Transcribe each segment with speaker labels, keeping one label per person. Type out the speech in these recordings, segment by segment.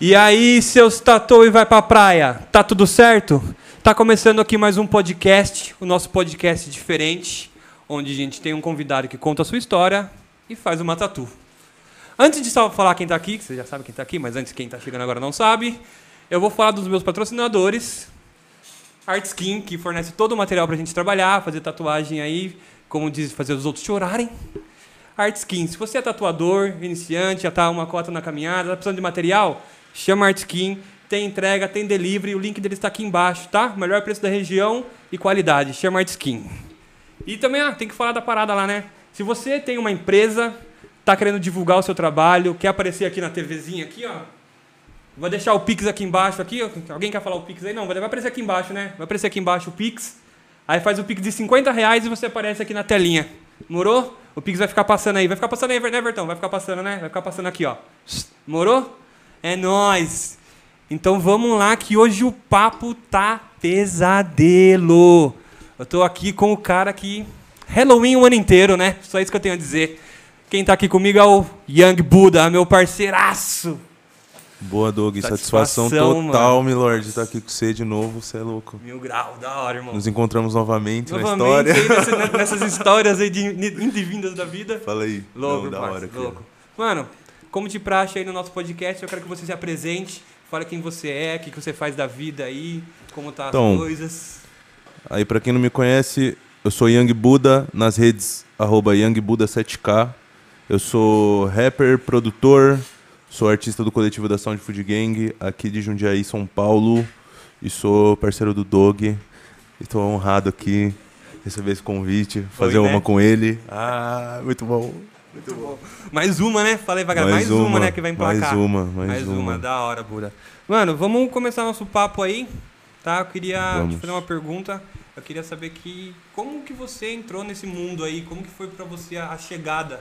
Speaker 1: E aí, seus tatu e vai pra praia, tá tudo certo? Tá começando aqui mais um podcast, o nosso podcast diferente, onde a gente tem um convidado que conta a sua história e faz uma tatu. Antes de só falar quem tá aqui, que você já sabe quem tá aqui, mas antes quem tá chegando agora não sabe, eu vou falar dos meus patrocinadores, Artskin, que fornece todo o material pra gente trabalhar, fazer tatuagem aí, como diz, fazer os outros chorarem. Artskin, se você é tatuador, iniciante, já tá uma cota na caminhada, tá precisando de material, chama Artskin, tem entrega, tem delivery, o link deles está aqui embaixo, tá? Melhor preço da região e qualidade, chama Artskin. E também, ah, tem que falar da parada lá, né? Se você tem uma empresa, tá querendo divulgar o seu trabalho, quer aparecer aqui na TVzinha aqui, ó, Vou deixar o Pix aqui embaixo. Aqui. Alguém quer falar o Pix aí? Não, vai aparecer aqui embaixo, né? Vai aparecer aqui embaixo o Pix. Aí faz o Pix de 50 reais e você aparece aqui na telinha. Morou? O Pix vai ficar passando aí. Vai ficar passando aí, né, Vertão? Vai ficar passando, né? Vai ficar passando aqui, ó. Morou? É nóis! Então vamos lá que hoje o papo tá pesadelo. Eu tô aqui com o cara que... Halloween o ano inteiro, né? Só isso que eu tenho a dizer. Quem tá aqui comigo é o Young Buda, meu parceiraço.
Speaker 2: Boa, Doug.
Speaker 1: Satisfação,
Speaker 2: Satisfação, total, Milord, de estar aqui com você de novo. Você é louco.
Speaker 1: Mil grau, da hora, irmão.
Speaker 2: Nos encontramos novamente, na
Speaker 1: Novamente,
Speaker 2: história.
Speaker 1: aí nessa- nessas histórias aí de in- indo e vindas da vida.
Speaker 2: Fala aí.
Speaker 1: Louco,
Speaker 2: Não, da
Speaker 1: parça,
Speaker 2: hora, cara.
Speaker 1: louco. Mano, como de praxe aí no nosso podcast, eu quero que você se apresente, fale quem você é, o que, que você faz da vida aí, como tá
Speaker 2: Então,
Speaker 1: as coisas.
Speaker 2: Aí, pra quem não me conhece, eu sou Young Buda, nas redes arroba YoungBuda7k. Eu sou rapper, produtor, sou artista do coletivo da Sound Food Gang, aqui de Jundiaí, São Paulo. E sou parceiro do Dog. Estou honrado aqui receber esse convite, fazer
Speaker 1: né?
Speaker 2: uma com ele. Ah, muito bom.
Speaker 1: Mais uma, né? Falei vagabundo, mais, uma, né, que vai emplacar.
Speaker 2: Mais uma, mais,
Speaker 1: uma.
Speaker 2: uma.
Speaker 1: da hora, Buda. Mano, vamos começar nosso papo aí, tá? Eu queria
Speaker 2: Vamos.
Speaker 1: te fazer uma pergunta. Eu queria saber que como que você entrou nesse mundo aí? Como que foi pra você a a chegada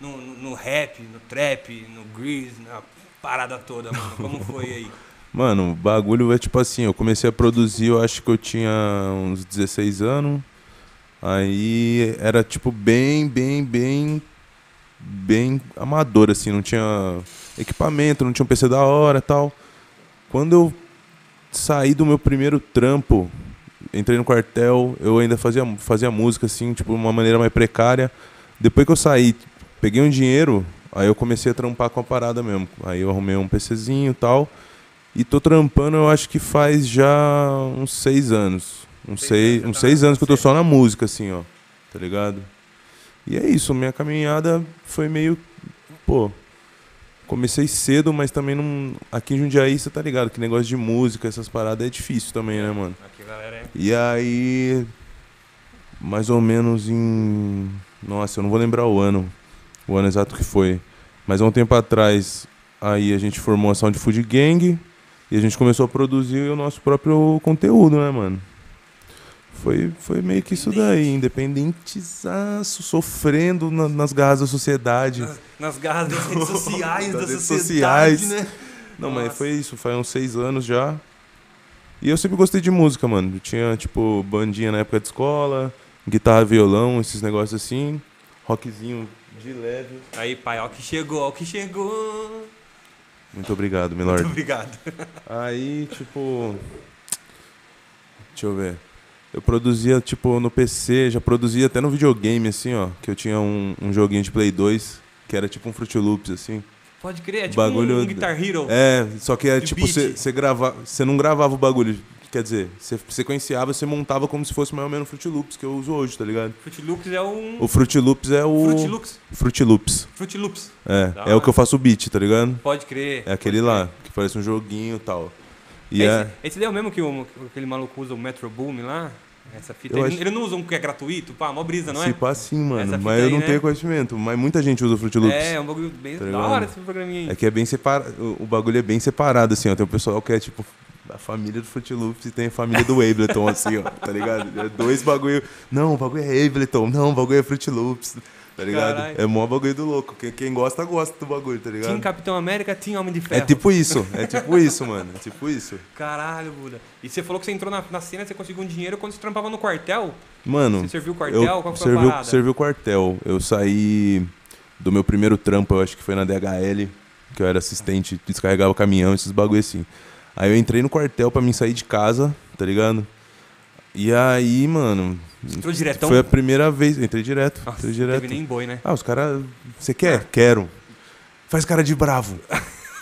Speaker 1: no, no, no rap, no trap, no grease, na parada toda, mano? Como foi aí?
Speaker 2: Mano, o bagulho é tipo assim, eu comecei a produzir, eu acho que eu tinha uns 16 anos. Aí era tipo bem, bem, bem, bem amador, assim, não tinha equipamento, não tinha um PC da hora tal. Quando eu saí do meu primeiro trampo, entrei no quartel, eu ainda fazia, fazia música, assim, tipo, de uma maneira mais precária. Depois que eu saí, peguei um dinheiro, aí eu comecei a trampar com a parada mesmo. Aí eu arrumei um PCzinho e tal. E tô trampando, eu acho que faz já uns seis anos. Uns
Speaker 1: Seis anos,
Speaker 2: seis,
Speaker 1: já
Speaker 2: uns
Speaker 1: tá
Speaker 2: seis
Speaker 1: na
Speaker 2: anos que eu tô
Speaker 1: terceira.
Speaker 2: só na música, assim, ó. Tá ligado? E é isso, minha caminhada foi meio. Pô. Comecei cedo, mas também não. Aqui em Jundiaí, você tá ligado? Que negócio de música, essas paradas é difícil também, né, mano?
Speaker 1: Aqui, galera.
Speaker 2: E aí, mais ou menos em. Nossa, eu não vou lembrar o ano, o ano exato que foi. Mas há um tempo atrás, aí a gente formou a Sound Food Gang e a gente começou a produzir o nosso próprio conteúdo, né, mano? Foi, foi meio que isso daí, independentizaço, sofrendo na- nas garras da sociedade.
Speaker 1: Nas, nas garras das redes sociais, da
Speaker 2: Das redes
Speaker 1: sociedade,
Speaker 2: sociais.
Speaker 1: né?
Speaker 2: Não,
Speaker 1: Nossa.
Speaker 2: mas foi isso, faz uns seis anos já. E eu sempre gostei de música, mano. Eu tinha, tipo, bandinha na época de escola, guitarra, violão, esses negócios assim, rockzinho de leve.
Speaker 1: Aí, pai, ó que chegou, ó que chegou.
Speaker 2: Muito obrigado,
Speaker 1: Muito
Speaker 2: Milord.
Speaker 1: obrigado.
Speaker 2: Aí, tipo. Deixa eu ver. Eu produzia, tipo, no PC, já produzia até no videogame, assim, ó. Que eu tinha um, um joguinho de Play 2, que era tipo um Fruit Loops, assim.
Speaker 1: Pode crer, é tipo
Speaker 2: Bagulho-
Speaker 1: um Guitar Hero.
Speaker 2: É, só que é
Speaker 1: De
Speaker 2: tipo,
Speaker 1: beat.
Speaker 2: você gravava. Você não gravava o bagulho. Quer dizer, você sequenciava, você montava como se fosse mais ou menos o Fruit Loops que eu uso hoje, tá ligado?
Speaker 1: Fruit Loops é um...
Speaker 2: O Fruit Loops é o.
Speaker 1: Fruit Loops.
Speaker 2: Fruit Loops.
Speaker 1: Fruit Loops.
Speaker 2: É.
Speaker 1: Da
Speaker 2: É o
Speaker 1: hora.
Speaker 2: que eu faço o beat, tá ligado?
Speaker 1: Pode crer.
Speaker 2: É aquele lá, que parece um joguinho e tal. E é.
Speaker 1: Esse, esse daí é o mesmo que o, que aquele maluco usa o Metro Boom lá? Essa fita.
Speaker 2: Eu
Speaker 1: Ele,
Speaker 2: acho-
Speaker 1: ele não usa um que é gratuito, pá, mó brisa, não é?
Speaker 2: Se passa assim,
Speaker 1: Essa
Speaker 2: mano.
Speaker 1: fita
Speaker 2: Mas eu
Speaker 1: aí,
Speaker 2: não
Speaker 1: né?
Speaker 2: tenho conhecimento. Mas muita gente usa o Fruit Loops.
Speaker 1: É, é um bagulho bem
Speaker 2: Tá
Speaker 1: da
Speaker 2: ligado?
Speaker 1: hora esse programinha
Speaker 2: É
Speaker 1: aí.
Speaker 2: que é bem separado. O bagulho é bem separado, assim, ó. Tem o pessoal que é tipo. A família do Fruit Loops e tem a família do Ableton, assim, ó, tá ligado? É dois bagulho. Não, o bagulho é Ableton, não, o bagulho é Fruit Loops, tá ligado?
Speaker 1: Caralho.
Speaker 2: É mó bagulho do louco. Quem, quem gosta, gosta do bagulho, tá
Speaker 1: Team
Speaker 2: ligado?
Speaker 1: Capitão América, Team Homem de
Speaker 2: É
Speaker 1: Ferro.
Speaker 2: tipo isso, é tipo isso, mano. É tipo isso.
Speaker 1: Caralho, Buda. E você falou que você entrou na, na cena, você conseguiu um dinheiro quando você trampava no quartel?
Speaker 2: Mano,
Speaker 1: Você serviu o
Speaker 2: eu
Speaker 1: quartel? Qual que foi
Speaker 2: servi,
Speaker 1: a
Speaker 2: o-
Speaker 1: parada?
Speaker 2: servi o quartel. Eu saí do meu primeiro trampo, eu acho que foi na DHL. que eu era assistente, descarregava caminhão, esses bagulho assim. Aí eu entrei no quartel pra mim sair de casa, tá ligado? E aí, mano.
Speaker 1: Entrou diretão?
Speaker 2: Foi a primeira vez. Entrei direto.
Speaker 1: Então Nossa,
Speaker 2: entrei
Speaker 1: não
Speaker 2: direto.
Speaker 1: teve nem boi, né?
Speaker 2: Ah, os caras. Você quer? Quero. Faz cara de bravo.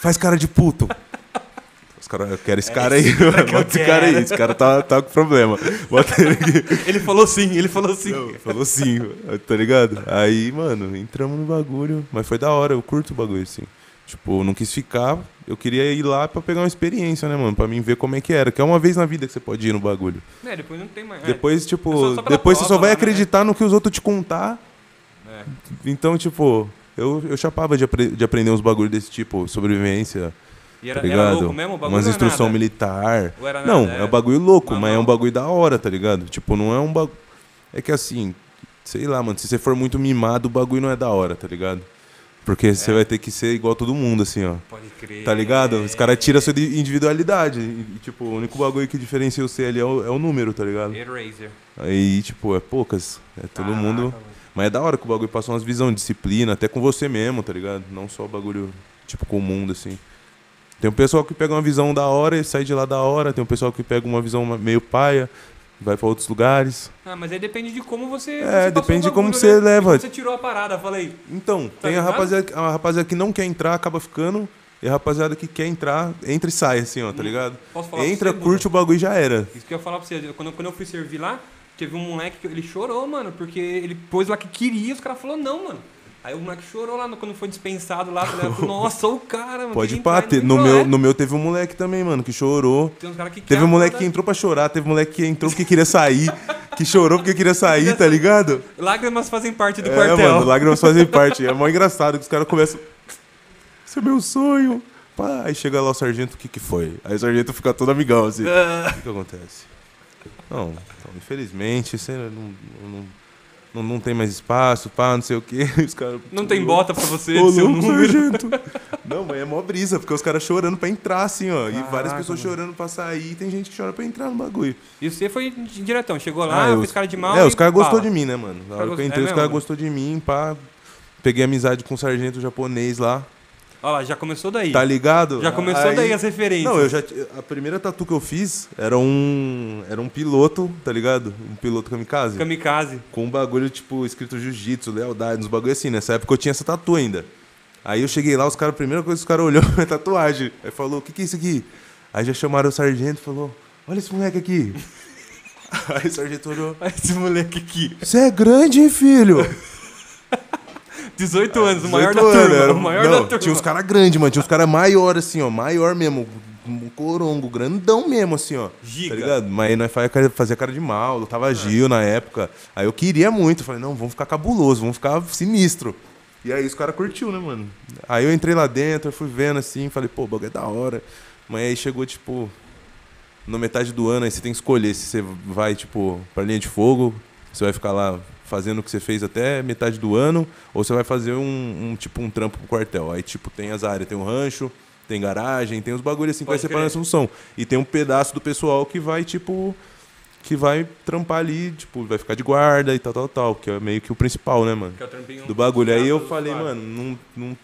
Speaker 2: Faz cara de puto. Os caras, eu quero esse cara aí.
Speaker 1: É que eu
Speaker 2: Bota esse cara aí.
Speaker 1: quero.
Speaker 2: Esse cara tá, tá com problema. Bota ele aqui.
Speaker 1: Ele falou sim, ele falou sim.
Speaker 2: Não, falou sim, tá ligado? Aí, mano, entramos no bagulho. Mas foi da hora, eu curto o bagulho, assim. Tipo, eu não quis ficar, eu queria ir lá pra pegar uma experiência, né, mano? Pra mim ver como é que era. Que é uma vez na vida que você pode ir no bagulho.
Speaker 1: É, depois não tem mais. é.
Speaker 2: Depois,
Speaker 1: só-
Speaker 2: tipo,
Speaker 1: só pela
Speaker 2: depois você só
Speaker 1: prova
Speaker 2: vai
Speaker 1: lá, né?
Speaker 2: acreditar no que os outros te contar.
Speaker 1: É.
Speaker 2: Então, tipo, eu, eu chapava de, apre- de aprender uns bagulhos desse tipo, sobrevivência,
Speaker 1: E
Speaker 2: tá
Speaker 1: era, era
Speaker 2: ligado?
Speaker 1: louco mesmo? O bagulho
Speaker 2: Umas
Speaker 1: não era
Speaker 2: instrução
Speaker 1: nada.
Speaker 2: militar.
Speaker 1: Ou era
Speaker 2: Não,
Speaker 1: nada,
Speaker 2: é um bagulho louco,
Speaker 1: Mas
Speaker 2: mas é
Speaker 1: não.
Speaker 2: um bagulho da hora, tá ligado? Tipo, não é um bagulho. É que assim, sei lá, mano, se você for muito mimado, o bagulho não é da hora, tá ligado?
Speaker 1: É.
Speaker 2: Porque você vai ter que ser igual todo mundo, assim, ó.
Speaker 1: Pode crer.
Speaker 2: Tá ligado? Os caras tiram a sua de- individualidade. E, e, tipo, o único bagulho que diferencia você ali é o, é o número, tá ligado?
Speaker 1: Eraser. Ah, tá
Speaker 2: Aí, tipo, é poucas. É todo
Speaker 1: Caraca,
Speaker 2: mundo.
Speaker 1: mano.
Speaker 2: Mas é da hora que o bagulho passa umas visão, disciplina, até com você mesmo, tá ligado? Não só o bagulho, tipo, com o mundo, assim. Tem um pessoal que pega uma visão da hora e sai de lá da hora, tem um pessoal que pega uma visão meio paia, vai pra outros lugares.
Speaker 1: Ah, mas aí depende de como você.
Speaker 2: É,
Speaker 1: você passou
Speaker 2: depende de
Speaker 1: o
Speaker 2: como
Speaker 1: um bagulho, né?
Speaker 2: você leva.
Speaker 1: Como Você tirou a parada, falei.
Speaker 2: Então,
Speaker 1: Tá
Speaker 2: tem a
Speaker 1: ligado?
Speaker 2: rapaziada, a rapaziada que não quer entrar, acaba ficando, e a rapaziada que quer entrar, entra e sai, assim, ó, tá ligado?
Speaker 1: Posso falar Hum. pra
Speaker 2: Entra,
Speaker 1: você,
Speaker 2: curte o bagulho e já era.
Speaker 1: Isso que eu ia falar pra você. Quando, quando eu fui servir lá, teve um moleque que ele chorou, mano, porque ele pôs lá que queria, os caras falaram não, mano. Aí o moleque chorou lá no- quando foi dispensado lá. falei, Nossa, o cara, mano.
Speaker 2: Pode
Speaker 1: queria
Speaker 2: pá,
Speaker 1: entrar e
Speaker 2: te-
Speaker 1: não
Speaker 2: no
Speaker 1: entrou,
Speaker 2: meu,
Speaker 1: é.
Speaker 2: no meu teve um moleque também, mano, que chorou.
Speaker 1: Tem uns caras que
Speaker 2: Teve
Speaker 1: quer
Speaker 2: um
Speaker 1: a
Speaker 2: moleque que
Speaker 1: parada.
Speaker 2: entrou pra chorar, teve um moleque que entrou porque queria sair, que chorou porque queria sair, tá ligado?
Speaker 1: Lágrimas fazem parte do
Speaker 2: é,
Speaker 1: quartel.
Speaker 2: mano, lágrimas fazem parte. É mó engraçado que os caras começam. Isso é meu sonho. Pá, aí chega lá o sargento, o que que foi? Aí o sargento fica todo amigão, assim. O que que acontece? Não, então, infelizmente, você não, não, não, não tem mais espaço, pá, não sei o quê. Os caras...
Speaker 1: Não tem bota pra você,
Speaker 2: Ô,
Speaker 1: seu
Speaker 2: louco,
Speaker 1: número.
Speaker 2: sargento. Não, mas é mó brisa, porque os caras chorando pra entrar, assim, ó. e várias
Speaker 1: Caraca,
Speaker 2: pessoas
Speaker 1: mano.
Speaker 2: chorando pra sair, e tem gente que chora pra entrar no bagulho.
Speaker 1: E você foi diretão, chegou lá,
Speaker 2: eu-
Speaker 1: fez cara de mal.
Speaker 2: É,
Speaker 1: e
Speaker 2: os caras
Speaker 1: pá.
Speaker 2: gostou de mim, né, mano? Na
Speaker 1: caras
Speaker 2: hora que eu
Speaker 1: gost-
Speaker 2: entrei,
Speaker 1: é
Speaker 2: os
Speaker 1: mesmo?
Speaker 2: caras gostou de mim, pá. Peguei amizade com o sargento japonês lá,
Speaker 1: Olha lá, já começou daí.
Speaker 2: tá ligado?
Speaker 1: Já começou daí as referências.
Speaker 2: Não, eu já. t- A primeira tatu que eu fiz era um. Era um piloto, tá ligado? Um piloto kamikaze.
Speaker 1: Kamikaze.
Speaker 2: Com um bagulho, tipo, escrito jiu-jitsu, lealdade, uns bagulho assim. Nessa época eu tinha essa tatu ainda. Aí eu cheguei lá, os caras, a primeira coisa que os caras olhou é tatuagem. Aí falou, o que, que é isso aqui? Aí já chamaram o sargento e falou, olha esse moleque aqui. Aí o sargento olhou,
Speaker 1: Olha Esse moleque aqui,
Speaker 2: você é grande, hein, filho?
Speaker 1: 18 anos, o maior da
Speaker 2: 18 É, anos,
Speaker 1: turma.
Speaker 2: era- um-
Speaker 1: O maior
Speaker 2: não,
Speaker 1: da turma.
Speaker 2: Tinha uns caras grandes, mano. Tinha uns caras maior, assim, ó. Maior mesmo. Um corongo, grandão mesmo, assim, ó.
Speaker 1: Giga. É.
Speaker 2: Tá ligado? Mas aí nós fa- fazia cara de mal, lutava Gil na época. Aí eu queria muito. Falei, não, vamos ficar cabuloso, vamos ficar sinistro. E aí os caras curtiu, né, mano? Aí eu entrei lá dentro, eu fui vendo assim, falei, pô, o bagulho é da hora. Mas aí chegou, tipo, na metade do ano, aí você tem que escolher se você vai, tipo, pra linha de fogo, você vai ficar lá fazendo o que você fez até metade do ano, ou você vai fazer um, um, tipo, um trampo pro quartel. Aí, tipo, tem as áreas, tem um rancho, tem garagem, tem uns bagulho assim que
Speaker 1: Pode
Speaker 2: vai separando
Speaker 1: crer.
Speaker 2: essa função. E tem um pedaço do pessoal que vai, tipo, que vai trampar ali, tipo, vai ficar de guarda e tal, tal, tal, que é meio que o principal, né, mano?
Speaker 1: Que é o trampinho
Speaker 2: do bagulho. Aí eu
Speaker 1: dos
Speaker 2: falei,
Speaker 1: quatro.
Speaker 2: mano, não, não,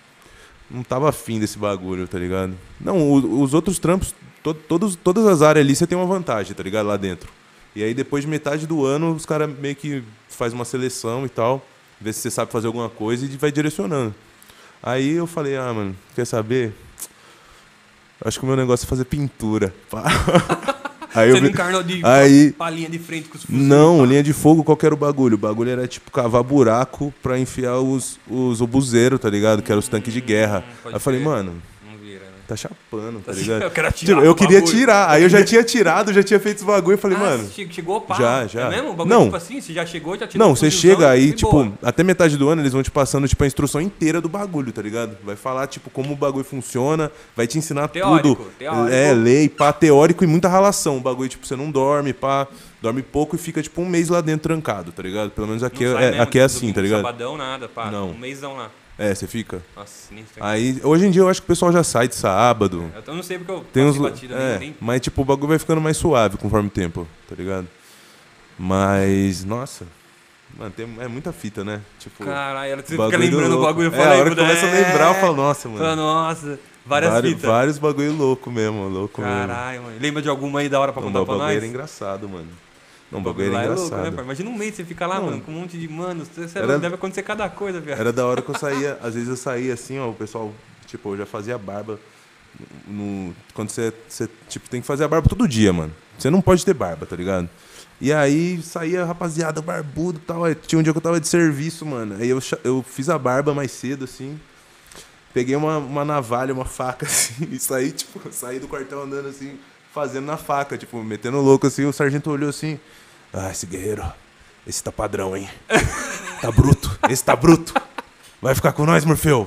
Speaker 2: não tava afim desse bagulho, tá ligado? Não, o- os outros trampos, to- todos, todas as áreas ali você tem uma vantagem, tá ligado? Lá dentro. E aí depois de metade do ano, os caras meio que faz uma seleção e tal, vê se você sabe fazer alguma coisa e vai direcionando. Aí eu falei, ah, mano, quer saber? Acho que o meu negócio é fazer pintura. Pá. aí
Speaker 1: Você
Speaker 2: eu
Speaker 1: não
Speaker 2: vi...
Speaker 1: encarnou de
Speaker 2: Aí,
Speaker 1: palinha de frente com os fuzis.
Speaker 2: não, linha de fogo, qual que era o bagulho? O bagulho era tipo cavar buraco pra enfiar os, os obuzeiros, tá ligado? Que eram os tanques de guerra.
Speaker 1: pode
Speaker 2: Aí eu falei,
Speaker 1: crer.
Speaker 2: mano,
Speaker 1: Não vira, né?
Speaker 2: tá chapando, tá ligado?
Speaker 1: Eu quero atirar
Speaker 2: Tipo, eu
Speaker 1: do
Speaker 2: queria
Speaker 1: bagulho.
Speaker 2: tirar, aí eu já tinha tirado, já tinha feito esse bagulho. Eu falei,
Speaker 1: Ah,
Speaker 2: mano.
Speaker 1: che- Chegou, pá.
Speaker 2: já, já.
Speaker 1: É mesmo? O bagulho
Speaker 2: Não.
Speaker 1: tipo assim, você já chegou, já tirou
Speaker 2: Não,
Speaker 1: o
Speaker 2: você
Speaker 1: fuzilzão
Speaker 2: chega aí,
Speaker 1: e
Speaker 2: tipo,
Speaker 1: é boa.
Speaker 2: até metade do ano eles vão te passando, tipo, a instrução inteira do bagulho, tá ligado? Vai falar, tipo, como o bagulho funciona, vai te ensinar
Speaker 1: Teórico,
Speaker 2: tudo.
Speaker 1: teórico.
Speaker 2: É, lei, pá, teórico e muita ralação. O bagulho, tipo, você não dorme, pá, dorme pouco e fica, tipo, um mês lá dentro trancado, tá ligado? Pelo menos
Speaker 1: Não
Speaker 2: aqui,
Speaker 1: sai
Speaker 2: é,
Speaker 1: mesmo,
Speaker 2: aqui é assim,
Speaker 1: domingo,
Speaker 2: tá ligado?
Speaker 1: Sabadão, nada, pá.
Speaker 2: Não.
Speaker 1: Um mêsão lá.
Speaker 2: É, você fica.
Speaker 1: Nossa, nem sei.
Speaker 2: Aí, hoje em dia eu acho que o pessoal já sai de sábado.
Speaker 1: Eu tô- não sei porque eu
Speaker 2: Tem uns.
Speaker 1: passei batida, né?
Speaker 2: é,
Speaker 1: nem, nem...
Speaker 2: mas tipo, o bagulho vai ficando mais suave conforme o tempo, tá ligado? Mas, nossa. Mano, tem, é muita fita, né? Tipo,
Speaker 1: Caralho, ela- você fica
Speaker 2: bagulho
Speaker 1: lembrando o
Speaker 2: louco.
Speaker 1: bagulho.
Speaker 2: É,
Speaker 1: fala
Speaker 2: a
Speaker 1: aí,
Speaker 2: hora que
Speaker 1: puta,
Speaker 2: começa a
Speaker 1: é.
Speaker 2: lembrar, eu falo, nossa,
Speaker 1: Fala,
Speaker 2: mano.
Speaker 1: nossa, várias
Speaker 2: vários,
Speaker 1: fitas.
Speaker 2: vários bagulho louco mesmo, louco mesmo.
Speaker 1: Caralho, mano. Lembra de alguma aí da hora pra
Speaker 2: Não, o
Speaker 1: contar pra
Speaker 2: Um bagulho
Speaker 1: nós?
Speaker 2: era engraçado, mano. Não, o bagulho
Speaker 1: Lá
Speaker 2: era
Speaker 1: é louco, né,
Speaker 2: engraçado.
Speaker 1: pai? Imagina um mês você fica lá,
Speaker 2: Não.
Speaker 1: mano, com um monte de. Mano, você você
Speaker 2: Era-
Speaker 1: não deve acontecer cada coisa, viado.
Speaker 2: Era da hora que eu saía, às vezes eu saía assim, ó, o pessoal, tipo, eu já fazia barba. No, quando você, você, tipo, tem que fazer a barba todo dia, mano. Você não pode ter barba, tá ligado? E aí saía a rapaziada barbudo e tal. Aí tinha um dia que eu tava de serviço, mano. Aí eu, cha- eu fiz a barba mais cedo, assim. Peguei uma, uma navalha, uma faca, assim, e saí, tipo, saí do quartel andando assim, fazendo na faca, tipo, metendo louco assim, o sargento olhou assim. Ah, esse guerreiro, esse tá padrão, hein? Tá bruto, esse tá bruto. Vai ficar com nós, Morfeu.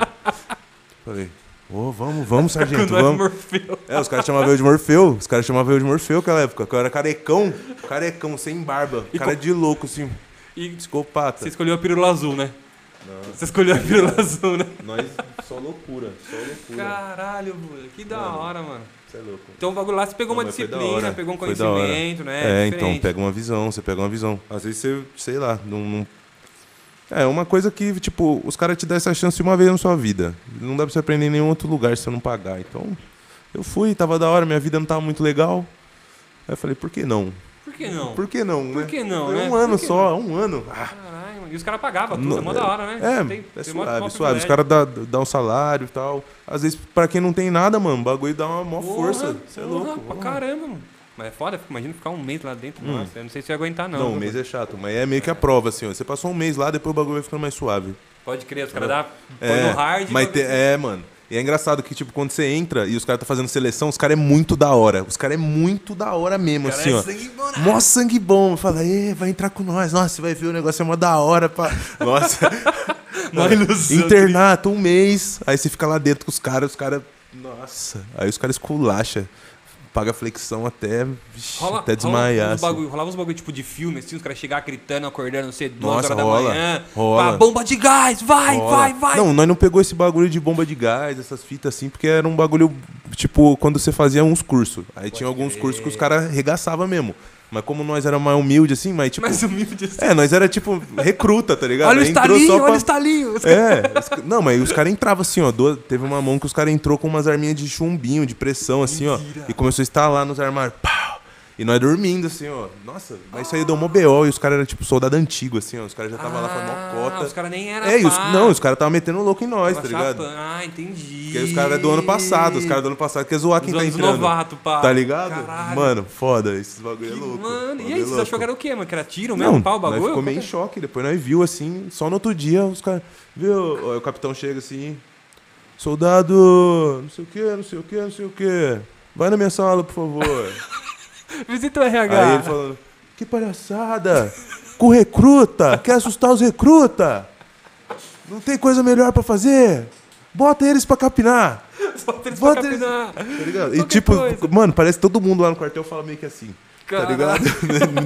Speaker 2: Falei, ô, vamos, vamos, sargento,
Speaker 1: Quando é
Speaker 2: vamos.
Speaker 1: Morfeu.
Speaker 2: É, os caras chamavam eu de Morfeu. Os caras chamavam eu de Morfeu naquela época. que Eu era carecão, carecão, sem barba.
Speaker 1: E
Speaker 2: cara
Speaker 1: co-
Speaker 2: de louco, assim,
Speaker 1: E
Speaker 2: psicopata.
Speaker 1: você escolheu a pílula azul, né? Você escolheu a pílula azul, né?
Speaker 2: Nós, só loucura, só loucura.
Speaker 1: Caralho, mano, que da
Speaker 2: Mano.
Speaker 1: hora, mano.
Speaker 2: Você é louco.
Speaker 1: Então o bagulho lá você pegou
Speaker 2: Não,
Speaker 1: uma
Speaker 2: mas foi da
Speaker 1: disciplina,
Speaker 2: hora.
Speaker 1: pegou um
Speaker 2: Foi da hora.
Speaker 1: conhecimento, né?
Speaker 2: É,
Speaker 1: Diferente.
Speaker 2: então, pega uma visão, você pega uma visão. Às vezes você, sei lá, não. não- É uma coisa que, tipo, os caras te dão essa chance uma vez na sua vida. Não dá pra você aprender em nenhum outro lugar se você não pagar. Então, eu fui, tava da hora, minha vida não tava muito legal. Aí eu falei, por que não?
Speaker 1: Por que não?
Speaker 2: Por que não?
Speaker 1: Por
Speaker 2: né?
Speaker 1: que não,
Speaker 2: Foi
Speaker 1: né?
Speaker 2: Um
Speaker 1: Por
Speaker 2: ano
Speaker 1: que
Speaker 2: só, um ano. Ah,
Speaker 1: Caralho, mano. E os caras pagavam tudo,
Speaker 2: Não,
Speaker 1: é mó da hora, né?
Speaker 2: É,
Speaker 1: Tem-
Speaker 2: é
Speaker 1: tem mó- mó
Speaker 2: suave, suave. Os
Speaker 1: privilégio.
Speaker 2: caras dão dá um salário e tal. Às vezes, pra quem não tem nada, mano, o bagulho dá uma mó
Speaker 1: Porra,
Speaker 2: força. Você é
Speaker 1: porra,
Speaker 2: louco.
Speaker 1: pra
Speaker 2: porra.
Speaker 1: caramba, mano. Mas é foda, imagina ficar um mês lá dentro.
Speaker 2: Hum.
Speaker 1: Nossa, eu não sei se eu ia aguentar, não.
Speaker 2: Não, um mês é chato, mas é meio que a prova, assim, ó. Você passou um mês lá, depois o bagulho vai ficando mais suave.
Speaker 1: Pode crer, os caras dá. Põe
Speaker 2: É,
Speaker 1: no hard. assim.
Speaker 2: mas
Speaker 1: pra-
Speaker 2: te- é, mano. E é engraçado que, tipo, quando você entra e os caras tá fazendo seleção, os caras é muito da hora. Os caras é muito da hora mesmo,
Speaker 1: Cara,
Speaker 2: assim,
Speaker 1: é
Speaker 2: ó.
Speaker 1: sangue bom, né?
Speaker 2: Mó sangue bom. Fala, "Ê, vai entrar com nós. Nossa, você vai ver o negócio é mó da hora. Pá. Nossa.
Speaker 1: Mó ilusão.
Speaker 2: Internato, um mês. Aí você fica lá dentro com os caras, os caras. Nossa. Aí os caras esculacha. Paga flexão até, vixi,
Speaker 1: Rola,
Speaker 2: até
Speaker 1: rola
Speaker 2: desmaiar.
Speaker 1: uns
Speaker 2: assim.
Speaker 1: bagulho, rolava uns bagulho tipo de filme, assim, os caras chegar gritando, acordando, não sei, duas
Speaker 2: Nossa,
Speaker 1: horas da
Speaker 2: rola,
Speaker 1: manhã.
Speaker 2: rola.
Speaker 1: Pá, bomba de gás, vai,
Speaker 2: Rola.
Speaker 1: vai, vai.
Speaker 2: Não, nós não pegou esse bagulho de bomba de gás, essas fitas assim, porque era um bagulho, tipo, quando você fazia uns cursos. Aí tinha alguns cursos que os caras arregaçavam mesmo. Mas como nós era mais humilde assim, mas tipo.
Speaker 1: Mas humilde assim.
Speaker 2: É, nós era tipo recruta, tá ligado?
Speaker 1: olha o
Speaker 2: Aí entrou
Speaker 1: estalinho,
Speaker 2: só
Speaker 1: olha o
Speaker 2: pra-
Speaker 1: estalinho. Os caras-
Speaker 2: É, os ca- não, mas os caras entravam assim, ó. duas- Teve uma mão que os caras entrou com umas arminhas de chumbinho, de pressão, assim, ó.
Speaker 1: Mentira.
Speaker 2: E começou a instalar nos armários. Pau! E nós dormindo, assim, ó. Nossa, mas isso aí deu mó BO e os caras eram tipo soldado antigo, assim, ó. Os caras já estavam lá fazendo
Speaker 1: Ah,
Speaker 2: mó cota.
Speaker 1: Os caras nem eram.
Speaker 2: É, e os, não, os caras estavam metendo louco em nós,
Speaker 1: tá
Speaker 2: tá ligado?
Speaker 1: Ah, entendi.
Speaker 2: Porque os caras é do ano passado, os caras do ano passado quer zoar quem
Speaker 1: Os
Speaker 2: tá
Speaker 1: anos
Speaker 2: entrando.
Speaker 1: novato, pá.
Speaker 2: Tá ligado?
Speaker 1: Caralho.
Speaker 2: Mano, foda, esses bagulho é
Speaker 1: Que-
Speaker 2: louco.
Speaker 1: Mano,
Speaker 2: bagulho
Speaker 1: e
Speaker 2: é
Speaker 1: aí, vocês
Speaker 2: louco.
Speaker 1: acharam que era o quê, mano? Que era tiro mesmo?
Speaker 2: não,
Speaker 1: pau, o bagulho?
Speaker 2: Nós ficou meio em
Speaker 1: Qual que
Speaker 2: choque, depois nós viu assim, só no outro dia os caras. Viu? Aí o capitão chega assim. Soldado, não sei o que, não sei o que, não sei o que. Vai na minha sala, por favor.
Speaker 1: é? Visita o RH.
Speaker 2: Aí ele falando, que palhaçada! Com recruta! Quer assustar os recruta? Não tem coisa melhor pra fazer? Bota eles pra capinar!
Speaker 1: Bota eles pra
Speaker 2: Bota eles-
Speaker 1: capinar.
Speaker 2: Tá ligado? E
Speaker 1: Qualquer
Speaker 2: tipo,
Speaker 1: coisa.
Speaker 2: mano, parece que todo mundo lá no quartel fala meio que assim.
Speaker 1: Caralho.
Speaker 2: Tá ligado?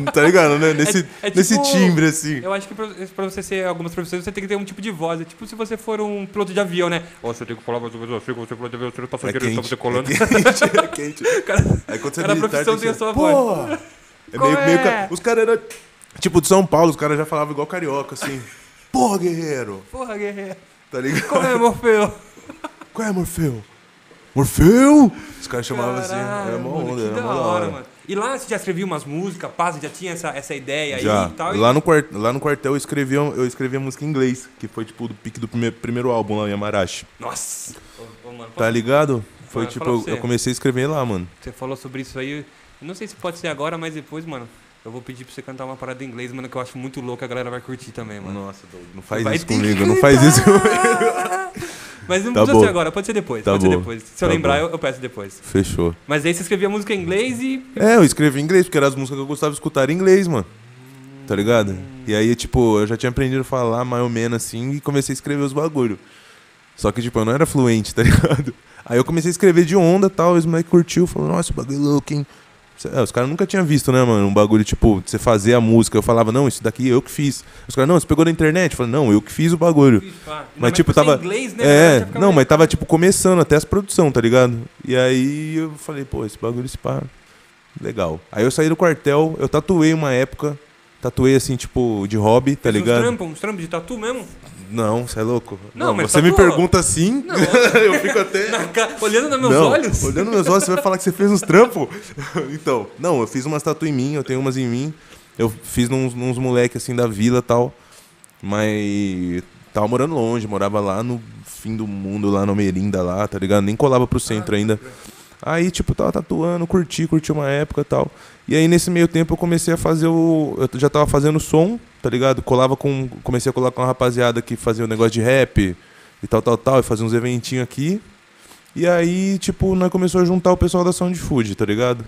Speaker 2: tá ligado, né? Nesse,
Speaker 1: é tipo- É
Speaker 2: nesse timbre, assim.
Speaker 1: Eu acho que pra, pra você ser algumas profissões, você tem que ter um tipo de voz. É tipo se você for um piloto de avião, né? Ó, você tem que falar mais ou menos assim, como você é piloto de avião, você não tá
Speaker 2: É
Speaker 1: fazendo
Speaker 2: quente,
Speaker 1: tá decolando.
Speaker 2: é quente, é quente.
Speaker 1: Cara,
Speaker 2: Aí quando você é
Speaker 1: cada
Speaker 2: militar,
Speaker 1: profissão
Speaker 2: que
Speaker 1: tem a
Speaker 2: ser,
Speaker 1: sua
Speaker 2: "Pô!"
Speaker 1: voz.
Speaker 2: É
Speaker 1: Qual
Speaker 2: meio, meio
Speaker 1: é?
Speaker 2: ca- Os caras eram... Tipo, de São Paulo, os caras já falavam igual carioca, assim. Porra, guerreiro!
Speaker 1: Porra, guerreiro.
Speaker 2: Tá ligado?
Speaker 1: Como é, Morfeu?
Speaker 2: Qual é, Morfeu? Morfeu? Os caras chamavam assim.
Speaker 1: Caralho,
Speaker 2: Era mó
Speaker 1: mano,
Speaker 2: onda,
Speaker 1: que
Speaker 2: era
Speaker 1: da
Speaker 2: mó
Speaker 1: hora, mano. E lá você já escrevia umas músicas, pá, você já tinha essa, essa ideia
Speaker 2: Já.
Speaker 1: aí e tal. e-
Speaker 2: Lá, no quart- lá no quartel eu escrevi, um, eu escrevi a música em inglês, que foi tipo do pique do prime- primeiro álbum lá em Amarashi.
Speaker 1: Nossa! Ô, ô, mano,
Speaker 2: Tá ligado? Foi
Speaker 1: Fala-
Speaker 2: tipo,
Speaker 1: fala
Speaker 2: eu,
Speaker 1: pra você.
Speaker 2: eu comecei a escrever lá, mano.
Speaker 1: Você falou sobre isso aí. Eu não sei se pode ser agora, mas depois, mano, eu vou pedir pra você cantar uma parada em inglês, mano, que eu acho muito louco, a galera vai curtir também, mano.
Speaker 2: Nossa, Doug, não faz
Speaker 1: Vai
Speaker 2: isso
Speaker 1: ter que
Speaker 2: comigo, não faz isso comigo.
Speaker 1: Mas não
Speaker 2: Tá
Speaker 1: precisa
Speaker 2: bom.
Speaker 1: ser agora, pode ser depois.
Speaker 2: Tá
Speaker 1: pode ser
Speaker 2: bom.
Speaker 1: depois. Se eu
Speaker 2: Tá
Speaker 1: lembrar,
Speaker 2: bom.
Speaker 1: eu, eu peço depois.
Speaker 2: Fechou.
Speaker 1: Mas aí você escrevia música em inglês e.
Speaker 2: É, eu escrevi em inglês, porque eram as músicas que eu gostava de escutar em inglês, mano. Tá ligado? E aí, tipo, eu já tinha aprendido a falar mais ou menos assim e comecei a escrever os bagulho. Só que, tipo, eu não era fluente, tá ligado? Aí eu comecei a escrever de onda e tal, e os moleques curtiu, falou, nossa, o bagulho é louco, hein? Cê- é, os caras nunca tinham visto, né, mano? Um bagulho, tipo, de você fazer a música. Eu falava, não, isso daqui eu que fiz. Os caras, não, você pegou na internet? Eu falei, não, eu que fiz o bagulho.
Speaker 1: Pá, ainda
Speaker 2: Mas,
Speaker 1: mais por
Speaker 2: tipo,
Speaker 1: ser
Speaker 2: tava-
Speaker 1: Inglês, né, cara, já
Speaker 2: É,
Speaker 1: ficava
Speaker 2: não,
Speaker 1: meio-
Speaker 2: mas tava tipo começando até as produção, tá ligado? E aí eu falei, pô, esse bagulho esse pá, legal. Aí eu saí do quartel, eu tatuei uma época, Tatuei assim, tipo, de hobby, tá
Speaker 1: Uns
Speaker 2: ligado?
Speaker 1: trampos, uns trampos de tatu mesmo?
Speaker 2: Não, você é louco?
Speaker 1: Não, mas
Speaker 2: você me
Speaker 1: tatuou.
Speaker 2: pergunta assim, eu fico até.
Speaker 1: Na ca- Olhando nos meus
Speaker 2: não,
Speaker 1: olhos?
Speaker 2: Olhando meus olhos, você vai falar que você fez uns trampos? então, não, eu fiz umas tatu em mim, eu tenho umas em mim. Eu fiz nos, nos moleque assim da vila e tal. Mas tava morando longe, morava lá no fim do mundo, lá no Merinda, lá, tá ligado? Nem colava pro centro ainda. Aí, tipo, tava tatuando, curti, curti uma época e tal. E aí, nesse meio tempo, eu comecei a fazer o. Eu já tava fazendo som, tá ligado? Colava com. Comecei a colar com uma rapaziada que fazia um negócio de rap e tal, tal, tal. E fazia uns eventinhos aqui. E aí, tipo, nós começou a juntar o pessoal da Sound Food, tá ligado?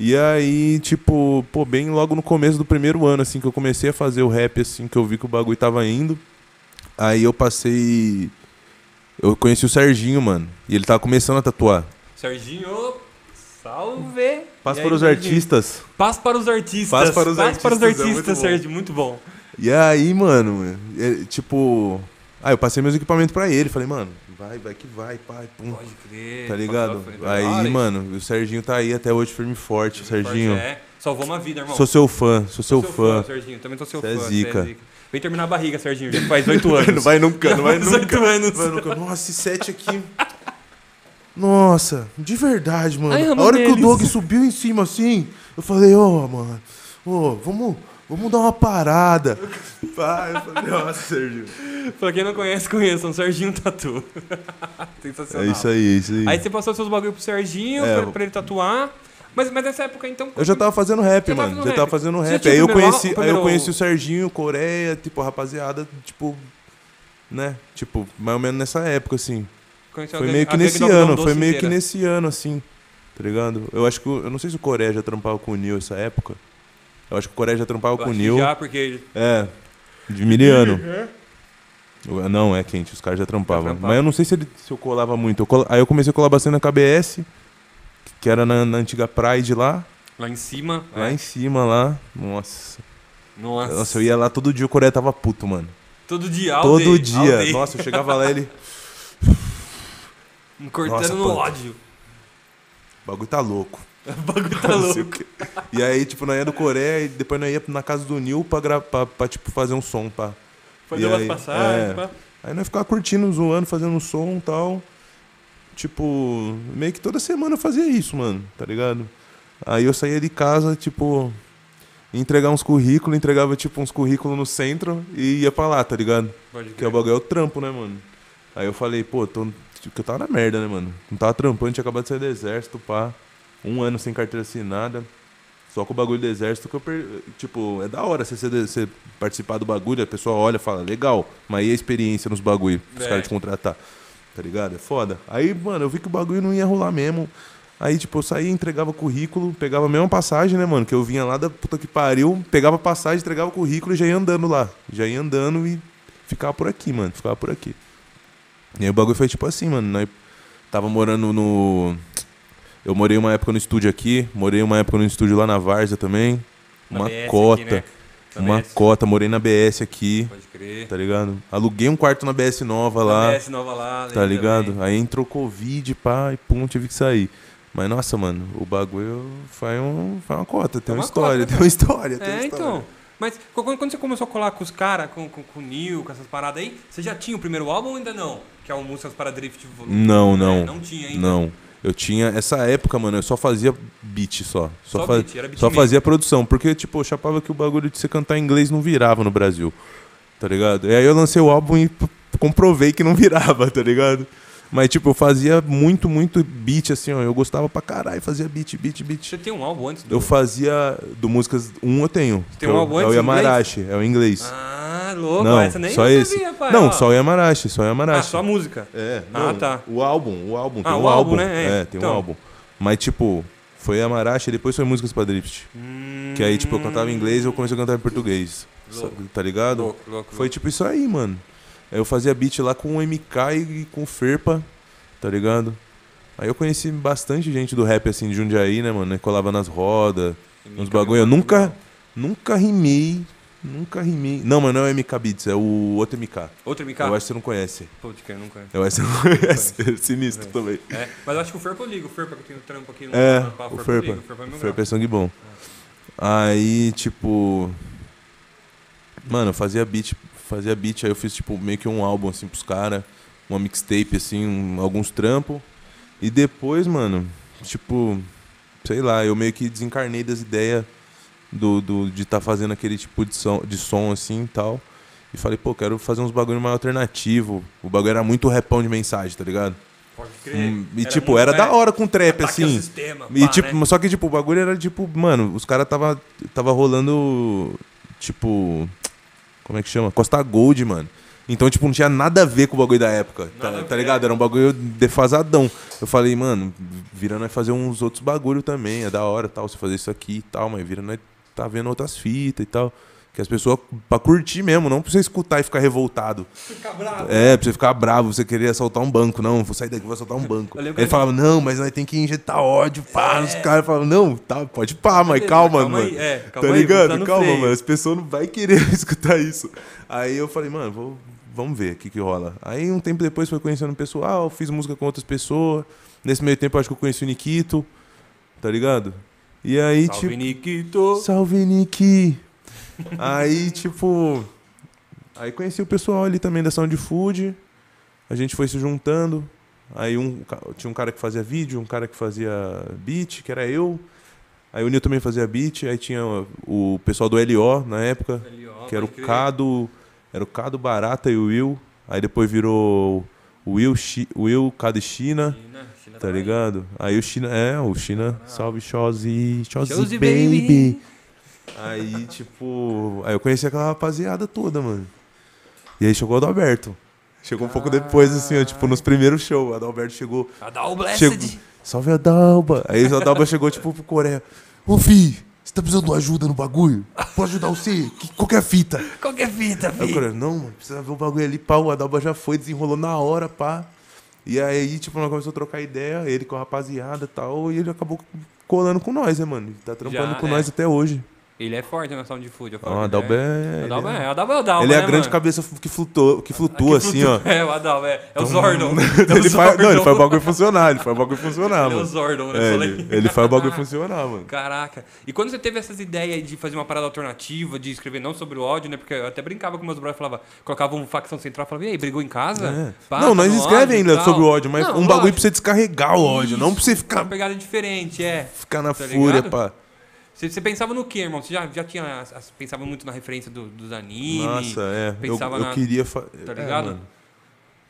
Speaker 2: E aí, tipo, pô, bem logo no começo do primeiro ano, assim, que eu comecei a fazer o rap, assim, que eu vi que o bagulho tava indo. Aí eu passei. Eu conheci o Serginho, mano. E ele tava começando a tatuar.
Speaker 1: Serginho, salve!
Speaker 2: Passa
Speaker 1: E
Speaker 2: para
Speaker 1: aí,
Speaker 2: os
Speaker 1: Serginho?
Speaker 2: artistas.
Speaker 1: Paz para os artistas.
Speaker 2: Paz para os artistas, é muito bom.
Speaker 1: Serginho, muito bom.
Speaker 2: E aí, mano, é, tipo. Ah, eu passei meus equipamentos pra ele. Falei, mano, vai, vai que vai, pai, pum.
Speaker 1: Pode crer.
Speaker 2: Tá ligado? Aí,
Speaker 1: Olha,
Speaker 2: mano, o Serginho tá aí até hoje firme e forte.
Speaker 1: forte
Speaker 2: Serginho,
Speaker 1: É. Salvou uma vida, irmão.
Speaker 2: sou seu fã, sou seu
Speaker 1: Sou
Speaker 2: fã.
Speaker 1: Serginho. Também tô seu
Speaker 2: Cê é
Speaker 1: fã. cê
Speaker 2: zica.
Speaker 1: Vem terminar a barriga, Serginho. Já faz oito anos.
Speaker 2: Não vai nunca, não vai
Speaker 1: Faz
Speaker 2: nunca.
Speaker 1: oito anos.
Speaker 2: Não vai nunca. Nossa, esse set aqui. Nossa, de verdade, mano.
Speaker 1: Ai, amo
Speaker 2: a hora que
Speaker 1: deles.
Speaker 2: o Doug subiu em cima assim, eu falei, ô, mano, ô, vamos, vamos dar uma parada. Pai, eu falei, nossa, Serginho.
Speaker 1: pra quem não conhece, conheçam. Serginho Tatu.
Speaker 2: É
Speaker 1: Sensacional.
Speaker 2: isso aí, é isso aí.
Speaker 1: Aí você passou seus bagulho pro Serginho,
Speaker 2: É,
Speaker 1: pra, pra ele tatuar. Mas, mas nessa época, então...
Speaker 2: Eu já tava fazendo rap,
Speaker 1: Você tava
Speaker 2: mano.
Speaker 1: fazendo
Speaker 2: já
Speaker 1: rap.
Speaker 2: tava fazendo
Speaker 1: Você
Speaker 2: rap.
Speaker 1: tinha o
Speaker 2: Aí eu
Speaker 1: primeiro
Speaker 2: conheci,
Speaker 1: al- o
Speaker 2: aí eu
Speaker 1: primeiro-
Speaker 2: conheci o Serginho, Coreia, tipo, a rapaziada, tipo, né? Tipo, mais ou menos nessa época, assim.
Speaker 1: conheceu Então, a
Speaker 2: Foi
Speaker 1: Gang-
Speaker 2: meio que
Speaker 1: a Gang
Speaker 2: nesse
Speaker 1: da Algodão
Speaker 2: ano,
Speaker 1: Doce
Speaker 2: foi meio que
Speaker 1: inteira.
Speaker 2: nesse ano, assim, tá ligado? Eu acho que, o- eu não sei se o Coreia já trampava com o Nil essa época. Eu acho que o Coreia já trampava
Speaker 1: Eu
Speaker 2: com o
Speaker 1: acho que
Speaker 2: Nil.
Speaker 1: Já, porque...
Speaker 2: É, de miliano. Eu- Não, é quente, os caras já trampavam.
Speaker 1: trampavam.
Speaker 2: Mas eu não sei se, ele, se eu colava muito. Eu colo- Aí eu comecei a colar bastante na KBS, que era na, na antiga Pride lá,
Speaker 1: Lá em cima...
Speaker 2: lá
Speaker 1: é.
Speaker 2: em cima lá. Nossa.
Speaker 1: Nossa.
Speaker 2: Nossa, eu ia lá todo dia, o Coreia tava puto, mano.
Speaker 1: Todo dia, all
Speaker 2: todo
Speaker 1: day, all
Speaker 2: dia.
Speaker 1: day.
Speaker 2: Nossa, eu chegava lá e ele.
Speaker 1: Me Cortando
Speaker 2: Nossa,
Speaker 1: no
Speaker 2: pô.
Speaker 1: ódio.
Speaker 2: O bagulho tá louco.
Speaker 1: O bagulho tá
Speaker 2: Não sei o
Speaker 1: louco.
Speaker 2: quê. E aí, tipo, nós ia do Coreia e depois nós ia na casa do Nil pra, gra- pra, pra, tipo, fazer um som, pá.
Speaker 1: Fazer
Speaker 2: E
Speaker 1: umas
Speaker 2: aí,
Speaker 1: passagens,
Speaker 2: é.
Speaker 1: pá.
Speaker 2: Aí nós ficava curtindo, zoando, fazendo um som e tal. Tipo, meio que toda semana eu fazia isso, mano, tá ligado? Aí eu saía de casa, tipo, ia entregar uns currículos, entregava, tipo, uns currículos no centro e ia pra lá, tá ligado?
Speaker 1: Pode
Speaker 2: Porque o bagulho é o trampo, né, mano? Aí eu falei, pô, tô, tipo, que eu tava na merda, né, mano? Não tava trampando, tinha acabado de sair do exército, pá. Um ano sem carteira assinada. Só com o bagulho do exército que eu per... Tipo, é da hora você, ser- você participar do bagulho, a pessoa olha e fala, legal, mas e a experiência nos bagulho, os
Speaker 1: É.
Speaker 2: caras te contratar. Tá ligado? É foda. Aí, mano, eu vi que o bagulho não ia rolar mesmo. Aí, tipo, eu saía, entregava currículo, pegava a mesma passagem, né, mano? Que eu vinha lá da puta que pariu, pegava passagem, entregava currículo e já ia andando lá. Já ia andando e ficava por aqui, mano. Ficava por aqui. E aí o bagulho foi tipo assim, mano. Nós tava morando no. Eu morei uma época no estúdio aqui, morei uma época no estúdio lá na Várzea também.
Speaker 1: Na
Speaker 2: Uma
Speaker 1: BS aqui,
Speaker 2: cota.
Speaker 1: né? Na
Speaker 2: Uma
Speaker 1: BS.
Speaker 2: cota, morei na BS aqui,
Speaker 1: Pode crer.
Speaker 2: tá ligado? Aluguei um quarto na BS nova lá.
Speaker 1: Na BS nova lá.
Speaker 2: Tá
Speaker 1: ali
Speaker 2: ligado?
Speaker 1: também.
Speaker 2: Aí entrou Covid, pá, e pum, tive que sair. Mas nossa, mano, o bagulho foi, um, foi uma cota, tem
Speaker 1: É
Speaker 2: uma,
Speaker 1: uma
Speaker 2: história,
Speaker 1: cota,
Speaker 2: tem uma história, tem uma
Speaker 1: É,
Speaker 2: história.
Speaker 1: então. Mas qu- quando, quando você começou a colar com os caras, com, com, com o Neil, com essas paradas aí, você já tinha o primeiro álbum ou ainda não? Que é o Músicas para Drift Volume.
Speaker 2: Não,
Speaker 1: É,
Speaker 2: não.
Speaker 1: não tinha ainda.
Speaker 2: Não. Eu tinha. Essa época, mano, eu só fazia beat só. Só,
Speaker 1: Só
Speaker 2: fa-
Speaker 1: beat, era beat
Speaker 2: só
Speaker 1: mesmo.
Speaker 2: fazia produção. Porque, tipo, eu chapava que o bagulho de você cantar em inglês não virava no Brasil. Tá ligado? E aí eu lancei o álbum e p- comprovei que não virava, tá ligado? Mas, tipo, eu fazia muito, muito beat, assim, ó. Eu gostava pra caralho, fazia beat, beat, beat.
Speaker 1: Você tem um álbum antes do.
Speaker 2: Eu fazia. Do músicas 1 eu tenho.
Speaker 1: Você tem
Speaker 2: que
Speaker 1: um
Speaker 2: é o-
Speaker 1: álbum
Speaker 2: É o
Speaker 1: antes em inglês?
Speaker 2: Yamarashi, é o inglês.
Speaker 1: Ah, louco,
Speaker 2: não,
Speaker 1: essa nem
Speaker 2: só
Speaker 1: eu
Speaker 2: esse.
Speaker 1: sabia, pai.
Speaker 2: não,
Speaker 1: Ah, ó.
Speaker 2: só o Yamarashi, só o Yamarashi.
Speaker 1: Ah, só a música.
Speaker 2: É,
Speaker 1: Ah,
Speaker 2: não,
Speaker 1: tá.
Speaker 2: O álbum, o álbum,
Speaker 1: Ah,
Speaker 2: tem
Speaker 1: o
Speaker 2: um
Speaker 1: álbum,
Speaker 2: álbum.
Speaker 1: né? É,
Speaker 2: É, tem
Speaker 1: então.
Speaker 2: um álbum. Mas, tipo, foi Amarashi, depois foi Músicas pra Drift. Que aí,
Speaker 1: Hum,
Speaker 2: tipo, eu cantava em inglês e eu comecei a cantar em português.
Speaker 1: Louco.
Speaker 2: Sabe, Tá ligado?
Speaker 1: Louco, louco.
Speaker 2: Foi tipo isso aí, mano. Aí Eu fazia beat lá com o MK e com o Ferpa, tá ligado? Aí eu conheci bastante gente do rap, assim, de Jundiaí, né, mano? Eu colava nas rodas,
Speaker 1: louco.
Speaker 2: nos bagulho. Eu nunca, nunca rimei, nunca rimei. Não, mas não é o MK Beats, é o outro MK.
Speaker 1: Outro MK?
Speaker 2: Eu acho que você não conhece.
Speaker 1: Putz, que eu nunca.
Speaker 2: Eu acho que é sinistro
Speaker 1: É.
Speaker 2: também.
Speaker 1: É, mas eu acho que o Ferpa eu ligo. O Ferpa que eu tenho trampo aqui. no-
Speaker 2: É,
Speaker 1: no- no-
Speaker 2: o
Speaker 1: eu
Speaker 2: Ferpa.
Speaker 1: ligo, O Ferpa é meu
Speaker 2: Foi
Speaker 1: grau.
Speaker 2: a é sangue bom. Aí, tipo. Mano, eu fazia beat, fazia beat, aí eu fiz tipo meio que um álbum assim pros caras, uma mixtape assim, um- alguns trampos. E depois, mano, tipo, sei lá, eu meio que desencarnei das ideias do, do- de estar fazendo aquele tipo de som, de som assim e tal. E falei, pô, quero fazer uns bagulho mais alternativo. O bagulho era muito repão de mensagem, tá ligado?
Speaker 1: Pode
Speaker 2: Hum, E tipo, era
Speaker 1: né?
Speaker 2: da hora com trap, assim. E, tipo, mas só que, tipo, o bagulho era tipo, mano, os caras tava, tava rolando, tipo, como é que chama? Costa Gold, mano. Então, tipo, não tinha nada a ver com o bagulho da época, tá,
Speaker 1: Nada a
Speaker 2: tá
Speaker 1: ver.
Speaker 2: ligado? Era um bagulho defasadão. Eu falei, mano, virando é fazer uns outros bagulho também, é da hora tal, você fazer isso aqui e tal, mas virando é tá vendo outras fitas e tal. Que as pessoas, pra curtir mesmo, não pra você escutar e ficar revoltado. É, pra você ficar bravo, você querer assaltar um banco. Não, vou sair daqui, vou assaltar um banco.
Speaker 1: Eu lembro que
Speaker 2: Ele
Speaker 1: eu-
Speaker 2: falava, não, mas nós tem que injetar ódio, pá. Os caras falavam, não, tá, pode pá, mas
Speaker 1: É. Beleza,
Speaker 2: calma,
Speaker 1: calma
Speaker 2: mano.
Speaker 1: aí, é, calma
Speaker 2: tá
Speaker 1: aí,
Speaker 2: ligado?
Speaker 1: tá no
Speaker 2: calma,
Speaker 1: freio.
Speaker 2: mano. As pessoas não vão querer escutar isso. Aí eu falei, mano, vou- vamos ver o que, que rola. Aí um tempo depois foi conhecendo o pessoal, fiz música com outras pessoas. Nesse meio tempo eu acho que eu conheci o Nikito, tá ligado? E aí, tipo.
Speaker 1: Salve, Nikito.
Speaker 2: Salve, Nick! aí, tipo. Aí conheci o pessoal ali também da Sound Food. A gente foi se juntando. Aí um, ca- tinha um cara que fazia vídeo, um cara que fazia beat, que era eu. Aí o Nil também fazia beat. Aí tinha o o pessoal do LO na época, que era o Cado. Era o Cado Barata e o Will. Aí depois virou o Will, Chi- Will Cado e China.
Speaker 1: né?
Speaker 2: Tá ligado? Aí o China. É, o China. Salve, Shozzy. Shozzy,
Speaker 1: Shozzy,
Speaker 2: baby.
Speaker 1: baby.
Speaker 2: Aí, tipo. Aí eu conheci aquela rapaziada toda, mano. E aí chegou o Adalberto. Chegou um pouco depois, assim, ó, tipo, nos primeiros shows. O Adalberto chegou.
Speaker 1: Adal
Speaker 2: Chegou.
Speaker 1: um Blessed.
Speaker 2: Salve Adalba! Aí o Adalba chegou, tipo, pro Coreia. Ô, Vi, você tá precisando de ajuda no bagulho? Posso ajudar você? Que, qual que é a fita?
Speaker 1: Qual que é a fita,
Speaker 2: Aí o
Speaker 1: filho?
Speaker 2: cara, não, mano, precisa ver o bagulho ali, pá, o Adalba já foi, desenrolou na hora, pá. E aí, tipo, nós começamos a trocar ideia, ele com a rapaziada e tal, e ele acabou colando com nós, né, mano? Ele tá
Speaker 1: Já,
Speaker 2: trampando com
Speaker 1: é.
Speaker 2: nós até hoje.
Speaker 1: Ele é forte na sound food. Eu
Speaker 2: Ah,
Speaker 1: falo
Speaker 2: o
Speaker 1: que
Speaker 2: Adalba
Speaker 1: ele
Speaker 2: é...
Speaker 1: é.
Speaker 2: Ele
Speaker 1: Adalba
Speaker 2: é,
Speaker 1: é, Adalba é o Adalba,
Speaker 2: ele é a
Speaker 1: né,
Speaker 2: grande
Speaker 1: mano?
Speaker 2: cabeça que flutua, que flutua assim, ó. Então,
Speaker 1: É, o Adalba, é. É o Zordon. É o
Speaker 2: Ele faz, não, ele
Speaker 1: Zordon.
Speaker 2: faz o bagulho funcionar, ele faz o bagulho funcionar,
Speaker 1: Ele é o
Speaker 2: mano.
Speaker 1: Zordon, né?
Speaker 2: É,
Speaker 1: Eu falei.
Speaker 2: ele, ele faz o bagulho funcionar, mano.
Speaker 1: Caraca. E quando você teve essas ideias de fazer uma parada alternativa, de escrever não sobre o ódio, né? Porque eu até brincava com meus brothers, falava, colocava um facção central, falava, e aí, brigou em casa?
Speaker 2: É.
Speaker 1: Pá,
Speaker 2: não,
Speaker 1: tá
Speaker 2: nós
Speaker 1: no
Speaker 2: escreve
Speaker 1: ódio e
Speaker 2: ainda
Speaker 1: tal."
Speaker 2: sobre o ódio, mas
Speaker 1: Não,
Speaker 2: um bagulho
Speaker 1: lógico.
Speaker 2: pra você descarregar o ódio, não pra você
Speaker 1: Uma
Speaker 2: ficar,
Speaker 1: pegada diferente, é.
Speaker 2: ficar na
Speaker 1: Tá
Speaker 2: fúria,
Speaker 1: ligado?
Speaker 2: pá.
Speaker 1: Você, você pensava no quê, irmão? Você já, já tinha. as- as- pensava muito na referência do- dos animes.
Speaker 2: Nossa, é. Eu,
Speaker 1: pensava
Speaker 2: eu
Speaker 1: na-
Speaker 2: queria. Fa... é,
Speaker 1: Tá ligado?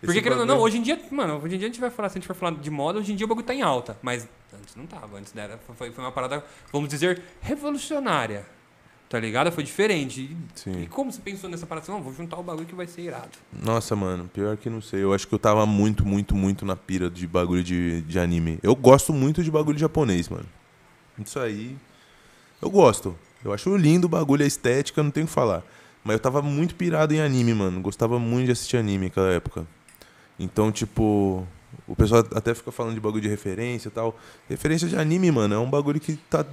Speaker 1: Porque, querendo ou não, hoje em dia, mano, hoje em dia a gente vai falar, se a gente for falar de moda, hoje em dia o bagulho tá em alta. Mas antes não tava, antes era, foi, foi uma parada, vamos dizer, revolucionária. Tá ligado? Foi diferente. E,
Speaker 2: Sim.
Speaker 1: e como você pensou nessa parada? Assim, Não, vou juntar o bagulho que vai ser irado.
Speaker 2: Nossa, mano, pior que não sei. Eu acho que eu tava muito, muito, muito na pira de bagulho de, de anime. Eu gosto muito de bagulho japonês, mano. Isso aí. Eu gosto. Eu acho lindo o bagulho, a estética, não tenho o que falar. Mas eu tava muito pirado em anime, mano. Gostava muito de assistir anime naquela época. Então, tipo. O pessoal até fica falando de bagulho de referência e tal. Referência de anime, mano, é um bagulho que tá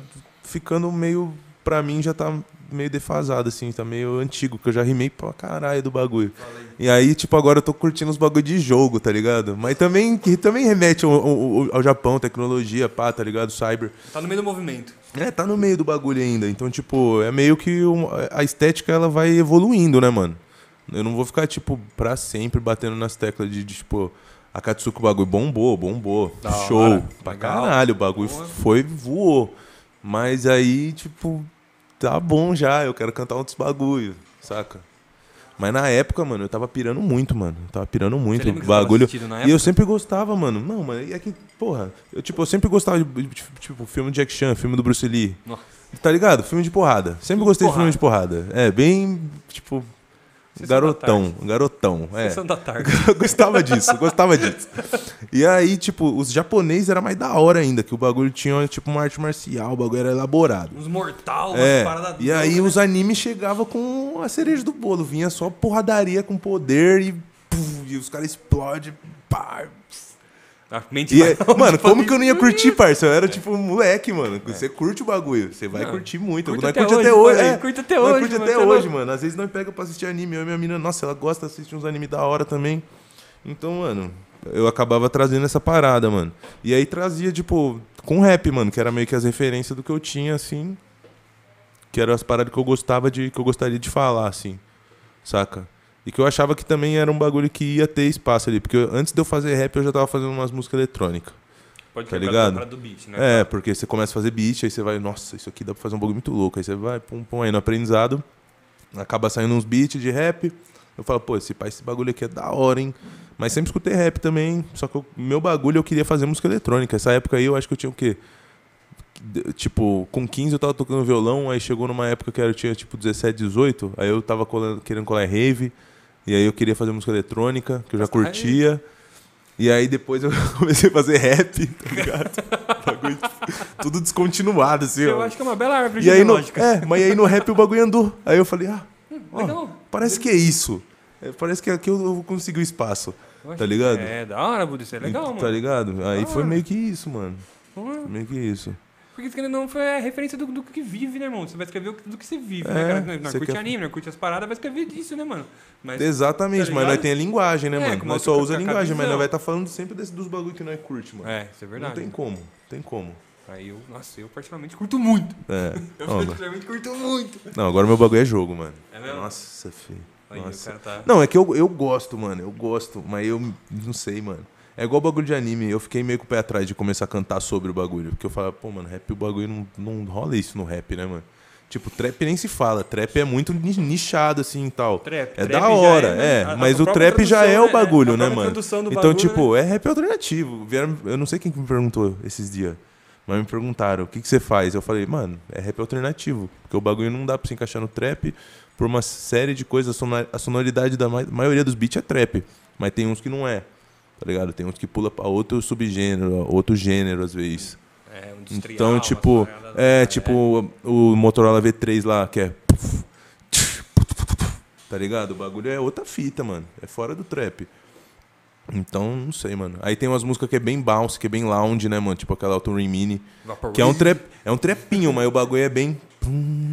Speaker 2: ficando meio. Pra mim já tá meio defasado, assim, tá meio antigo, que eu já rimei pra caralho do bagulho. E aí, tipo, agora eu tô curtindo os bagulho de jogo, tá ligado? Mas também, que também remete ao, ao- ao Japão, tecnologia, pá, tá ligado? Cyber.
Speaker 1: Tá no meio do movimento.
Speaker 2: É, tá no meio do bagulho ainda. Então, tipo, é meio que um- a estética ela vai evoluindo, né, mano? Eu não vou ficar, tipo, pra sempre batendo nas teclas de, de, tipo, a Katsuko o bagulho bombou, bombou.
Speaker 1: Da
Speaker 2: show.
Speaker 1: hora,
Speaker 2: Pra
Speaker 1: legal.
Speaker 2: caralho, o bagulho
Speaker 1: Boa.
Speaker 2: foi, voou. Mas aí, tipo, tá bom já, eu quero cantar outros bagulho, saca? Mas na época, mano, eu tava pirando muito, mano. Eu tava pirando muito.
Speaker 1: lembra que
Speaker 2: O
Speaker 1: você tava
Speaker 2: bagulho.
Speaker 1: assistindo na
Speaker 2: E eu
Speaker 1: época?
Speaker 2: sempre gostava, mano. Não, mano, e é que, porra, eu, tipo, eu sempre gostava de, de- tipo, filme de Jack Chan, filme do Bruce Lee.
Speaker 1: Nossa.
Speaker 2: Tá ligado? Filme de porrada. Sempre gostei de filme de porrada. É, bem, tipo,
Speaker 1: Sessão da
Speaker 2: garotão, garotão. É.
Speaker 1: Sessão da tarde.
Speaker 2: Eu gostava disso, eu gostava disso. E aí, tipo, os japoneses era mais da hora ainda, que o bagulho tinha, tipo, uma arte marcial, o bagulho era elaborado.
Speaker 1: Uns mortal, umas
Speaker 2: É,
Speaker 1: paradas.
Speaker 2: e aí
Speaker 1: loucas,
Speaker 2: os animes chegavam com a cereja do bolo, vinha só porradaria com poder e, puf, e os caras explodem, pá,
Speaker 1: né? A mente
Speaker 2: e
Speaker 1: vai
Speaker 2: é-
Speaker 1: longe
Speaker 2: mano,
Speaker 1: pra
Speaker 2: como
Speaker 1: mim.
Speaker 2: que eu não ia curtir, parça? Eu era tipo um moleque, mano. Você curte o bagulho, você vai
Speaker 1: Não,
Speaker 2: curtir muito.
Speaker 1: curte
Speaker 2: Nós
Speaker 1: até
Speaker 2: curte
Speaker 1: hoje,
Speaker 2: até hoje,
Speaker 1: falei,
Speaker 2: é.
Speaker 1: curte até
Speaker 2: Nós
Speaker 1: hoje,
Speaker 2: curte
Speaker 1: mano,
Speaker 2: até
Speaker 1: você é
Speaker 2: hoje,
Speaker 1: louco.
Speaker 2: mano. Às vezes nós pega pra assistir anime. Eu e minha menina, nossa, ela gosta de assistir uns anime da hora também. Então, mano, eu acabava trazendo essa parada, mano. E aí trazia, tipo, com rap, mano, que era meio que as referências do que eu tinha, assim. Que eram as paradas que eu gostava de. que eu gostaria de falar, assim. saca? E que eu achava que também era um bagulho que ia ter espaço ali. Porque eu- antes de eu fazer rap, eu já tava fazendo umas músicas eletrônicas.
Speaker 1: Pode
Speaker 2: Tá
Speaker 1: quebrar
Speaker 2: ligado?
Speaker 1: a cara do beat, né?
Speaker 2: É, porque você começa a fazer beat, aí você vai, nossa, isso aqui dá pra fazer um bagulho muito louco. Aí você vai, pum, pum, aí no aprendizado, acaba saindo uns beats de rap. Eu falo, pô, esse, pai, esse bagulho aqui é da hora, hein? Mas sempre escutei rap também, só que o meu bagulho eu queria fazer música eletrônica. Essa época aí eu acho que eu tinha o quê? De- Tipo, com 15 eu tava tocando violão, aí chegou numa época que eu tinha tipo 17, 18, aí eu tava colando- querendo colar rave, e aí eu queria fazer música eletrônica, que eu já
Speaker 1: Nossa, rave.
Speaker 2: curtia. E aí depois eu comecei a fazer rap, tá ligado? Bagulho tudo descontinuado, assim,
Speaker 1: Eu
Speaker 2: ó.
Speaker 1: acho que é uma bela árvore
Speaker 2: E aí no,
Speaker 1: genealógica.
Speaker 2: é, mas aí no rap o bagulho andou. Aí eu falei, ah, ó,
Speaker 1: Hum, legal.
Speaker 2: parece que é isso. É, Parece que aqui eu vou conseguir o espaço.
Speaker 1: Eu
Speaker 2: Tá
Speaker 1: acho-
Speaker 2: ligado?
Speaker 1: É, da hora, Buda, isso é legal, mano.
Speaker 2: Tá ligado? Aí
Speaker 1: Da
Speaker 2: foi
Speaker 1: hora.
Speaker 2: meio que isso, mano. Foi meio que isso.
Speaker 1: Porque querendo ou não foi a referência do, do que vive, né, irmão? Você vai escrever o que- do que você vive, né,
Speaker 2: É,
Speaker 1: cara? Nós- Nós
Speaker 2: você
Speaker 1: curte
Speaker 2: quer-
Speaker 1: anime, nós curte as paradas, vai escrever disso, né, mano? Mas
Speaker 2: Exatamente,
Speaker 1: tá
Speaker 2: mas nós
Speaker 1: ligado?
Speaker 2: tem a linguagem, né,
Speaker 1: É,
Speaker 2: mano?
Speaker 1: com
Speaker 2: Nós
Speaker 1: uma-
Speaker 2: só
Speaker 1: com-
Speaker 2: usa a
Speaker 1: com a
Speaker 2: linguagem, mas
Speaker 1: visão.
Speaker 2: nós vai estar falando sempre desse, dos bagulho que nós curte, mano.
Speaker 1: É, isso é
Speaker 2: Não
Speaker 1: verdade.
Speaker 2: tem como, tem como.
Speaker 1: Aí eu, nossa, eu particularmente curto muito.
Speaker 2: É.
Speaker 1: Eu
Speaker 2: Ó, mano.
Speaker 1: particularmente curto muito.
Speaker 2: Não, agora meu bagulho é jogo, mano.
Speaker 1: É mesmo?
Speaker 2: Nossa, filho.
Speaker 1: Aí
Speaker 2: Nossa.
Speaker 1: o cara tá.
Speaker 2: Não, é que eu, eu gosto, mano. Eu gosto, mas eu não sei, mano. É igual bagulho de anime. Eu fiquei meio com o pé atrás de começar a cantar sobre o bagulho. Porque eu falava, pô, mano, rap, o bagulho não, não rola isso no rap, né, mano? Tipo, trap nem se fala. Trap é muito ni- nichado, assim e tal.
Speaker 1: Trap,
Speaker 2: É
Speaker 1: trap
Speaker 2: da
Speaker 1: já
Speaker 2: hora,
Speaker 1: né?
Speaker 2: é.
Speaker 1: A- a
Speaker 2: mas o
Speaker 1: própria
Speaker 2: trap já é
Speaker 1: tradução,
Speaker 2: o
Speaker 1: A
Speaker 2: bagulho, né,
Speaker 1: própria
Speaker 2: mano?
Speaker 1: tradução do
Speaker 2: Então,
Speaker 1: bagulho, né?
Speaker 2: tipo, é rap alternativo. Vieram, eu não sei quem que me perguntou esses dias, mas me perguntaram, o que, que você faz? Eu falei, mano, é rap alternativo. Porque o bagulho não dá pra se encaixar no trap por uma série de coisas. A sonor- A sonoridade da ma- maioria dos beats é trap, mas tem uns que não é. Tá ligado? Tem uns que pula pra outro subgênero, outro gênero às vezes.
Speaker 1: É, um industrial,
Speaker 2: Então,
Speaker 1: uma
Speaker 2: tipo,
Speaker 1: parada-
Speaker 2: é, tipo o o Motorola V3 lá, que é. Tá ligado? O bagulho é outra fita, mano. É fora do trap. Então, não sei, mano. Aí tem umas músicas que é bem bounce, que é bem lounge, né, mano? Tipo aquela Autumn Mini.
Speaker 1: Vaporwave.
Speaker 2: Que é um, trap, é um trapinho, mas o bagulho é bem.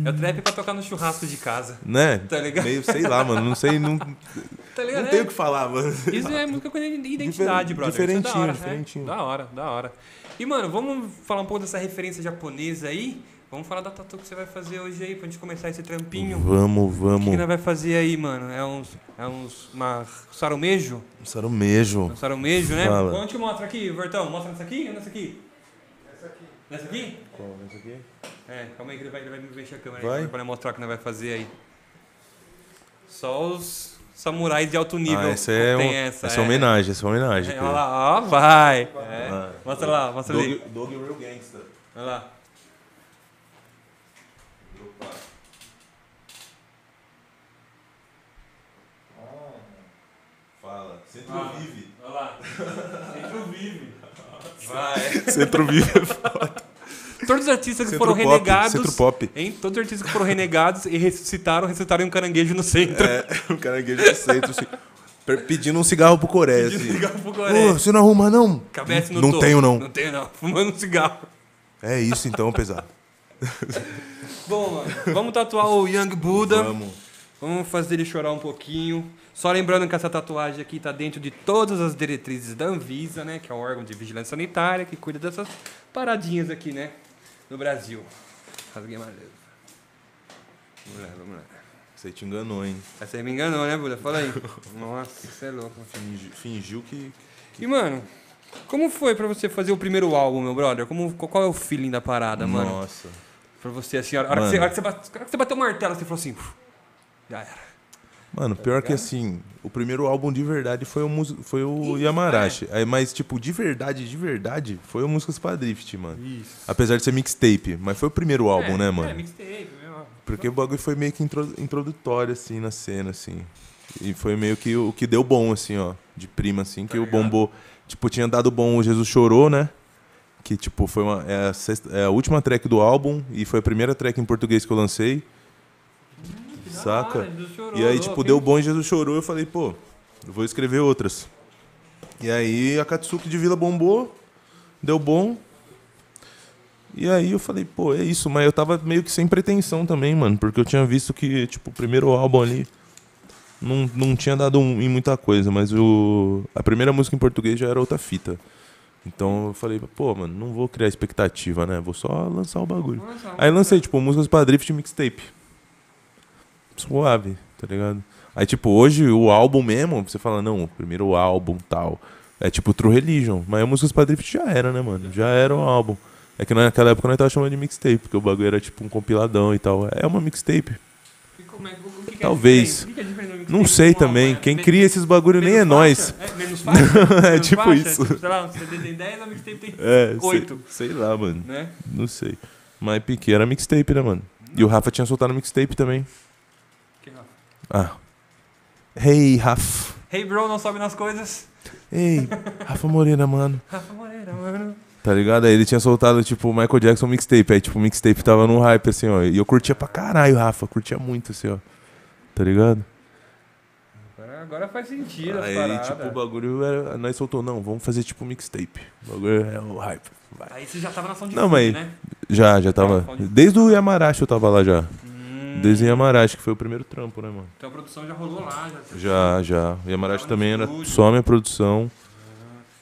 Speaker 1: É o trap pra tocar no churrasco de casa.
Speaker 2: Né?
Speaker 1: Tá ligado?
Speaker 2: Meio, sei lá, mano. Não sei, não,
Speaker 1: Tá ligado?
Speaker 2: não
Speaker 1: É,
Speaker 2: tenho o que falar, mano.
Speaker 1: Isso é música com identidade,
Speaker 2: Difer-
Speaker 1: brother.
Speaker 2: diferentinho,
Speaker 1: Isso é da hora,
Speaker 2: diferentinho.
Speaker 1: É. Da hora, da hora. E, mano, vamos falar um pouco dessa referência japonesa aí? Vamos falar da tatu que você vai fazer hoje aí, pra gente começar esse trampinho.
Speaker 2: Vamos,
Speaker 1: O que
Speaker 2: vamos.
Speaker 1: nós vai fazer aí, mano? É uns. É uns. Uma sarumejo?
Speaker 2: Sarumejo.
Speaker 1: Um sarumejo, né?
Speaker 2: Fala.
Speaker 1: Onde que mostra aqui, Vertão? Mostra nessa aqui ou nessa aqui? Nessa aqui. Nessa aqui? É, calma aí que ele vai, ele vai me mexer a câmera
Speaker 2: Vai?
Speaker 1: aí pra nós mostrar o que nós vai fazer aí. Só os samurais de alto nível.
Speaker 2: Ah, essa é,
Speaker 1: tem
Speaker 2: um,
Speaker 1: essa,
Speaker 2: essa, é uma homenagem, essa é uma homenagem.
Speaker 1: É,
Speaker 2: cara.
Speaker 1: olha lá, ó, vai. É.
Speaker 2: Ah.
Speaker 1: Mostra lá, mostra ali.
Speaker 2: Dog, Dog é Real Gangsta.
Speaker 1: Olha lá.
Speaker 2: Fala, sempre
Speaker 1: Ah.
Speaker 2: vive.
Speaker 1: Olha lá. Centro vive. Vai.
Speaker 2: Centro vive.
Speaker 1: Todos os artistas que
Speaker 2: Centro
Speaker 1: foram
Speaker 2: pop,
Speaker 1: renegados.
Speaker 2: Centro pop.
Speaker 1: Hein? Todos os artistas que foram renegados e ressuscitaram, ressuscitaram em um caranguejo no centro.
Speaker 2: É, o caranguejo do centro, assim, per- pedindo um cigarro pro Coreia,
Speaker 1: De
Speaker 2: assim.
Speaker 1: cigarro pro
Speaker 2: Ô,
Speaker 1: Coreia.
Speaker 2: você não arruma, não?
Speaker 1: É, Cabeça no
Speaker 2: não
Speaker 1: topo.
Speaker 2: tenho, não.
Speaker 1: Não tenho, não. Fumando um cigarro.
Speaker 2: É isso então, pesado.
Speaker 1: Bom, mano, vamos tatuar o Young Buda.
Speaker 2: Vamos.
Speaker 1: Vamos fazer ele chorar um pouquinho. Só lembrando que essa tatuagem aqui tá dentro de todas as diretrizes da Anvisa, né? Que é um órgão de vigilância sanitária que cuida dessas paradinhas aqui, né? No Brasil. Rasguei mais leve. Vamos lá, vamos lá.
Speaker 2: Você te enganou, hein?
Speaker 1: Essa aí me enganou, né, Buda? Fala aí. Nossa, você é louco.
Speaker 2: Fingi- fingiu que.
Speaker 1: E, mano, como foi pra você fazer o primeiro álbum, meu brother? Como, qual é o feeling da parada, mano?
Speaker 2: Nossa.
Speaker 1: Pra você, assim, a hora, a hora que,
Speaker 2: Mano.
Speaker 1: você, a hora que você bate- a hora que você bateu o martelo, você falou assim... "Uf, Já era.
Speaker 2: Mano, pior que assim, o primeiro álbum de verdade foi o, mus- foi o Yamarashi.
Speaker 1: é.
Speaker 2: Aí, mas, tipo, de verdade, de verdade, foi o Músicas pra Drift, mano.
Speaker 1: Isso.
Speaker 2: Apesar de ser mixtape, mas foi o primeiro álbum,
Speaker 1: é,
Speaker 2: né, mano?
Speaker 1: É, mixtape, meu.
Speaker 2: Porque o bagulho foi meio que intro- introdutório, assim, na cena, assim. E foi meio que o que deu bom, assim, ó. De prima, assim, que o
Speaker 1: Tá ligado?
Speaker 2: bombou. Tipo, tinha dado bom o Jesus Chorou, né? Que, tipo, foi uma, é, a sexta- é a última track do álbum e foi a primeira track em português que eu lancei.
Speaker 1: Hum,
Speaker 2: Saca?
Speaker 1: Ah, Jesus chorou,
Speaker 2: E aí,
Speaker 1: louco,
Speaker 2: tipo,
Speaker 1: hein?
Speaker 2: deu bom e Jesus chorou. Eu falei, pô, eu vou escrever outras. E aí, a Katsuki de Vila bombou, deu bom. E aí, eu falei, pô, é isso. Mas eu tava meio que sem pretensão também, mano. Porque eu tinha visto que, tipo, o primeiro álbum ali não, não tinha dado um- em muita coisa. Mas o, a primeira música em português já era outra fita. Então eu falei, pô, mano, não vou criar expectativa, né? Vou só lançar o bagulho.
Speaker 1: Vamos lançar,
Speaker 2: Aí
Speaker 1: vamos
Speaker 2: lancei,
Speaker 1: lançar.
Speaker 2: tipo, músicas pra drift e mixtape. Suave, tá ligado? Aí, tipo, hoje o álbum mesmo, você fala, não, primeiro o álbum tal. É tipo True Religion. Mas a música pra Drift já era, né, mano? Já era o álbum. É que naquela época nós tava chamando de mixtape, porque o bagulho era tipo um compiladão e tal. É uma mixtape.
Speaker 1: E como é- o- o que que é diferente?
Speaker 2: Talvez.
Speaker 1: O que que é diferente do mixtape
Speaker 3: Tipo
Speaker 2: Não sei
Speaker 1: de um álbum?
Speaker 2: também.
Speaker 1: É
Speaker 2: Quem
Speaker 1: men-
Speaker 2: cria esses bagulho nem é
Speaker 1: menos
Speaker 2: nós.
Speaker 1: faixa? É, menos faixa?
Speaker 2: É,
Speaker 1: Menos
Speaker 2: tipo
Speaker 1: faixa?
Speaker 2: isso.
Speaker 1: Tipo, sei lá, um CD tem 10, a mixtape tem
Speaker 2: É, sei-
Speaker 1: 8,
Speaker 2: Sei, lá, mano.
Speaker 1: né?
Speaker 2: Não sei. Mas Pique era mixtape, né, mano? E o Rafa tinha soltado mixtape também.
Speaker 1: Que Rafa.
Speaker 2: Ah. Hey, Rafa.
Speaker 1: Hey bro, não sobe nas coisas.
Speaker 2: Ei, Rafa Moreira, mano.
Speaker 1: Rafa Moreira, mano.
Speaker 2: Tá ligado? Aí ele tinha soltado, tipo, o Michael Jackson mixtape. Aí, tipo, o mixtape tava num hype, assim, ó. E eu curtia pra caralho, Rafa. Curtia muito, assim, ó. Tá ligado?
Speaker 1: Agora, agora faz sentido as
Speaker 2: Aí,
Speaker 1: paradas.
Speaker 2: tipo, o bagulho era... Nós soltou, não, vamos fazer, tipo, mixtape. O bagulho é o hype. Vai.
Speaker 1: Aí você já tava na ação de
Speaker 2: Não,
Speaker 1: fundo,
Speaker 2: mas-
Speaker 1: né?
Speaker 2: Já, já
Speaker 1: É,
Speaker 2: tava...
Speaker 1: pode-
Speaker 2: Desde o Yamarashi eu tava lá, já.
Speaker 1: Hum,
Speaker 2: Desde o Yamarashi, que foi o primeiro trampo, né, mano?
Speaker 1: Então a produção já rolou lá. Já.
Speaker 2: Já, já. O Yamarashi
Speaker 1: Tava Tá no
Speaker 2: também era
Speaker 1: estúdio.
Speaker 2: só minha produção.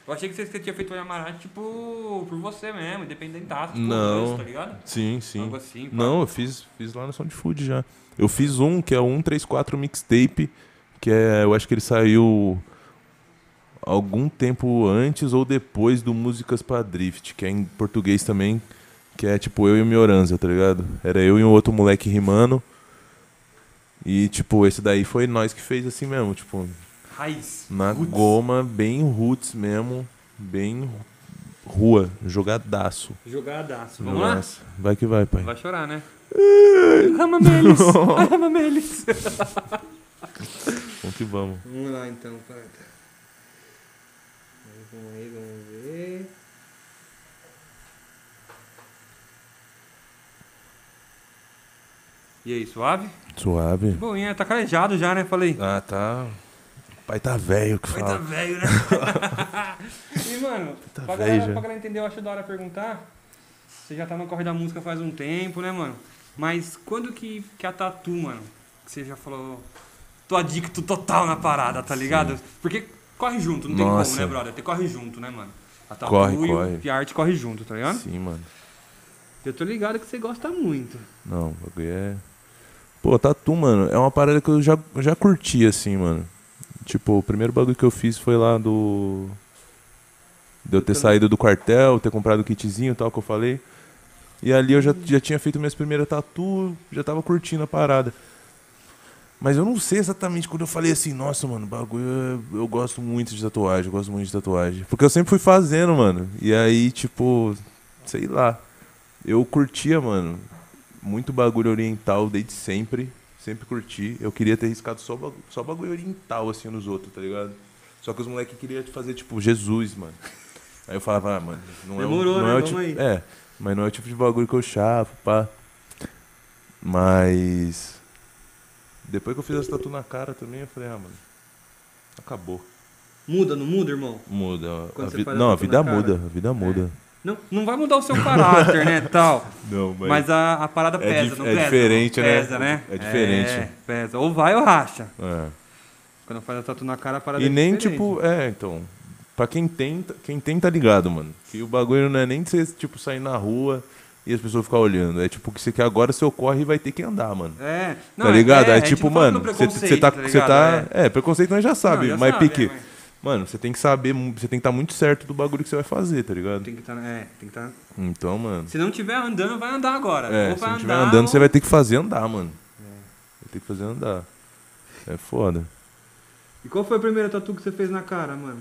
Speaker 1: Eu achei que você, você tinha feito o Yamaraty, tipo, por você mesmo, independentaço. Tipo,
Speaker 2: Não.
Speaker 1: isso, tá ligado?
Speaker 2: Sim, sim.
Speaker 1: Algo assim. pá.
Speaker 2: Não, eu fiz, fiz lá no Sound Food já. Eu fiz um que é o 134 Mixtape, que é, eu acho que ele saiu algum tempo antes ou depois do Músicas pra Drift, que é em português também, que é tipo eu e o Mioranza, tá ligado? Era eu e um outro moleque rimando. E tipo, esse daí foi nós que fez assim mesmo, tipo,
Speaker 1: Raiz.
Speaker 2: na
Speaker 1: Roots.
Speaker 2: goma, bem roots mesmo, bem rua, jogadaço.
Speaker 1: Jogadaço. Vamos lá?
Speaker 2: Nossa, Vai que vai, pai.
Speaker 1: Vai chorar, né? Rama Melis. Rama Melis.
Speaker 2: Vamos que vamos.
Speaker 3: Vamos lá então, Panta. Vamos aí, vamos ver.
Speaker 1: E aí, suave?
Speaker 2: Suave.
Speaker 1: Bom, hein, tá calejado já, né? Falei.
Speaker 2: Ah, tá. O pai tá velho que
Speaker 1: Vai tá
Speaker 2: fala.
Speaker 1: velho, né? e, mano,
Speaker 2: Tá
Speaker 1: pra,
Speaker 2: velho
Speaker 1: galera,
Speaker 2: já.
Speaker 1: pra galera entender, eu acho da hora perguntar. Você já tá no corre da música faz um tempo, né, mano? Mas quando que, que é a Tatu, mano, que você já falou, tô adicto total na parada, tá ligado? Porque corre junto, não tem como,
Speaker 2: Nossa.
Speaker 1: né, brother? Você corre junto, né, mano? A Tatu
Speaker 2: Corre,
Speaker 1: e
Speaker 2: corre.
Speaker 1: o Piarte corre junto, tá ligado?
Speaker 2: Sim, mano.
Speaker 1: Eu tô ligado que você gosta muito.
Speaker 2: Não, o bagulho é. Pô, tatu, mano, é uma parada que eu já, eu já curti, assim, mano. Tipo, o primeiro bagulho que eu fiz foi lá do. De eu ter saído do quartel, ter comprado o kitzinho e tal, que eu falei. E ali eu já, já tinha feito minhas primeiras tatu, já tava curtindo a parada. Mas eu não sei exatamente quando eu falei assim, nossa, mano, bagulho, eu, eu gosto muito de tatuagem, eu gosto muito de tatuagem. Porque eu sempre fui fazendo, mano. E aí, tipo, sei lá. Eu curtia, mano, muito bagulho oriental desde sempre. Sempre curti. Eu queria ter riscado só, bagu- só bagulho oriental, assim, nos outros, tá ligado? Só que os moleques queriam fazer, tipo, Jesus, mano. Aí eu falava, ah, mano, não
Speaker 1: Demorou,
Speaker 2: é o, não
Speaker 1: né?
Speaker 2: é o
Speaker 1: Vamos
Speaker 2: tipo,
Speaker 1: aí.
Speaker 2: É, mas não é o tipo de bagulho que eu chapo, pá. Mas... Depois que eu fiz essa tatu na cara também, eu falei, ah, mano, acabou.
Speaker 1: Muda, não muda, irmão?
Speaker 2: Muda. A
Speaker 1: Quando você
Speaker 2: vi-
Speaker 1: faz a
Speaker 2: Não, a
Speaker 1: tatu
Speaker 2: vida
Speaker 1: na cara. É.
Speaker 2: muda, a vida muda.
Speaker 1: Não, não vai mudar o seu caráter, né, tal.
Speaker 2: Não,
Speaker 1: Mas a, a parada
Speaker 2: É
Speaker 1: pesa,
Speaker 2: dif-
Speaker 1: não
Speaker 2: é
Speaker 1: pesa?
Speaker 2: diferente,
Speaker 1: não.
Speaker 2: né?
Speaker 1: Pesa, né?
Speaker 2: É diferente.
Speaker 1: É, pesa. Ou vai ou racha.
Speaker 2: É.
Speaker 1: Quando faz a tatu na cara, a parada
Speaker 2: E
Speaker 1: é
Speaker 2: nem,
Speaker 1: diferente.
Speaker 2: tipo, é, então. Pra quem tenta, quem tem tá ligado, mano. Que o bagulho não é nem de você, tipo, sair na rua e as pessoas ficar olhando. É tipo que você quer agora, seu corre e vai ter que andar, mano.
Speaker 1: É.
Speaker 2: tá
Speaker 1: é-
Speaker 2: ligado?
Speaker 1: é,
Speaker 2: É,
Speaker 1: a gente
Speaker 2: tipo,
Speaker 1: não fala
Speaker 2: mano,
Speaker 1: pelo
Speaker 2: você você
Speaker 1: preconceito,
Speaker 2: tá. Você
Speaker 1: ligado?
Speaker 2: tá
Speaker 1: É.
Speaker 2: é. preconceito nós já sabe,
Speaker 1: Não, já
Speaker 2: mas
Speaker 1: sabe,
Speaker 2: pique.
Speaker 1: é, mas
Speaker 2: Mano, você tem que saber, mu- você tem que estar muito certo do bagulho que você vai fazer, tá ligado?
Speaker 1: Tem que tá, é, tem que tá...
Speaker 2: Então, mano.
Speaker 1: Se não tiver andando, vai andar agora.
Speaker 2: É,
Speaker 1: ou
Speaker 2: se
Speaker 1: vai andar,
Speaker 2: não
Speaker 1: É.
Speaker 2: tiver andando, você
Speaker 1: ou-
Speaker 2: vai ter que fazer andar, mano. Vai ter que fazer andar. É foda.
Speaker 1: E qual foi a primeira tatu que você fez na cara, mano?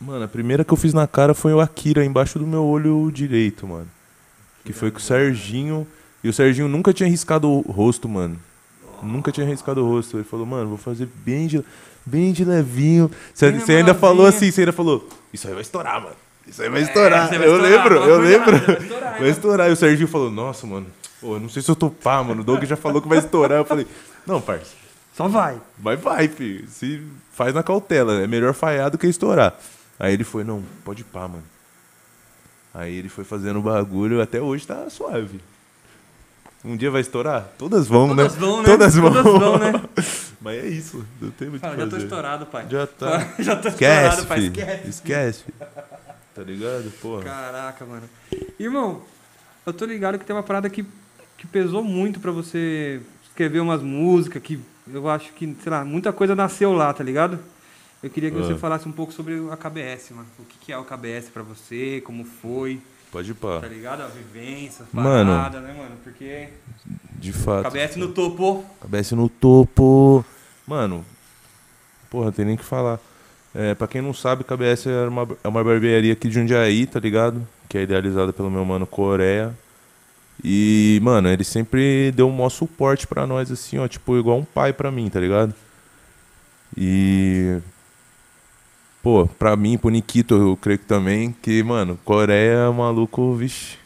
Speaker 2: Mano, a primeira que eu fiz na cara foi o Akira embaixo do meu olho direito, mano. Que foi com o Serginho. E o Serginho nunca tinha riscado o rosto, mano. Nunca tinha riscado o rosto. Ele falou, mano, vou fazer bem de, bem de levinho. Você
Speaker 1: Bem na
Speaker 2: você ainda falou
Speaker 1: moralzinha.
Speaker 2: assim, você ainda falou, isso aí vai estourar, mano. Isso aí vai estourar.
Speaker 1: você É, vai
Speaker 2: eu
Speaker 1: estourar,
Speaker 2: lembro,
Speaker 1: toma
Speaker 2: eu
Speaker 1: cuidado,
Speaker 2: lembro.
Speaker 1: vai estourar, né?
Speaker 2: Vai estourar. E o Serginho falou, nossa, mano, pô, eu não sei se eu topar, mano. O Doug já falou que vai estourar. Eu falei, não, parça.
Speaker 1: Só vai.
Speaker 2: Vai, vai, filho. Se faz na cautela. É melhor falhar do que estourar. Aí ele foi, não, pode pá, mano. Aí ele foi fazendo o bagulho, até hoje tá suave. Um dia vai estourar? Todas vão,
Speaker 1: Todas
Speaker 2: né?
Speaker 1: vão, né?
Speaker 2: Todas vão.
Speaker 1: Todas vão, né?
Speaker 2: Mas é isso, não tem muito o
Speaker 1: Fala,
Speaker 2: que
Speaker 1: já tô
Speaker 2: fazer.
Speaker 1: estourado, pai.
Speaker 2: Já tá.
Speaker 1: já tô
Speaker 2: Esquece,
Speaker 1: estourado, pai.
Speaker 2: filho.
Speaker 1: Esquece.
Speaker 2: Esquece. filho. Tá ligado? Porra.
Speaker 1: Caraca, mano. Irmão, eu tô ligado que tem uma parada que, que pesou muito pra você escrever umas músicas que Eu acho que, sei lá, muita coisa nasceu lá, tá ligado? Eu queria que você
Speaker 2: Ah.
Speaker 1: falasse um pouco sobre o KBS, mano. O que que é o KBS pra você, como foi,
Speaker 2: Pode ir
Speaker 1: tá
Speaker 2: pá.
Speaker 1: ligado? A vivência, a
Speaker 2: Mano.
Speaker 1: parada, né, mano? Porque
Speaker 2: De fato.
Speaker 1: KBS no topo.
Speaker 2: Cabeça no topo. Mano, porra, não tem nem o que falar. É, pra quem não sabe, KBS é uma, é uma barbearia aqui de Jundiaí, tá ligado? Que é idealizada pelo meu mano Coreia. E, mano, ele sempre deu um maior suporte pra nós, assim, ó. Tipo, igual um pai pra mim, tá ligado? E. Pô, pra mim, pro Nikito, eu creio que também, que, mano, Coreia é um maluco, vixe.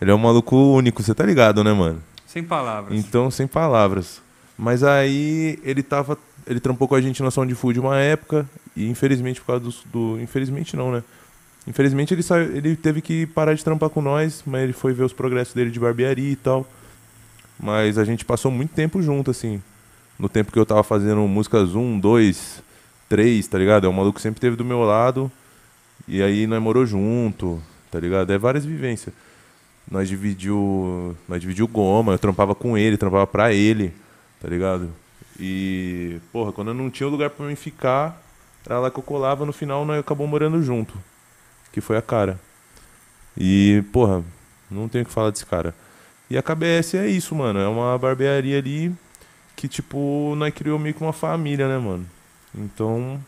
Speaker 2: Ele é um maluco único, você tá ligado, né, mano?
Speaker 1: Sem palavras.
Speaker 2: Então, sem palavras. Mas aí ele tava. Ele trampou com a gente na Sound Food uma época. E infelizmente, por causa do. do- infelizmente não, né? Infelizmente ele, saiu, ele teve que parar de trampar com nós, mas ele foi ver os progressos dele de barbearia e tal. Mas a gente passou muito tempo junto, assim. No tempo que eu tava fazendo músicas 1, 2, 3, tá ligado? É um maluco que sempre teve do meu lado. E aí nós morou junto, tá ligado? É várias vivências. Nós dividiu, nós dividiu goma, eu trampava com ele, trampava pra ele, tá ligado? E, porra, quando eu não tinha lugar pra mim ficar, era lá que eu colava, no final nós acabou morando junto, que foi a cara. E, porra, não tenho o que falar desse cara. E a KBS é isso, mano, é uma barbearia ali que, tipo, nós criou meio que uma família, né, mano? Então,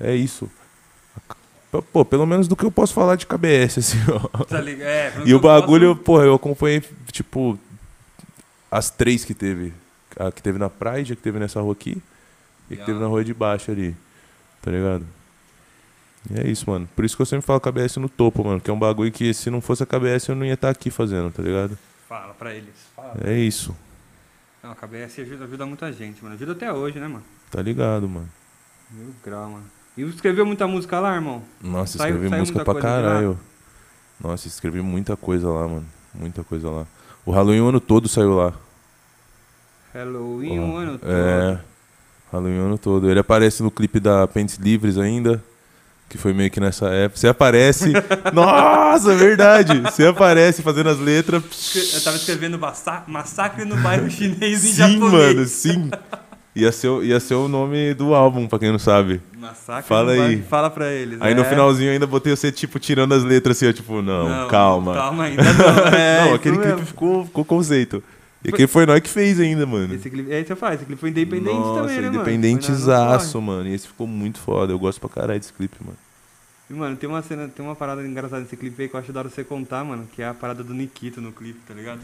Speaker 2: é isso. Pô, pelo menos do que eu posso falar de KBS, assim, ó.
Speaker 1: Tá ligado? É, pelo que
Speaker 2: E
Speaker 1: eu
Speaker 2: o bagulho,
Speaker 1: posso-
Speaker 2: porra, eu acompanhei, tipo, as três que teve. A que teve na Pride, a que teve nessa rua aqui e a que
Speaker 1: Yeah.
Speaker 2: teve na rua de baixo ali. Tá ligado? E é isso, mano. Por isso que eu sempre falo KBS no topo, mano. Que é um bagulho que se não fosse a KBS eu não ia estar aqui fazendo, tá ligado?
Speaker 1: Fala pra eles. Fala.
Speaker 2: É isso.
Speaker 1: Não, a KBS ajuda, ajuda muita gente, mano. Ajuda até hoje, né, mano?
Speaker 2: Tá ligado, mano.
Speaker 1: Meu grau, mano. E você escreveu muita música lá, irmão?
Speaker 2: Nossa,
Speaker 1: Saiu-
Speaker 2: escrevi
Speaker 1: saiu
Speaker 2: música
Speaker 1: muita
Speaker 2: pra
Speaker 1: coisa de lá?
Speaker 2: caralho. Nossa, escrevi muita coisa lá, mano. Muita coisa lá. O Halloween o ano todo saiu lá.
Speaker 1: Halloween, um ano todo.
Speaker 2: É. Halloween o ano todo. Ele aparece no clipe da Pentes Livres ainda. Que foi meio que nessa época. Você aparece. Nossa, verdade! Você aparece fazendo as letras.
Speaker 1: Escre- Eu tava escrevendo massa- Massacre no Bairro Chinês em
Speaker 2: Sim,
Speaker 1: japonês.
Speaker 2: mano, sim. Ia ser, o- ia ser o nome do álbum, pra quem não sabe.
Speaker 1: Massacre
Speaker 2: Fala
Speaker 1: no
Speaker 2: aí.
Speaker 1: Bairro- Fala pra eles.
Speaker 2: Aí
Speaker 1: é.
Speaker 2: no finalzinho eu ainda botei você, tipo, tirando as letras assim, eu, tipo, não, calma.
Speaker 1: Calma ainda não. É,
Speaker 2: não,
Speaker 1: isso
Speaker 2: aquele clipe
Speaker 1: mesmo.
Speaker 2: ficou, ficou conceito. E aquele foi nós que fez ainda, mano.
Speaker 1: Esse clipe, é isso que eu falo, esse clipe foi independente
Speaker 2: Nossa,
Speaker 1: também, né, mano?
Speaker 2: independentezaço,
Speaker 1: Foi
Speaker 2: mano. E esse ficou muito foda. Eu gosto pra caralho desse clipe, mano.
Speaker 1: na- E, mano, tem uma cena, tem uma parada engraçada nesse clipe aí que eu acho da hora você contar, mano, que é a parada do Nikito no clipe, tá ligado?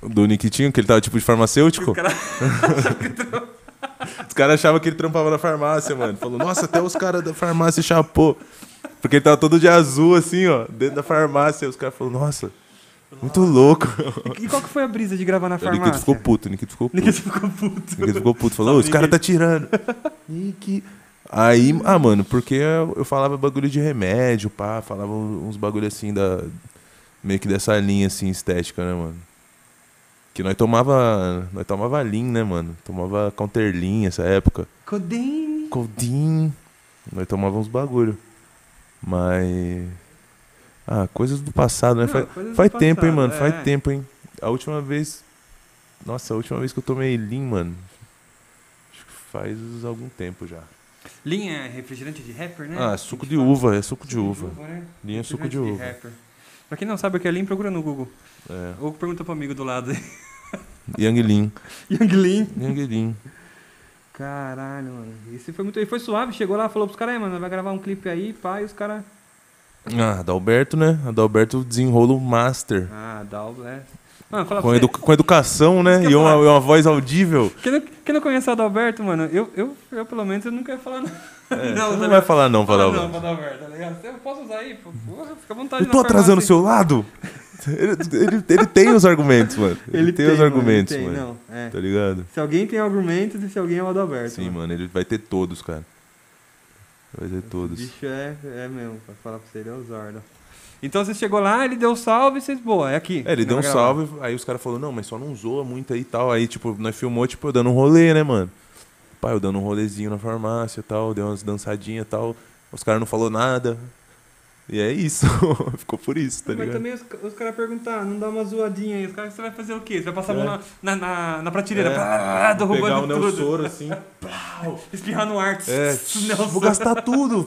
Speaker 2: Do Nikitinho, que ele tava tipo de farmacêutico.
Speaker 1: O cara-
Speaker 2: Os caras achavam que ele trampava na farmácia, mano. Falou, nossa, até os caras da farmácia chapou. Porque ele tava todo de azul, assim, ó, dentro da farmácia. Os caras falaram, nossa, muito louco.
Speaker 1: E qual que foi a brisa de gravar na
Speaker 2: O Nikito
Speaker 1: farmácia?
Speaker 2: ficou puto, o Nikito ficou puto.
Speaker 1: Nikito ficou puto.
Speaker 2: Ele ficou puto, falou, "Ô, os caras tá tirando. Nick. Aí, ah, mano, porque eu eu falava bagulho de remédio, pá, falava uns bagulho assim da. Meio que dessa linha assim, estética, né, mano? Que nós tomava. Nós tomava Lean, né, mano? Tomava Counter Lean essa época.
Speaker 1: Codem.
Speaker 2: Coldin. Nós tomava uns bagulho. Mas. Ah, coisas do passado, né? Faz- Faz tempo, hein,
Speaker 1: é.
Speaker 2: mano? Faz tempo, hein? A última vez. Nossa, a última vez que eu tomei Lean, mano. Acho que faz algum tempo já.
Speaker 1: Linha refrigerante de rapper, né?
Speaker 2: Ah, suco de
Speaker 1: Fala.
Speaker 2: uva, é suco de
Speaker 1: Suco
Speaker 2: uva.
Speaker 1: né?
Speaker 2: Lean é suco de
Speaker 1: Refrigerante
Speaker 2: uva.
Speaker 1: rapper. Pra quem não sabe o que é Lean, procura no Google.
Speaker 2: É.
Speaker 1: Ou pergunta pro amigo do lado aí.
Speaker 2: Yang Lean.
Speaker 1: Young Lean.
Speaker 2: Yang Lean.
Speaker 1: Caralho, mano. Esse foi muito. E foi suave, chegou lá, falou pros caras, "Aí, mano, vai gravar um clipe aí, pá, e os caras.
Speaker 2: Ah, Adalberto, né? Adalberto desenrola o master.
Speaker 1: Ah, dá o blé. Mano, fala
Speaker 2: Com,
Speaker 1: pra você.
Speaker 2: edu- com educação, né?
Speaker 1: Isso que
Speaker 2: E
Speaker 1: eu ia
Speaker 2: uma,
Speaker 1: falar.
Speaker 2: e uma voz audível.
Speaker 1: Quem não, quem não conhece o Adalberto, mano, eu, eu, eu pelo menos eu nunca ia falar nada.
Speaker 2: É,
Speaker 1: Não,
Speaker 2: você
Speaker 1: tá
Speaker 2: não vai falar não,
Speaker 1: Fala
Speaker 2: falar
Speaker 1: não, Adalberto, tá ligado? Eu posso usar aí, pô, porra, fica à vontade.
Speaker 2: Eu tô
Speaker 1: na
Speaker 2: atrasando
Speaker 1: farmácia.
Speaker 2: o seu lado? Ele, ele, ele tem os argumentos, mano. Ele, tem, os
Speaker 1: mano,
Speaker 2: argumentos,
Speaker 1: ele tem,
Speaker 2: mano.
Speaker 1: Não, é.
Speaker 2: Tá ligado?
Speaker 1: Se alguém tem argumentos, se alguém é o Adalberto.
Speaker 2: Sim, mano, ele vai ter todos, cara. Vai ter
Speaker 1: O
Speaker 2: todos.
Speaker 1: bicho é, é mesmo, pra falar pra você, ele é o Zorda. Então você chegou lá, ele deu salve e vocês, boa, é aqui.
Speaker 2: É, ele deu um
Speaker 1: Vai gravar.
Speaker 2: salve, aí os caras falaram, não, mas só não zoa muito aí e tal. Aí, tipo, nós filmou, tipo, eu dando um rolê, né, mano? Pai, eu dando um rolezinho na farmácia e tal, deu umas dançadinhas e tal. Os caras não falaram nada. E é isso. Ficou por isso, tá
Speaker 1: Mas
Speaker 2: ligado?
Speaker 1: também os, os caras perguntaram, não dá uma zoadinha aí. Os caras, você vai fazer o quê? Você vai passar a mão
Speaker 2: É.
Speaker 1: na, na, na, na prateleira,
Speaker 2: É.
Speaker 1: pá,
Speaker 2: Pegar o
Speaker 1: derrubando
Speaker 2: Neo
Speaker 1: tudo.
Speaker 2: Soro, assim. pau.
Speaker 1: Espirrar no ar.
Speaker 2: É,
Speaker 1: Neo
Speaker 2: vou
Speaker 1: Soro.
Speaker 2: gastar tudo.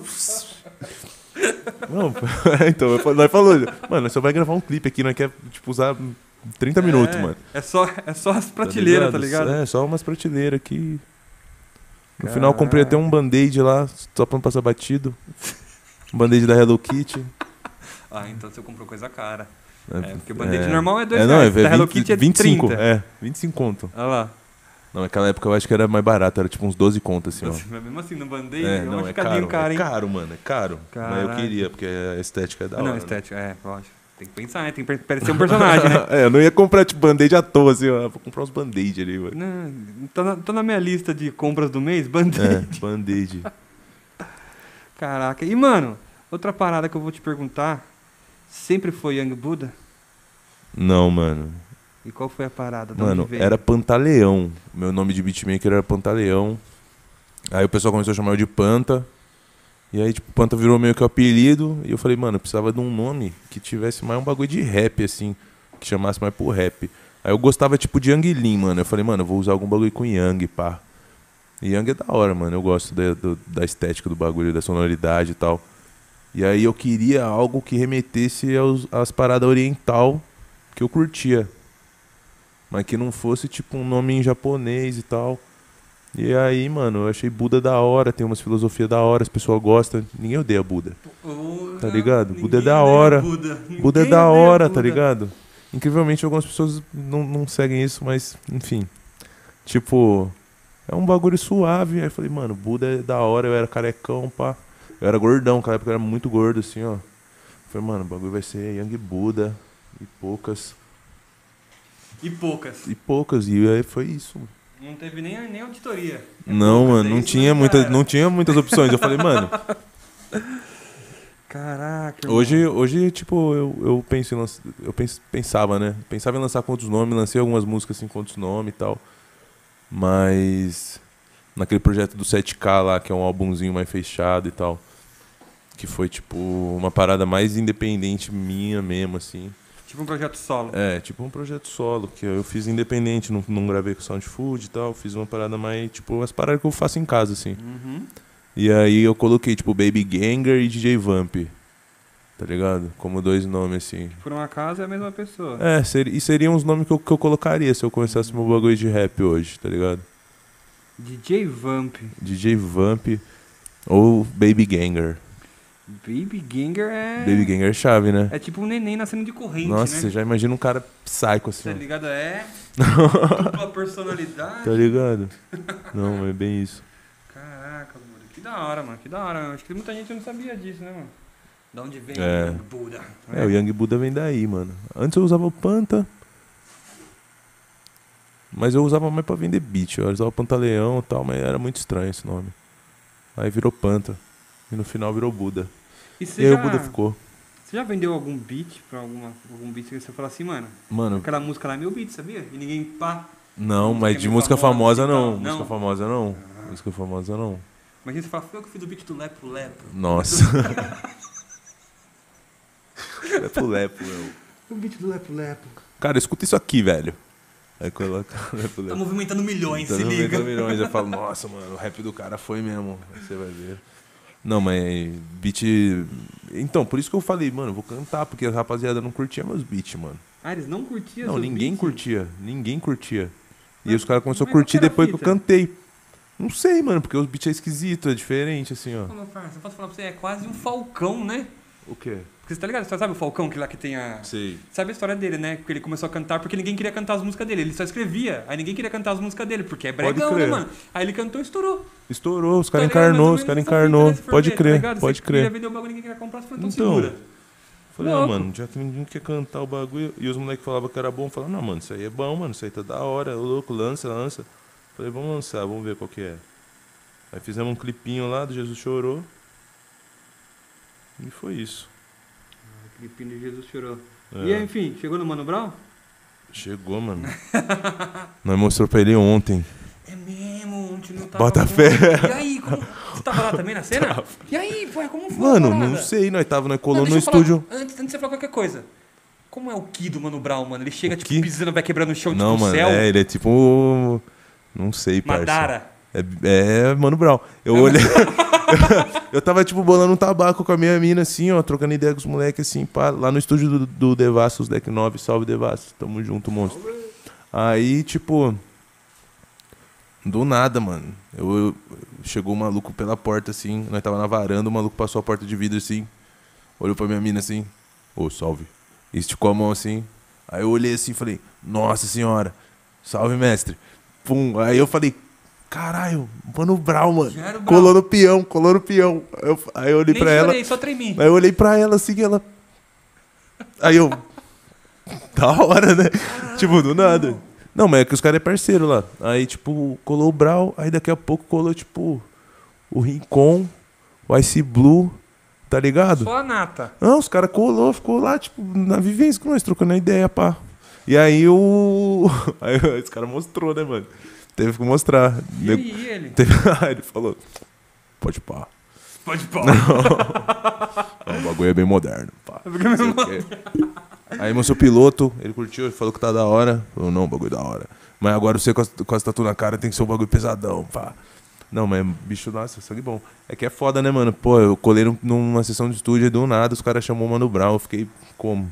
Speaker 2: Não, então, nós falou, mano, nós só vai gravar um clipe aqui, nós quer, tipo, usar 30 minutos,
Speaker 1: É,
Speaker 2: mano.
Speaker 1: É só, é só as prateleiras, tá ligado?
Speaker 2: É, só umas prateleiras aqui. No final eu comprei até um band-aid lá, só pra não passar batido. Um band-aid da Hello Kitty.
Speaker 1: Ah, então você comprou coisa cara.
Speaker 2: É,
Speaker 1: É, porque o band-aid
Speaker 2: é.
Speaker 1: normal é 2
Speaker 2: É, não, é
Speaker 1: reais. da Hello
Speaker 2: 20,
Speaker 1: Kitty é
Speaker 2: 25,
Speaker 1: 30.
Speaker 2: é, 25 conto.
Speaker 1: Olha lá.
Speaker 2: Não, naquela época eu acho que era mais barato, era tipo uns 12 conto, assim, ó.
Speaker 1: Nossa, mas mesmo assim, no band-aid é,
Speaker 2: É,
Speaker 1: uma
Speaker 2: não, é
Speaker 1: ficadinha
Speaker 2: caro,
Speaker 1: cara,
Speaker 2: é
Speaker 1: hein?
Speaker 2: caro, mano, é caro. Mas eu
Speaker 1: Caralho.
Speaker 2: queria, porque a estética é
Speaker 1: Ah,
Speaker 2: da hora.
Speaker 1: não,
Speaker 2: né?
Speaker 1: estética, é, lógico. Tem que pensar, né? Tem que parecer um personagem, né?
Speaker 2: é, eu não ia comprar, tipo, band-aid à toa, assim, ó. Vou comprar uns band-aid ali, mano.
Speaker 1: Não, tá, na, tá na minha lista de compras do mês, band-aid.
Speaker 2: É, band-aid. É.
Speaker 1: Caraca. E, mano, outra parada que eu vou te perguntar. Sempre foi Young Buda?
Speaker 2: Não, mano.
Speaker 1: E qual foi a parada? De onde
Speaker 2: Mano,
Speaker 1: veio?
Speaker 2: era Pantaleão. Meu nome de beatmaker era Pantaleão. Aí o pessoal começou a chamar eu de Panta. E aí, tipo, Panta virou meio que o apelido. E eu falei, mano, eu precisava de um nome que tivesse mais um bagulho de rap, assim. Que chamasse mais pro rap. Aí eu gostava, tipo, de Yang Lin, mano. Eu falei, mano, eu vou usar algum bagulho com Yang, pá. E Yang é da hora, mano. Eu gosto da, do- da estética do bagulho, da sonoridade e tal. E aí eu queria algo que remetesse aos- às paradas oriental que eu curtia. Mas que não fosse tipo um nome em japonês e tal. E aí, mano, eu achei Buda da hora, tem umas filosofias da hora, as pessoas gostam. Ninguém odeia Buda.
Speaker 1: Porra,
Speaker 2: tá ligado?
Speaker 1: ninguém
Speaker 2: Buda é da
Speaker 1: odeia
Speaker 2: hora.
Speaker 1: Buda,
Speaker 2: Buda é
Speaker 1: Ninguém
Speaker 2: da
Speaker 1: odeia
Speaker 2: hora, tá
Speaker 1: Buda.
Speaker 2: ligado? Incrivelmente algumas pessoas não, não seguem isso, mas enfim. Tipo, é um bagulho suave. Aí eu falei, mano, Buda é da hora, eu era carecão, pá. Eu era gordão, naquela época eu era muito gordo, assim, ó. Eu falei, mano, o bagulho vai ser Yang Buda e poucas.
Speaker 1: E poucas.
Speaker 2: E poucas, e aí foi isso, mano.
Speaker 1: Não teve nem, nem auditoria. É
Speaker 2: Não,
Speaker 1: poucas,
Speaker 2: mano,
Speaker 1: é
Speaker 2: não
Speaker 1: isso,
Speaker 2: tinha,
Speaker 1: né,
Speaker 2: muita,
Speaker 1: cara?
Speaker 2: não tinha muitas opções. Eu falei, mano,
Speaker 1: Caraca. irmão.
Speaker 2: hoje, hoje tipo, eu, eu, penso em lança- eu pens- pensava, né? Pensava em lançar com outros nomes, lancei algumas músicas assim, com outros nomes e tal. Mas naquele projeto do 7K lá, que é um álbumzinho mais fechado e tal. Que foi, tipo, uma parada mais independente minha mesmo, assim.
Speaker 1: Tipo um projeto solo.
Speaker 2: É, tipo um projeto solo, que eu fiz independente, não, não gravei com Sound Food e tal. Fiz uma parada mais, tipo, as paradas que eu faço em casa, assim.
Speaker 1: Uhum.
Speaker 2: E aí eu coloquei, tipo, Baby Ganger e DJ Vamp. Tá ligado? Como dois nomes, assim.
Speaker 1: Por um acaso é a mesma pessoa.
Speaker 2: É, ser, e seriam os nomes que eu, que eu colocaria se eu começasse meu bagulho de rap hoje, tá ligado?
Speaker 1: DJ Vamp.
Speaker 2: DJ Vamp ou Baby Ganger.
Speaker 1: Baby Ganger é.
Speaker 2: Baby Ganger é chave, né?
Speaker 1: É tipo um neném nascendo de corrente,
Speaker 2: Nossa, você
Speaker 1: né?
Speaker 2: já imagina um cara psycho assim.
Speaker 1: Tá
Speaker 2: ó.
Speaker 1: ligado? É. Dupla personalidade.
Speaker 2: Tá ligado? Não, é bem isso.
Speaker 1: Caraca, Buda. Que da hora, mano. Que da hora. Acho que muita gente não sabia disso, né, mano? Da onde vem
Speaker 2: É.
Speaker 1: o Buda?
Speaker 2: É, o Young Buda vem daí, mano. Antes eu usava o Panta. Mas eu usava mais pra vender beat. Eu usava Pantaleão e tal, mas era muito estranho esse nome. Aí virou Panta. E no final virou Buda.
Speaker 1: E
Speaker 2: e
Speaker 1: você
Speaker 2: aí
Speaker 1: já,
Speaker 2: o Buda ficou.
Speaker 1: você já vendeu algum beat pra alguma, algum beat que você falou assim, mano?
Speaker 2: Mano,
Speaker 1: Aquela música lá é meu beat, sabia? E ninguém pá.
Speaker 2: não,
Speaker 1: música
Speaker 2: mas
Speaker 1: é
Speaker 2: de
Speaker 1: meio
Speaker 2: música
Speaker 1: famosa
Speaker 2: famosa,
Speaker 3: então?
Speaker 1: e
Speaker 2: não.
Speaker 1: tal,
Speaker 2: Música
Speaker 1: não?
Speaker 2: famosa não.
Speaker 1: Ah,
Speaker 2: Música famosa não.
Speaker 1: Imagina você fala, foi eu que fiz o beat do Lepo Lepo.
Speaker 2: Nossa. lepo, lepo, meu.
Speaker 3: O beat do Lepo Lepo.
Speaker 2: Cara, escuta isso aqui, velho. Aí coloca lepo, lepo.
Speaker 1: Tá movimentando milhões,
Speaker 2: Tá
Speaker 1: se
Speaker 2: no
Speaker 1: liga.
Speaker 2: 90 milhões. Eu falo, nossa, mano, o rap do cara foi mesmo. Você vai ver. Não, mas beat. Então, por isso que eu falei, mano, eu vou cantar, porque a rapaziada não curtia meus beats, mano.
Speaker 1: Ah, eles não curtiam
Speaker 2: Não,
Speaker 1: seu
Speaker 2: ninguém
Speaker 1: beat?
Speaker 2: curtia. Ninguém curtia. E
Speaker 1: Mas-
Speaker 2: os caras começaram
Speaker 1: mas
Speaker 2: a
Speaker 1: qual
Speaker 2: curtir
Speaker 1: que era a
Speaker 2: depois que eu
Speaker 1: fita?
Speaker 2: cantei. Não sei, mano, porque os beats é esquisito, é diferente, assim, ó.
Speaker 1: Ô, meu parça, eu posso falar pra você, é quase um falcão, né?
Speaker 2: O quê?
Speaker 1: Porque você tá ligado? Você sabe o falcão que lá que tem a...
Speaker 2: Sei.
Speaker 1: Sabe a história dele, né? Que ele começou a cantar porque ninguém queria cantar as músicas dele. Ele só escrevia. Aí ninguém queria cantar as músicas dele, porque é
Speaker 2: Pode
Speaker 1: bregão, né,
Speaker 2: crer.
Speaker 1: mano? Aí ele cantou e estourou.
Speaker 2: Estourou, os
Speaker 1: Tá
Speaker 2: caras
Speaker 1: ligado?
Speaker 2: encarnou,
Speaker 1: Mais
Speaker 2: os
Speaker 1: ou
Speaker 2: caras
Speaker 1: menos essa fita,
Speaker 2: encarnou.
Speaker 1: né? Se for
Speaker 2: Pode
Speaker 1: ver,
Speaker 2: crer,
Speaker 1: ligado?
Speaker 2: pode
Speaker 1: Você queria
Speaker 2: crer.
Speaker 1: vender o bagulho, ninguém queria comprar, você falou, então,
Speaker 2: Então.
Speaker 1: segura.
Speaker 2: Falei, ah,
Speaker 1: Louco.
Speaker 2: mano, já que ninguém quer cantar o bagulho. E os moleques falavam que era bom. Falaram, não, mano, isso aí é bom, mano, isso aí tá da hora, ô louco, lança, lança. Falei, vamos lançar, vamos ver qual que é. Aí fizemos um clipinho lá do Jesus Chorou. E foi isso.
Speaker 1: Filipino de Jesus chorou.
Speaker 2: É.
Speaker 1: E aí, enfim, chegou no Mano Brown?
Speaker 2: Chegou, mano. Nós mostrou pra ele ontem.
Speaker 1: É mesmo. gente não tava.
Speaker 2: Bota
Speaker 1: bom.
Speaker 2: fé.
Speaker 1: E aí, como. Você tava lá também na cena? E aí, pô, como foi? a
Speaker 2: Mano,
Speaker 1: parada?
Speaker 2: não sei, nós tava, nós
Speaker 1: Não,
Speaker 2: colou no
Speaker 1: deixa eu falar-
Speaker 2: estúdio.
Speaker 1: antes, antes de você falar qualquer coisa. Como é o Ki do Mano Brown, mano? Ele chega, tipo,
Speaker 2: Ki?
Speaker 1: pisando, vai quebrando o chão,
Speaker 2: Não,
Speaker 1: tipo,
Speaker 2: mano,
Speaker 1: céu.
Speaker 2: é, ele é tipo. Não sei, parça.
Speaker 1: Madara.
Speaker 2: É, é Mano Brown. Eu olhei. eu tava, tipo, bolando um tabaco com a minha mina, assim, ó, trocando ideia com os moleques, assim, pá, lá no estúdio do, do Devassos, Deck 9. Salve, Devassos. Tamo junto, monstro. Aí, tipo. Do nada, mano. Eu, eu- chegou o maluco pela porta, assim. Nós tava na varanda, o maluco passou a porta de vidro, assim. Olhou pra minha mina, assim. Ô, salve. Esticou a mão, assim. Aí eu olhei assim e falei, nossa senhora. Salve, mestre. Pum. Aí eu falei, caralho, mano Brau, mano.
Speaker 1: Já era o Brau.
Speaker 2: Colou no peão, colou no peão. Aí eu, aí eu olhei
Speaker 1: Nem
Speaker 2: pra ela.
Speaker 1: chorei, só tremi.
Speaker 2: Aí eu olhei pra ela assim, ela. Aí eu. Da hora, né? tipo, do nada. Não, mas é que os caras é parceiro lá. Aí, tipo, colou o Brau, aí daqui a pouco colou, tipo, o Rincon, o Ice Blue, tá ligado?
Speaker 1: Só a nata.
Speaker 2: Não, os caras colou, ficou lá, tipo, na vivência com nós, trocando ideia, pá. E aí o. Aí os caras mostrou, né, mano? Teve que mostrar.
Speaker 1: E
Speaker 2: Nego-
Speaker 1: aí, ele?
Speaker 2: Teve... Aí ele falou, pode pá.
Speaker 1: Pode pau.
Speaker 2: Não, o bagulho é bem moderno, pá. Não sei o quê. Aí mostrou o piloto, ele curtiu, ele falou que tá da hora. Falou, não, bagulho é da hora. Mas agora você com as, com as tatu na cara tem que ser um bagulho pesadão, pá. Não, mas bicho, nossa, sangue bom. É que é foda, né, mano? Pô, eu colei num- numa sessão de estúdio e do nada os caras chamou o Mano Brown, eu fiquei como?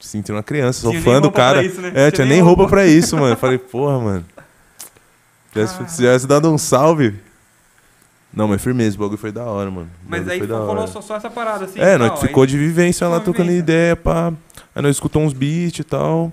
Speaker 2: Sentindo uma criança, sou
Speaker 1: Tinha nem
Speaker 2: fã do
Speaker 1: roupa pra
Speaker 2: cara.
Speaker 1: isso, né?
Speaker 2: É, tinha nem roupa pra isso, mano. Eu Falei, porra, mano. Se
Speaker 1: Ah.
Speaker 2: tivesse- se tivesse dado um salve. Não, mas firmeza, o bagulho foi da hora, mano. O
Speaker 1: Mas
Speaker 2: bagulho
Speaker 1: aí
Speaker 2: foi da hora.
Speaker 1: falou só, só essa parada, assim.
Speaker 2: É,
Speaker 1: e
Speaker 2: nós
Speaker 1: tal,
Speaker 2: ficou
Speaker 1: aí-
Speaker 2: de vivência lá
Speaker 1: Ficou de
Speaker 2: tocando
Speaker 1: vivência.
Speaker 2: ideia, pá. Aí nós escutou uns beats e tal.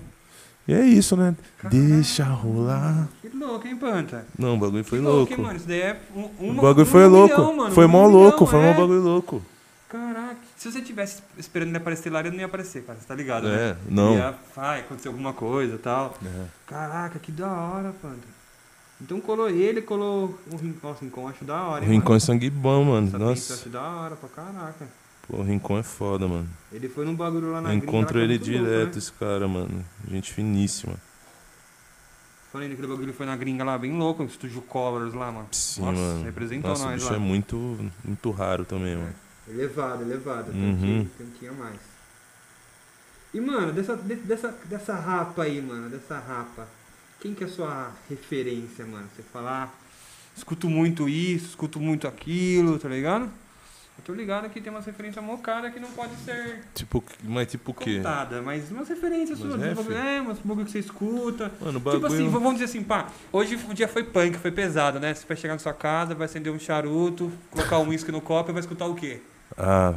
Speaker 2: E é isso, né? Deixa rolar.
Speaker 1: Que louco, hein, Panta?
Speaker 2: Não, o bagulho foi
Speaker 1: que
Speaker 2: louco.
Speaker 1: hein, mano? Isso daí é um, uma,
Speaker 2: o bagulho
Speaker 1: um
Speaker 2: foi
Speaker 1: milhão,
Speaker 2: louco.
Speaker 1: mano.
Speaker 2: foi
Speaker 1: Um
Speaker 2: mó
Speaker 1: milhão,
Speaker 2: louco, foi
Speaker 1: é.
Speaker 2: mó bagulho louco.
Speaker 1: Caraca, se você tivesse esperando ele aparecer lá, ele não ia aparecer, cara. Você tá ligado, né?
Speaker 2: É, não.
Speaker 1: Ia, ai, aconteceu alguma coisa e tal.
Speaker 2: É.
Speaker 1: Caraca, que da hora, Panta. Então colou ele, colou um o Rincon. Nossa, o Rincon acho da hora,
Speaker 2: O
Speaker 1: hein,
Speaker 2: Rincon
Speaker 1: mano?
Speaker 2: é sangue bom, mano.
Speaker 1: Essa assim. pista eu
Speaker 2: Nossa,
Speaker 1: acho da hora pra caraca.
Speaker 2: pô, o Rincon é foda, mano.
Speaker 1: Ele foi num bagulho lá na
Speaker 2: Eu
Speaker 1: gringa,
Speaker 2: encontro
Speaker 1: lá que é
Speaker 2: ele
Speaker 1: muito louco, né?
Speaker 2: direto, esse cara, mano. Gente finíssima.
Speaker 1: Falei naquele bagulho que foi na gringa lá, bem louco, estúdio Colors lá, mano.
Speaker 2: Sim,
Speaker 1: Nossa,
Speaker 2: mano.
Speaker 1: representou
Speaker 2: Nossa, o
Speaker 1: nós
Speaker 2: bicho
Speaker 1: lá.
Speaker 2: é muito, muito raro também, mano.
Speaker 3: Elevado, elevado.
Speaker 2: Uhum.
Speaker 3: Tem que tem que ir a mais. E, mano, dessa, de- dessa, dessa rapa aí, mano, dessa rapa, quem que é a sua referência, mano? Você falar,
Speaker 1: "Ah, Escuto muito isso, escuto muito aquilo, tá ligado? Eu tô ligado que tem umas referências mó cara que não pode ser
Speaker 2: Tipo, mas tipo o quê?
Speaker 1: contada, mas umas referências
Speaker 2: Umas
Speaker 1: suas,
Speaker 2: ref?
Speaker 1: uns bagulho- é, umas bagulho que você escuta.
Speaker 2: Mano, o
Speaker 1: Tipo assim,
Speaker 2: bagulho. é um
Speaker 1: vamos dizer assim, pá, hoje o dia foi punk, foi pesado, né? Você vai chegar na sua casa, vai acender um charuto, colocar um uísque no copo e vai escutar o quê?
Speaker 2: Ah.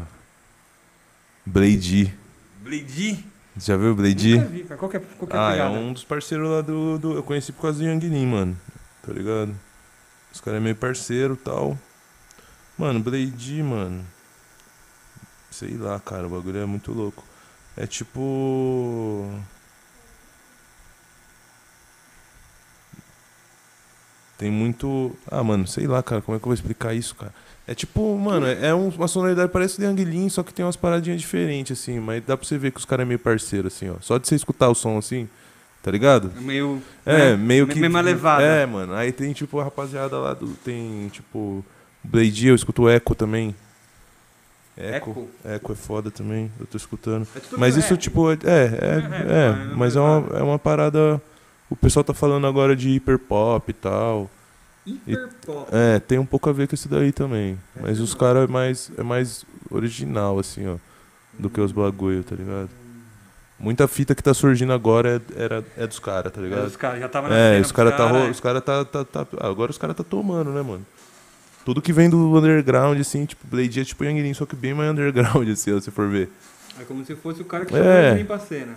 Speaker 2: Blade.
Speaker 1: Bleed?
Speaker 2: Já viu o Blade?
Speaker 1: Nunca vi, cara. Qual que é, qual que é a
Speaker 2: Ah, é
Speaker 1: pegada?
Speaker 2: um dos parceiros lá do, do- Eu conheci por causa do Yang Lin, mano. Tá ligado? Os caras é meio parceiro e tal. Mano, Blade, mano. Sei lá, cara, o bagulho é muito louco. É tipo. Tem muito. Ah, mano, sei lá, cara, como é que eu vou explicar isso, cara? É tipo, mano, é é um- uma sonoridade parece de Anguilin, só que tem umas paradinhas diferentes, assim, mas dá pra você ver que os caras é meio parceiro, assim, ó. Só de você escutar o som assim, tá ligado?
Speaker 1: É Meio.
Speaker 2: É,
Speaker 1: né?
Speaker 2: meio que.
Speaker 1: Mesma levada.
Speaker 2: É, mano. Aí tem, tipo, a rapaziada lá do. Tem, tipo. Blade, eu escuto o Echo também. Echo.
Speaker 1: Echo?
Speaker 2: Echo é foda também, eu tô escutando.
Speaker 1: É tudo
Speaker 2: Mas
Speaker 1: meio
Speaker 2: isso,
Speaker 1: rap.
Speaker 2: tipo, é. É, é,
Speaker 1: É,
Speaker 2: é mas é uma, é uma parada. O pessoal tá falando agora de hiperpop e tal.
Speaker 3: hiperpop.
Speaker 2: É, tem um pouco a ver com isso daí também. Mas os caras é mais, é mais original, assim, ó. Do que os bagulho, tá ligado? Muita fita que tá surgindo agora é, era, é dos caras, tá
Speaker 1: Mas
Speaker 2: ligado?
Speaker 1: Os caras já tava na
Speaker 2: É,
Speaker 1: cena
Speaker 2: os caras
Speaker 1: pros
Speaker 2: tá,
Speaker 1: cara,
Speaker 2: ro- os cara tá, tá, tá- ah, Agora os caras tá tomando, né, mano? Tudo que vem do underground, assim, tipo, Blade é tipo Yang Lin, só que bem mais underground, assim, ó, se for ver.
Speaker 3: É como se fosse o cara que
Speaker 2: É. chamou ele
Speaker 3: pra cena.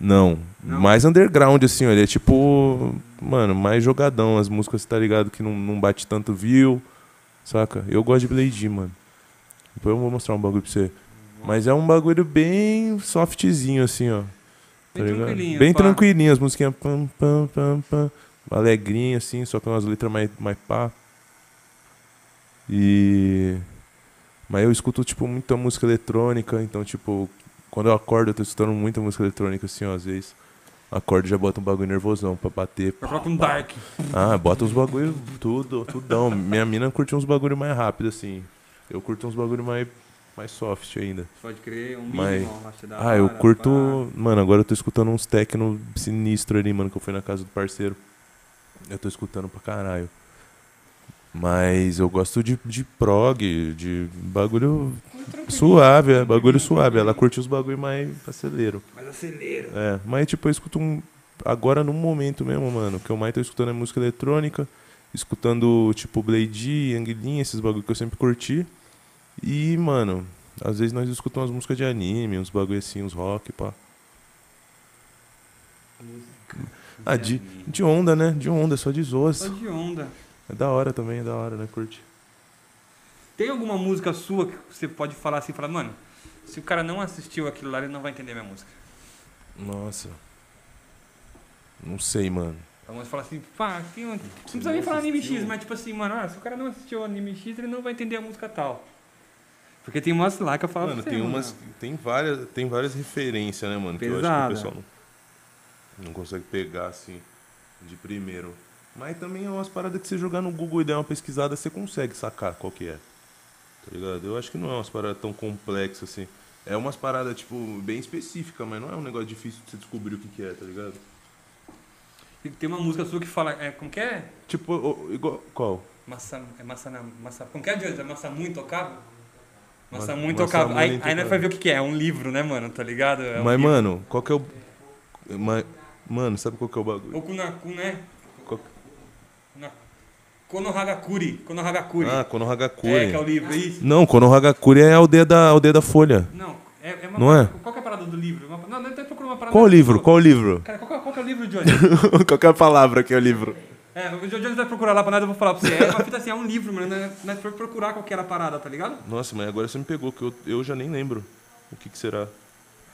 Speaker 2: Não,
Speaker 3: Não?
Speaker 2: mais underground, assim, ó. Ele é tipo, mano, mais jogadão. As músicas, tá ligado, que não, não bate tanto view, saca? Eu gosto de Blade, mano. Depois eu vou mostrar um bagulho pra você. Mas é um bagulho bem softzinho, assim, ó.
Speaker 1: Bem
Speaker 2: tá ligado?
Speaker 1: tranquilinho,
Speaker 2: Bem
Speaker 1: pá.
Speaker 2: tranquilinho, as musiquinhas pam, pam, pam, pam. Alegrinha, assim, só com umas letras mais, mais pá. E... Mas eu escuto, tipo, muita música eletrônica, então, tipo, quando eu acordo eu tô escutando muita música eletrônica, assim, ó, às vezes. Acorda e já bota um bagulho nervosão pra bater.
Speaker 1: Eu coloco um dark.
Speaker 2: Ah, bota uns bagulho tudo, tudão. Minha mina curte uns bagulho mais rápido, assim. Eu curto uns bagulho mais, mais soft ainda.
Speaker 3: Pode crer, um
Speaker 2: Mas-
Speaker 3: mínimo, acho da
Speaker 2: Ah, eu
Speaker 3: hora,
Speaker 2: curto.
Speaker 3: pá.
Speaker 2: Mano, agora eu tô escutando uns tecno sinistro ali, mano, que eu fui na casa do parceiro. Eu tô escutando pra caralho. Mas eu gosto de, de prog, de bagulho suave, é, bagulho suave. Ela curte os bagulho mais acelero.
Speaker 3: Mas acelera.
Speaker 2: É, mas tipo, eu escuto um. Agora no momento mesmo, mano, o que eu mais tô escutando é música eletrônica, escutando tipo Blade, Anguilin, esses bagulho que eu sempre curti. E, mano, às vezes nós escutamos umas músicas de anime, uns bagulho assim, uns rock, pá. Ah, de, de onda, né? De onda, só de
Speaker 3: Só
Speaker 2: zoas.
Speaker 3: de onda.
Speaker 2: É da hora também, é da hora, né? Curte.
Speaker 1: Tem alguma música sua que você pode falar assim, falar, mano, se o cara não assistiu aquilo lá, ele não vai entender minha música.
Speaker 2: Nossa. Não sei, mano.
Speaker 1: Algumas falam assim, pá, tem um... não precisa nem falar anime X, mas tipo assim, mano, ah, se o cara não assistiu anime X, ele não vai entender a música tal. Porque tem umas lá que eu falo
Speaker 2: Mano,
Speaker 1: pra você,
Speaker 2: tem umas. Tem várias, tem várias referências, né, mano? Que eu acho que
Speaker 1: Pesada.
Speaker 2: o pessoal não, não consegue pegar assim de primeiro. Mas também é umas paradas que você jogar no Google e der uma pesquisada, você consegue sacar qual que é. Tá ligado? Eu acho que não é umas paradas tão complexas assim. É umas paradas, tipo, bem específicas, mas não é um negócio difícil de você descobrir o que, que é, tá ligado?
Speaker 1: E Tem uma música sua que fala, é, como que é?
Speaker 2: Tipo, o- o- igual. Qual?
Speaker 1: Massa, é massa, na- massa, como que é, Joyce? É massa muito tocável? Massa
Speaker 2: Massa-
Speaker 1: muito
Speaker 2: massa
Speaker 1: tocável. Aí,
Speaker 2: muito
Speaker 1: aí nós
Speaker 2: tocável.
Speaker 1: vai ver o que que é, é um livro, né, mano, tá ligado? É um
Speaker 2: mas,
Speaker 1: livro.
Speaker 2: mano, qual que é o. Mas, mano, sabe qual que é o bagulho?
Speaker 1: Ou Kunaku, né?
Speaker 2: Qual-
Speaker 1: Na... Konohagakuri, Konohagakuri.
Speaker 2: Ah, Konohagakure.
Speaker 1: é, que é o livro, é isso?
Speaker 2: Não, Konohagakure é a aldeia da, a aldeia da Folha.
Speaker 1: Não, é, é uma...
Speaker 2: Não é?
Speaker 1: Qual que é a parada do livro? Uma- Não, não até procura uma parada...
Speaker 2: Qual o livro? Qual o livro?
Speaker 1: Cara, qual, que é- qual que é o livro, Johnny?
Speaker 2: Qualquer palavra que é o livro.
Speaker 1: é, o Johnny vai procurar lá pra nada, eu vou falar pra você. É uma fita assim, é um livro, mano, né? Nós foi procurar qual que era a parada, tá ligado?
Speaker 2: Nossa, mas agora você me pegou, que eu, eu já nem lembro o que, que será.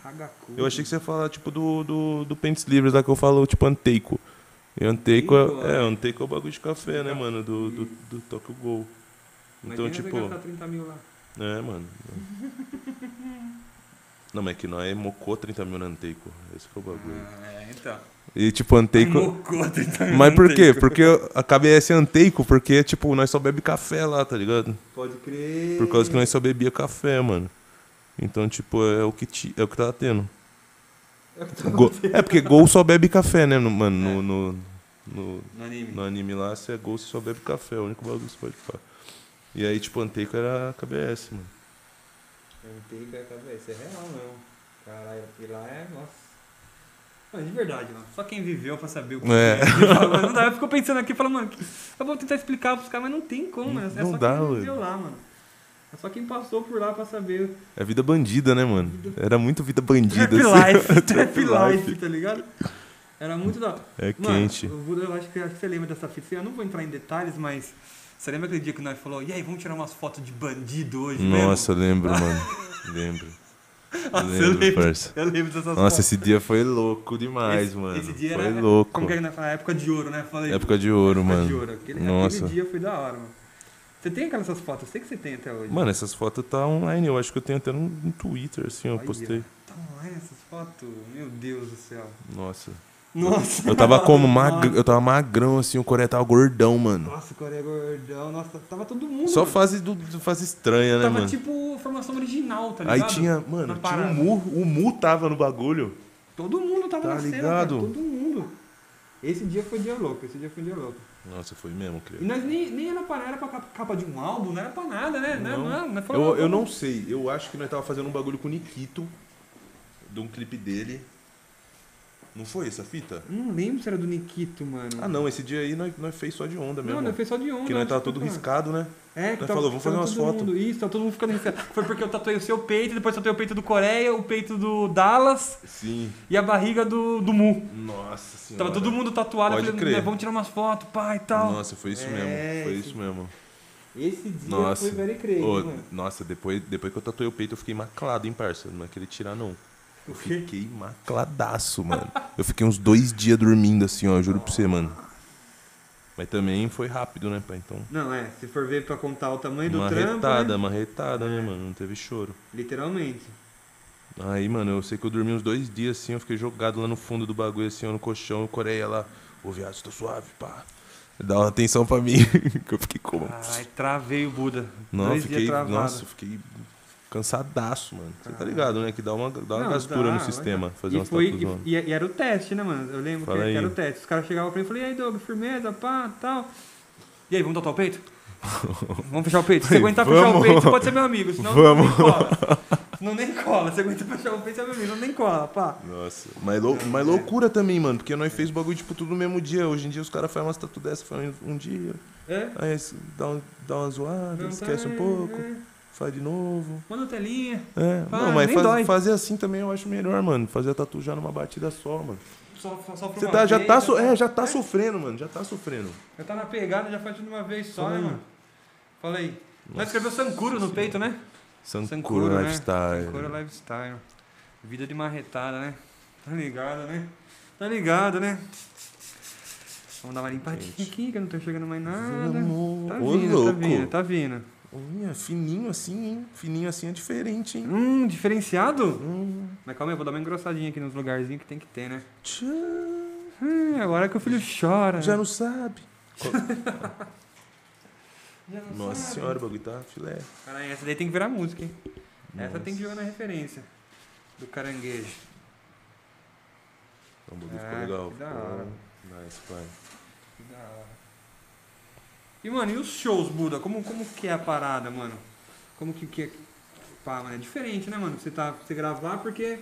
Speaker 3: Hagaku.
Speaker 2: Eu achei que você ia falar, tipo, do, do, do Pentes Livres lá que eu falo, tipo, Anteico. E Anteico é, é, Anteico é o bagulho de café, né, mano, do, do, do Tokyo Gol. Então, tipo,
Speaker 3: Tá 30 mil lá.
Speaker 2: é, mano. Não, mas é que não é mocou 30 mil na Anteico. Esse que é o bagulho.
Speaker 1: É, então.
Speaker 2: E, tipo, Anteico...
Speaker 1: Mocota, então,
Speaker 2: Mas
Speaker 1: não
Speaker 2: por
Speaker 1: tem
Speaker 2: quê?
Speaker 1: como.
Speaker 2: Porque a KBS é Anteico, porque, tipo, nós só bebe café lá, tá ligado?
Speaker 3: Pode crer.
Speaker 2: Por causa que nós só bebia café, mano. Então, tipo, é o que, ti, é o que tava tendo.
Speaker 3: É o que tava
Speaker 2: Gol- é porque Gol só bebe café, né, no- mano? No, no, no,
Speaker 1: No anime.
Speaker 2: no anime lá, se é Gol, você só bebe café. É o único bagulho que você pode falar. E aí, tipo, Anteico era a KBS, mano.
Speaker 3: Eu não tenho que a cabeça, é real mesmo. Caralho, e lá é. Nossa. Mas de verdade, mano.
Speaker 1: Só quem viveu pra saber o que é.
Speaker 2: É.
Speaker 1: Ele fala, Não dá, eu fico pensando aqui, falando, mano, que- eu vou tentar explicar pros caras, mas não tem como, né? É
Speaker 2: Não
Speaker 1: só
Speaker 2: dá,
Speaker 1: quem
Speaker 2: velho.
Speaker 1: viveu lá, mano. É só quem passou por lá pra saber.
Speaker 2: É vida bandida, né, mano? Era muito vida bandida.
Speaker 1: Trap
Speaker 2: assim.
Speaker 1: life, trap
Speaker 2: Trap
Speaker 1: life, tá ligado? Era muito da...
Speaker 2: É
Speaker 1: Mano,
Speaker 2: quente.
Speaker 1: eu, vou- eu acho, que, acho que você lembra dessa fita. Eu não vou entrar em detalhes, mas... Você lembra aquele dia que nós falou, e aí, vamos tirar umas fotos de bandido hoje
Speaker 2: Nossa, eu lembro, mano. Lembro.
Speaker 1: mesmo? eu
Speaker 2: lembro,
Speaker 1: lembro,
Speaker 2: parça.
Speaker 1: eu lembro dessas
Speaker 2: Nossa,
Speaker 1: fotos.
Speaker 2: esse dia foi louco demais, mano.
Speaker 1: esse dia
Speaker 2: foi
Speaker 1: era-
Speaker 2: louco.
Speaker 1: Como que é que nós falamos? Época de ouro, né? Falei,
Speaker 2: Época de ouro,
Speaker 1: época
Speaker 2: mano.
Speaker 1: de ouro. Aquele,
Speaker 2: Nossa.
Speaker 1: aquele dia foi da hora, mano. Você tem aquelas essas fotos? Eu sei que você tem até hoje.
Speaker 2: Mano, essas fotos tá online, eu acho que eu tenho até no, no Twitter, assim, eu
Speaker 1: Olha.
Speaker 2: postei.
Speaker 1: Tá online essas fotos? Meu Deus do céu.
Speaker 2: Nossa.
Speaker 1: Nossa.
Speaker 2: Eu tava como mag...
Speaker 1: Nossa.
Speaker 2: eu tava magrão, assim, o Coreia tava gordão, mano.
Speaker 1: Nossa, o Coreia é gordão. Nossa, tava todo mundo.
Speaker 2: Só
Speaker 1: mano.
Speaker 2: fase do do- fase estranha, né,
Speaker 1: Uhum. Tava
Speaker 2: mano?
Speaker 1: tipo formação original, tá
Speaker 2: Aí
Speaker 1: ligado?
Speaker 2: tinha,
Speaker 1: Na
Speaker 2: mano, tinha
Speaker 1: parada.
Speaker 2: o Mu, o Mu tava no bagulho.
Speaker 1: Todo mundo tava
Speaker 2: Tá
Speaker 1: na cena, cara,
Speaker 2: ligado?
Speaker 1: todo mundo.
Speaker 3: Esse dia foi dia louco, esse dia foi dia louco.
Speaker 2: Nossa, foi mesmo,
Speaker 1: E
Speaker 2: creio.
Speaker 1: nós nem, nem era pra, era pra capa- capa de um álbum, não era pra nada, né? Não,
Speaker 2: Não.
Speaker 1: não, não, foi-
Speaker 2: Eu, eu não sei, eu acho que nós tava fazendo um bagulho com o Nikito, de um clipe dele. Não foi essa fita?
Speaker 3: Eu não lembro se era do Nikito, mano.
Speaker 2: Ah, não, esse dia aí nós, nós fez só de onda mesmo.
Speaker 3: Não, não foi só de onda.
Speaker 2: que nós
Speaker 3: acho
Speaker 2: tava
Speaker 3: que
Speaker 1: tipo,
Speaker 2: todo
Speaker 3: foi.
Speaker 2: riscado, né?
Speaker 3: É,
Speaker 2: Nós
Speaker 3: tava-
Speaker 2: falou, vamos fazer
Speaker 3: tava
Speaker 2: umas
Speaker 3: todo
Speaker 2: fotos.
Speaker 3: mundo- Isso, tava todo mundo ficando riscado.
Speaker 1: Foi porque eu tatuei o seu peito, depois tatuei o peito do Coreia, o peito do Dallas
Speaker 2: Sim.
Speaker 1: e a barriga do, do Mu.
Speaker 2: Nossa senhora.
Speaker 1: Tava todo mundo tatuado, eu
Speaker 2: Pode
Speaker 1: falei,
Speaker 2: crer.
Speaker 1: né, vamos tirar umas fotos, pá e tal.
Speaker 2: Nossa, foi isso
Speaker 3: É,
Speaker 2: mesmo. Foi
Speaker 3: esse-
Speaker 2: isso mesmo.
Speaker 3: Esse dia
Speaker 2: Nossa.
Speaker 3: foi very crazy,
Speaker 2: Ô,
Speaker 3: mano.
Speaker 2: nossa, depois, depois que eu tatuei o peito, eu fiquei maclado, hein, parça. Não é querer tirar, não. Eu fiquei macladaço, mano. Eu fiquei uns dois dias dormindo assim, ó, eu juro pra você, mano. Mas também foi rápido, né, pai? Então.
Speaker 3: Não, é, se for ver pra contar o tamanho do
Speaker 2: Uma
Speaker 3: trampo,
Speaker 2: retada,
Speaker 3: né?
Speaker 2: uma retada, né, mano? Não teve choro.
Speaker 3: literalmente.
Speaker 2: Aí, mano, eu sei que eu dormi uns dois dias assim, eu fiquei jogado lá no fundo do bagulho, assim, eu no colchão, o Coreia lá, ô viado, você tá suave, pá. Dá uma atenção pra mim, que eu fiquei como?
Speaker 1: Ai, travei o Buda.
Speaker 2: Não,
Speaker 1: Dois
Speaker 2: fiquei,
Speaker 1: dias travado.
Speaker 2: nossa, fiquei cansadaço, mano. Você tá ligado, né? Que dá uma, dá uma
Speaker 3: Não,
Speaker 2: gastura
Speaker 3: dá,
Speaker 2: no
Speaker 3: vai
Speaker 2: sistema fazer
Speaker 3: E,
Speaker 2: umas
Speaker 3: foi,
Speaker 2: tatuas. mano.
Speaker 3: e, e era o teste, né, mano? Eu lembro
Speaker 2: Fala
Speaker 3: que
Speaker 2: aí.
Speaker 3: era o teste. Os caras chegavam pra mim e falavam, e aí, Doug, firmeza, pá, tal.
Speaker 1: E aí, vamos tatuar o peito? vamos fechar o peito? Se você aguentar fechar o
Speaker 2: vamos.
Speaker 1: peito, você pode ser meu amigo. Senão
Speaker 2: Vamos.
Speaker 1: nem cola. Senão nem cola. Se aguentar fechar o peito, você é meu amigo. Senão nem cola, pá.
Speaker 2: Nossa, mas, lou- mas
Speaker 3: É.
Speaker 2: loucura também, mano, porque nós fez bagulho, tipo, tudo no mesmo dia. Hoje em dia os caras fazem umas tatu dessa, fazem um dia,
Speaker 3: É?
Speaker 2: aí es- dá, um- dá uma zoada,
Speaker 3: Não,
Speaker 2: esquece
Speaker 3: tá,
Speaker 1: Então,
Speaker 2: um pouco,
Speaker 3: é.
Speaker 2: faz de novo.
Speaker 3: Manda telinha.
Speaker 2: É,
Speaker 1: Ah,
Speaker 2: não, mas
Speaker 1: nem
Speaker 2: faz-
Speaker 1: dói.
Speaker 2: fazer assim também eu acho melhor, mano. Fazer a tatu já numa batida só, mano.
Speaker 3: Só, só, só pra
Speaker 2: Você
Speaker 3: uma
Speaker 2: tá, já,
Speaker 3: vez,
Speaker 2: tá, so- é, já tá sofrendo, mano. Já tá sofrendo.
Speaker 3: Já tá na pegada, já faz tudo de uma vez só,
Speaker 2: Fala
Speaker 3: né,
Speaker 2: aí.
Speaker 3: mano? Fala aí. Nós
Speaker 2: Nossa
Speaker 1: escreveu Sankuro no
Speaker 2: Senhora.
Speaker 1: peito, né? Sankura,
Speaker 2: Sankura
Speaker 1: né?
Speaker 2: Lifestyle.
Speaker 1: Sankura Lifestyle. Vida de marretada, né? Tá ligado, né? Tá ligado, né? Vamos dar uma limpadinha
Speaker 2: Gente.
Speaker 1: aqui, que eu não tô enxergando mais nada.
Speaker 2: Vamos.
Speaker 1: Tá
Speaker 2: Ô,
Speaker 1: vindo, tá
Speaker 2: louco.
Speaker 1: vindo, tá vindo.
Speaker 2: Olha, fininho assim, hein? Fininho assim é diferente, hein?
Speaker 1: Hum, diferenciado?
Speaker 2: Hum.
Speaker 1: Mas calma aí, eu vou dar uma engrossadinha aqui nos lugarzinhos que tem que ter, né?
Speaker 2: Tchã.
Speaker 1: Hum, agora que o filho chora.
Speaker 2: Já
Speaker 1: né?
Speaker 2: não sabe.
Speaker 1: Já não
Speaker 2: Nossa
Speaker 1: sabe.
Speaker 2: senhora, o bagulho tá filé.
Speaker 1: Caralho, essa daí tem que virar música, hein? Essa
Speaker 2: Nossa.
Speaker 1: tem que né? virar na referência. Do caranguejo.
Speaker 2: O bagulho ficou
Speaker 1: Ah,
Speaker 2: legal.
Speaker 1: que da hora.
Speaker 2: Pô, Nice, pai.
Speaker 1: Que da hora. E, mano, e os shows, Buda? Como, como que é a parada, mano? Como que, que é... Pá, mano, é diferente, né, mano? Você, tá, você gravar porque...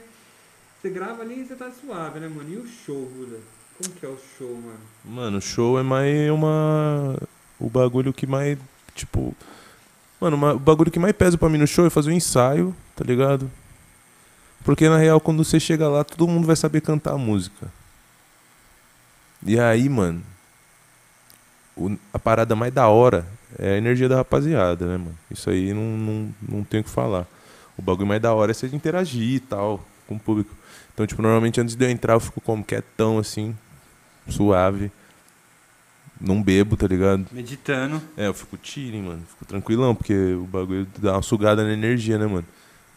Speaker 1: Você grava ali e você tá suave, né, mano? E o show, Buda? Como que é o show, mano?
Speaker 2: Mano, o show é mais uma. O bagulho que mais. Tipo. Mano, uma- o bagulho que mais pesa pra mim no show é fazer o ensaio, tá ligado? Porque na real, quando você chega lá, todo mundo vai saber cantar a música. E aí, mano. o- a parada mais da hora é a energia da rapaziada, né, mano? Isso aí não, não, não tem o que falar. O bagulho mais da hora é você interagir e tal com o público. Então, tipo, normalmente antes de eu entrar, eu fico como quietão, assim, suave. Não bebo, tá ligado?
Speaker 1: Meditando.
Speaker 2: É, eu fico chilling, mano. Fico tranquilão, porque o bagulho dá uma sugada na energia, né, mano?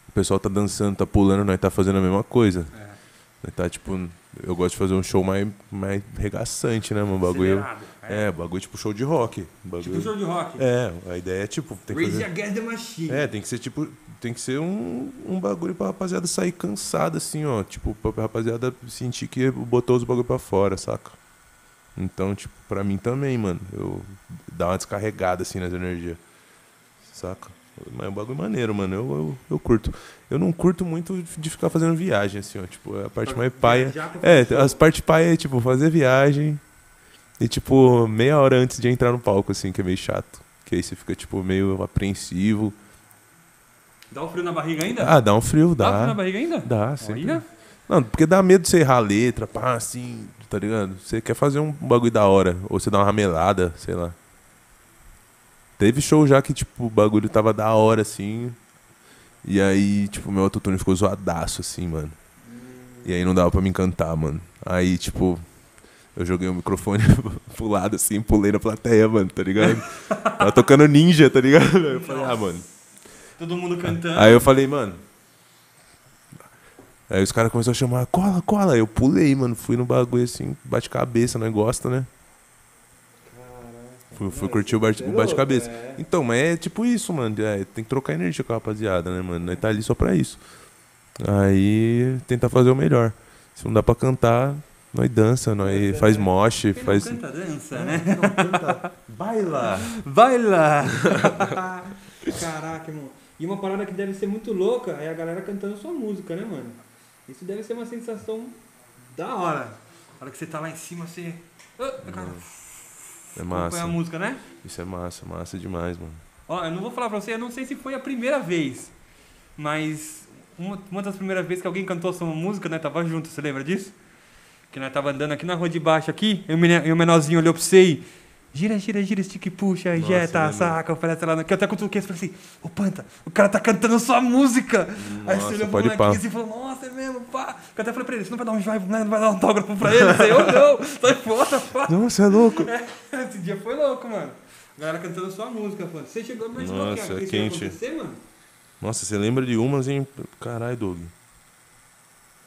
Speaker 2: O pessoal tá dançando, tá pulando, nós tá fazendo a mesma coisa.
Speaker 1: É.
Speaker 2: Nós tá, tipo, eu gosto de fazer um show mais, mais regaçante, né, mano? O bagulho.
Speaker 1: Acelerado.
Speaker 2: É, o bagulho tipo show de rock. O
Speaker 1: né? Tipo um
Speaker 2: Bagulho...
Speaker 1: show de rock.
Speaker 2: É, a ideia é, tipo, tem que
Speaker 1: Raise
Speaker 2: fazer...
Speaker 1: Against the Machine.
Speaker 2: É, tem que ser tipo. Tem que ser um, um bagulho pra rapaziada sair cansada, assim, ó. Tipo, pra rapaziada sentir que botou os bagulho pra fora, saca? Então, tipo, pra mim também, mano. Eu dá uma descarregada, assim, nas energias. Saca? Mas é um bagulho maneiro, mano. Eu, eu, eu curto. Eu não curto muito de ficar fazendo viagem, assim, ó. Tipo, é a parte mais paia.
Speaker 3: Já pra
Speaker 2: É,
Speaker 3: fazer
Speaker 2: as partes paia é, tipo, fazer viagem e, tipo, meia hora antes de entrar no palco, assim, que é meio chato. Que aí você fica, tipo, meio apreensivo.
Speaker 1: Dá um frio na barriga ainda?
Speaker 2: Ah, dá um frio,
Speaker 1: Dá um frio
Speaker 2: dá.
Speaker 1: na barriga ainda?
Speaker 2: Dá, sempre.
Speaker 1: Olha.
Speaker 2: Não, porque dá medo de você errar a letra, pá, assim, tá ligado? Você quer fazer um bagulho da hora, ou você dá uma ramelada, sei lá. Teve show já que, tipo, o bagulho tava da hora, assim. E aí, tipo, meu autotune ficou zoadaço, assim, mano. E aí não dava pra me encantar, mano. Aí, tipo, eu joguei o microfone pro lado, assim, pulei na plateia, mano, tá ligado? Tava tocando ninja, tá ligado? Aí eu falei, ah, mano.
Speaker 1: Todo mundo cantando.
Speaker 2: Aí eu falei, mano. Aí os caras começaram a chamar, cola, cola. Eu pulei, mano. Fui no bagulho assim, bate-cabeça, não gosta, né? Fui, fui curtir o bate- o bate-cabeça. Então, mas é tipo isso, mano. É, tem que trocar energia com a rapaziada, né, mano? Nós tá ali só pra isso. Aí tentar fazer o melhor. Se não dá pra cantar, nós dança, nós faz moche,
Speaker 1: Quem
Speaker 2: faz.
Speaker 1: não canta,
Speaker 3: É,
Speaker 1: dança, né?
Speaker 3: então,
Speaker 2: Baila!
Speaker 1: Vai lá!
Speaker 3: Caraca, irmão. E uma parada que deve ser muito louca é a galera cantando sua música, né, mano? Isso deve ser uma sensação da hora.
Speaker 1: A hora que você tá lá em cima, você. Ah, cara,
Speaker 2: É
Speaker 1: acompanha a
Speaker 2: massa.
Speaker 1: música, né?
Speaker 2: Isso é massa, massa demais, mano.
Speaker 1: Ó, eu não vou falar pra você, eu não sei se foi a primeira vez, mas uma, uma das primeiras vezes que alguém cantou a sua música, né? Tava junto, você lembra disso? Que nós tava andando aqui na rua de baixo aqui, e o mene- e o menorzinho olhou pra você e. Gira, gira, gira, estica e puxa, injeta,
Speaker 2: lembro.
Speaker 1: saca, oferece lá. no-" Que eu até cutuquei e falei assim: Ô Panta, o cara tá cantando sua música. Aí você
Speaker 2: Nossa,
Speaker 1: olhou pro
Speaker 2: pode
Speaker 1: moleque
Speaker 2: pá.
Speaker 1: assim e falou: Nossa, é mesmo, pá. Que eu até falei pra ele: Você não vai dar um joinha, né? não vai dar um autógrafo pra ele? Eu sei, eu não, sai fora, pá.
Speaker 2: Nossa, é louco!
Speaker 1: Esse dia foi louco, mano. A galera cantando sua música, mano. Você chegou mais
Speaker 2: Nossa,
Speaker 1: bloqueado.
Speaker 2: é quente.
Speaker 1: Isso ia acontecer, mano?
Speaker 2: Nossa, você lembra de umas, hein? Caralho, Doug.